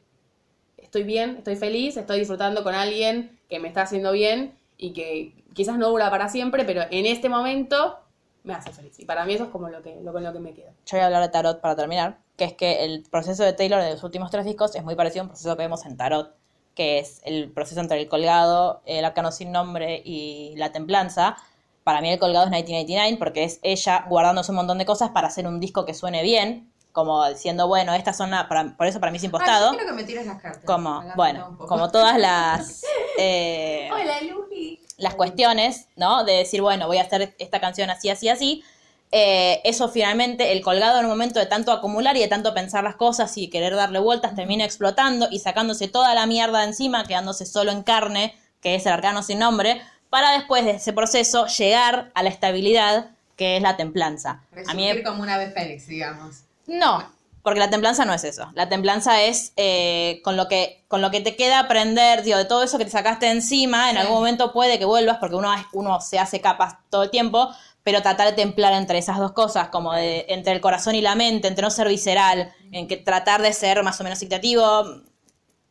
Speaker 4: estoy bien, estoy feliz, estoy disfrutando con alguien que me está haciendo bien y que quizás no dura para siempre, pero en este momento me hace feliz. Y para mí eso es como lo que, lo, con lo que me quedo.
Speaker 1: yo voy a hablar de tarot para terminar, que es que el proceso de Taylor de los últimos tres discos es muy parecido a un proceso que vemos en tarot, que es el proceso entre el colgado, el arcano sin nombre y la templanza. Para mí el colgado es 1989 porque es ella guardándose un montón de cosas para hacer un disco que suene bien, como diciendo, bueno, estas son las, para- por eso para mí es impostado,
Speaker 2: Ah, yo quiero que me tires las cartas.
Speaker 1: como,
Speaker 2: Hablando un
Speaker 1: bueno,
Speaker 2: (laughs) poco.
Speaker 1: como todas
Speaker 2: (laughs)
Speaker 1: las... eh,
Speaker 7: Hola, Luji.
Speaker 1: las cuestiones, ¿no? De decir, bueno, voy a hacer esta canción así, así, así. Eh, eso finalmente, el colgado en un momento de tanto acumular y de tanto pensar las cosas y querer darle vueltas, termina explotando y sacándose toda la mierda de encima, quedándose solo en carne, que es el arcano sin nombre, para después de ese proceso llegar a la estabilidad, que es la templanza. A mí,
Speaker 2: Resurgir como una vez Félix, digamos.
Speaker 1: no, porque la templanza no es eso. La templanza es eh, con, lo que, con lo que te queda aprender, digo, de todo eso que te sacaste encima, en algún momento puede que vuelvas, porque uno, uno se hace capas todo el tiempo, pero tratar de templar entre esas dos cosas, como de, entre el corazón y la mente, entre no ser visceral, en que tratar de ser más o menos equitativo,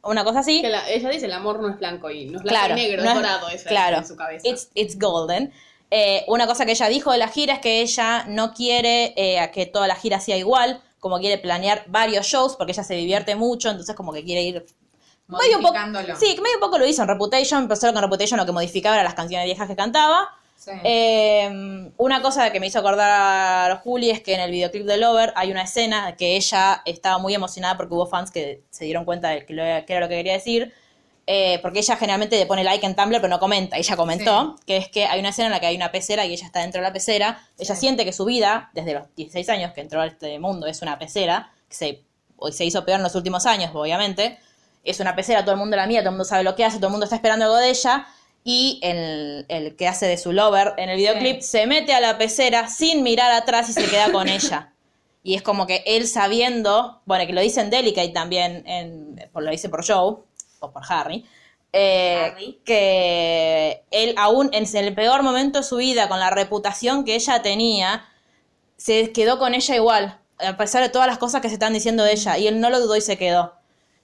Speaker 1: una cosa así.
Speaker 4: Que la- ella dice, el amor no es blanco y no es blanco
Speaker 1: Claro,
Speaker 4: y negro,
Speaker 1: no
Speaker 4: es
Speaker 1: es-
Speaker 4: dorado eso
Speaker 1: claro.
Speaker 4: en su cabeza.
Speaker 1: It's, it's golden. Eh, una cosa que ella dijo de la gira es que ella no quiere eh, a que toda la gira sea igual, como quiere planear varios shows, porque ella se divierte mucho, entonces como que quiere ir... medio un poco-
Speaker 2: Modificándolo.
Speaker 1: sí, medio un poco lo hizo en Reputation, pero solo que en Reputation lo que modificaba era las canciones viejas que cantaba. Eh, una cosa que me hizo acordar a Juli es que en el videoclip de Lover hay una escena que ella estaba muy emocionada porque hubo fans que se dieron cuenta de que, lo- que era lo que quería decir. eh, porque ella generalmente le pone like en Tumblr, pero no comenta. Ella comentó que es que hay una escena en la que hay una pecera y ella está dentro de la pecera. Ella siente que su vida, desde los 16 años que entró a este mundo, es una pecera. Que se, hoy se hizo peor en los últimos años, obviamente. Es una pecera, todo el mundo la mira, todo el mundo sabe lo que hace, todo el mundo está esperando algo de ella. Y el, el que hace de su lover en el videoclip se mete a la pecera sin mirar atrás y se queda con ella. Y es como que él sabiendo, bueno, que lo dicen Delicate también, en, por- lo dice por Joe, o por Harry, eh,
Speaker 3: Harry.
Speaker 1: que él aún en el peor momento de su vida, con la reputación que ella tenía, se quedó con ella igual, a pesar de todas las cosas que se están diciendo de ella, y él no lo dudó y se quedó.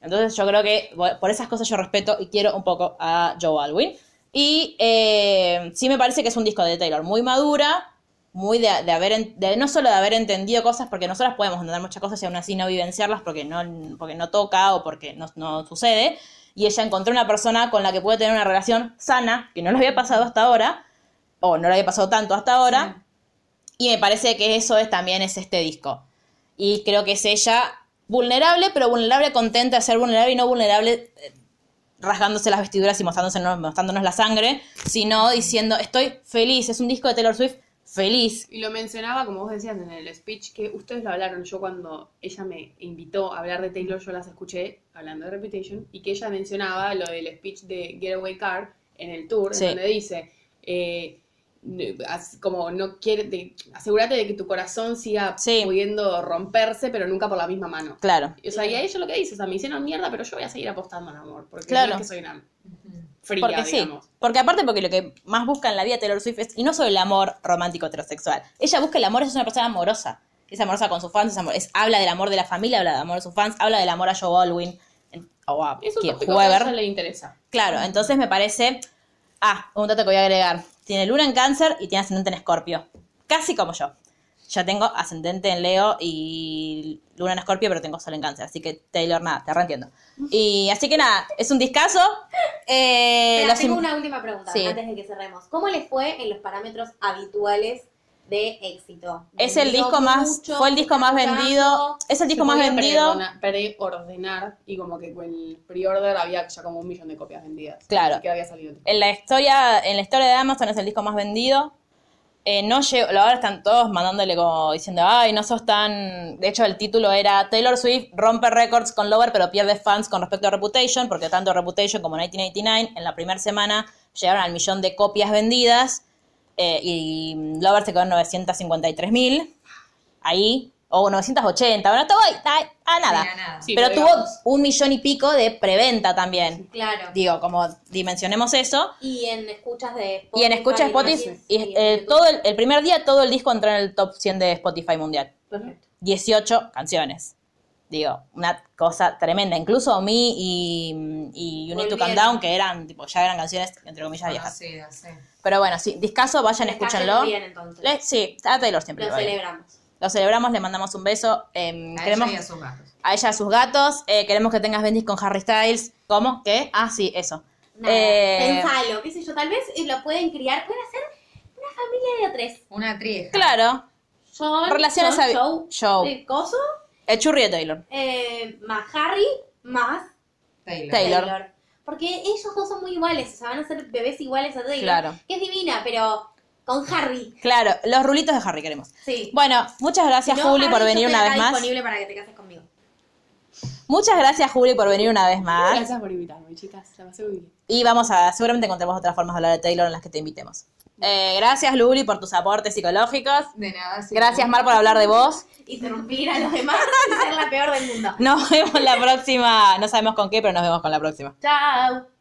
Speaker 1: Entonces yo creo que bueno, por esas cosas yo respeto y quiero un poco a Joe Alwyn. Y eh, sí me parece que es un disco de Taylor muy madura, muy de, de haber en- de- no solo de haber entendido cosas, porque nosotras podemos entender muchas cosas y aún así no vivenciarlas porque no, porque no toca o porque no, no sucede. Y ella encontró una persona con la que puede tener una relación sana, que no le había pasado hasta ahora, o no le había pasado tanto hasta ahora. Y me parece que eso es también es este disco. Y creo que es ella vulnerable, pero vulnerable contenta de ser vulnerable y no vulnerable eh, rasgándose las vestiduras y mostrándonos, mostrándonos la sangre, sino diciendo estoy feliz. Es un disco de Taylor Swift feliz.
Speaker 4: Y lo mencionaba, como vos decías en el speech, que ustedes lo hablaron. Yo cuando ella me invitó a hablar de Taylor, yo las escuché hablando de Reputation y que ella mencionaba lo del speech de Getaway Car en el tour, en
Speaker 1: Sí.
Speaker 4: donde dice, eh, n- as- como no quiere, de- asegúrate de que tu corazón siga
Speaker 1: Sí.
Speaker 4: pudiendo romperse, pero nunca por la misma mano.
Speaker 1: Claro.
Speaker 4: O sea, y a ella lo que dice, o sea, me hicieron mierda, pero yo voy a seguir apostando al amor, porque
Speaker 1: Claro.
Speaker 4: no es que soy una fría,
Speaker 1: Porque sí.
Speaker 4: digamos.
Speaker 1: Porque aparte, porque lo que más busca en la vida de Taylor Swift es, y no solo el amor romántico heterosexual, ella busca el amor, es una persona amorosa. Es amorosa con sus fans, es amor- es- habla del amor de la familia, habla del amor de sus fans, habla del amor a Joe Alwyn, en- oh, o a
Speaker 4: Es un
Speaker 1: quien-
Speaker 4: tópico que a
Speaker 1: whoever.
Speaker 4: ella le interesa.
Speaker 1: Claro, entonces me parece. Ah, un dato que voy a agregar. Tiene luna en cáncer y tiene ascendente en escorpio. Casi como yo. Yo tengo ascendente en Leo y luna en escorpio, pero tengo sol en cáncer. Así que Taylor, nada, te reentiendo. Y así que nada, es un discazo. Eh,
Speaker 3: Espera,
Speaker 1: los
Speaker 3: tengo
Speaker 1: im-
Speaker 3: una última pregunta
Speaker 1: Sí.
Speaker 3: antes de que cerremos. ¿Cómo les fue en los parámetros habituales de éxito?
Speaker 1: Es el
Speaker 3: ¿Vendió
Speaker 1: disco más.
Speaker 3: mucho?
Speaker 1: fue el disco más
Speaker 3: ¿Tanto?
Speaker 1: vendido. Es el disco más vendido.
Speaker 4: Preordenar y como que con el pre-order había ya como un millón de copias vendidas.
Speaker 1: Claro.
Speaker 4: Así que había salido. tipo.
Speaker 1: en la historia en la historia de Amazon es el disco más vendido Eh, no llegó- ahora están todos mandándole como diciendo ay no sos tan de hecho el título era Taylor Swift rompe récords con Lover pero pierde fans con respecto a Reputation porque tanto Reputation como 1989 en la primera semana llegaron al millón de copias vendidas eh, y Lover se quedó en 953 mil ahí o 980 bueno está, está a nada,
Speaker 2: Sí, a nada.
Speaker 4: Sí,
Speaker 1: pero,
Speaker 4: pero
Speaker 1: tuvo
Speaker 4: digamos-
Speaker 1: un millón y pico de preventa también
Speaker 3: Claro.
Speaker 1: digo como dimensionemos eso
Speaker 3: Y en escuchas de Spotify.
Speaker 1: y en escucha Spotify,
Speaker 3: iTunes,
Speaker 1: y,
Speaker 3: sí,
Speaker 1: eh,
Speaker 3: en YouTube.
Speaker 1: todo el, el primer día todo el disco entró en el top 100 de Spotify mundial.
Speaker 4: Perfecto.
Speaker 1: 18 canciones. Digo, una cosa tremenda. Incluso Me y, y You Need to Calm
Speaker 3: Volvieron.
Speaker 1: Down, que eran, tipo, ya eran canciones, entre comillas, viejas.
Speaker 2: Conocida, Ah, sí.
Speaker 1: Pero bueno, sí, discazo, vayan,
Speaker 3: Les cayó
Speaker 1: escúchenlo.
Speaker 3: bien, entonces.
Speaker 1: Le- sí, a Taylor siempre.
Speaker 3: Lo
Speaker 1: le va bien.
Speaker 3: celebramos.
Speaker 1: Lo celebramos, le mandamos un beso. em,
Speaker 2: A
Speaker 1: queremos
Speaker 2: ella y a sus gatos.
Speaker 1: a ella a sus gatos. eh, queremos que tengas bendis con Harry Styles. ¿Cómo? ¿Qué? Ah, sí, eso.
Speaker 3: Nada,
Speaker 1: Eh,
Speaker 3: pensalo, qué sé yo, tal vez eh, lo pueden criar, pueden hacer una familia de a tres.
Speaker 2: Una trieja.
Speaker 1: Claro.
Speaker 3: John,
Speaker 1: Relaciones
Speaker 3: John,
Speaker 1: habi-
Speaker 3: Joe,
Speaker 1: Joe.
Speaker 3: eh, Coso,
Speaker 1: El churri de Taylor.
Speaker 3: eh, más Harry, más
Speaker 2: Taylor.
Speaker 1: Taylor.
Speaker 3: Taylor. Porque ellos dos son muy iguales, o sea, van a ser bebés iguales a Taylor,
Speaker 1: Claro.
Speaker 3: que es divina, pero con Harry.
Speaker 1: Claro, los rulitos de Harry queremos.
Speaker 3: Sí.
Speaker 1: Bueno, muchas gracias
Speaker 3: No,
Speaker 1: Juli por
Speaker 3: Harry, yo
Speaker 1: venir
Speaker 3: estoy
Speaker 1: una
Speaker 3: acá
Speaker 1: vez más.
Speaker 3: disponible para que te cases conmigo.
Speaker 1: Muchas gracias Juli por venir una vez más.
Speaker 4: Gracias por invitarme, chicas. La pasé muy bien.
Speaker 1: Y vamos a, seguramente encontremos otras formas de hablar de Taylor en las que te invitemos. Eh, gracias Luli por tus aportes psicológicos.
Speaker 2: De nada, sí.
Speaker 1: Gracias Mar por hablar de vos.
Speaker 3: Interrumpir a los demás (laughs) y ser la peor del mundo.
Speaker 1: (laughs) Nos vemos la próxima, no sabemos con qué, pero nos vemos con la próxima.
Speaker 3: Chao.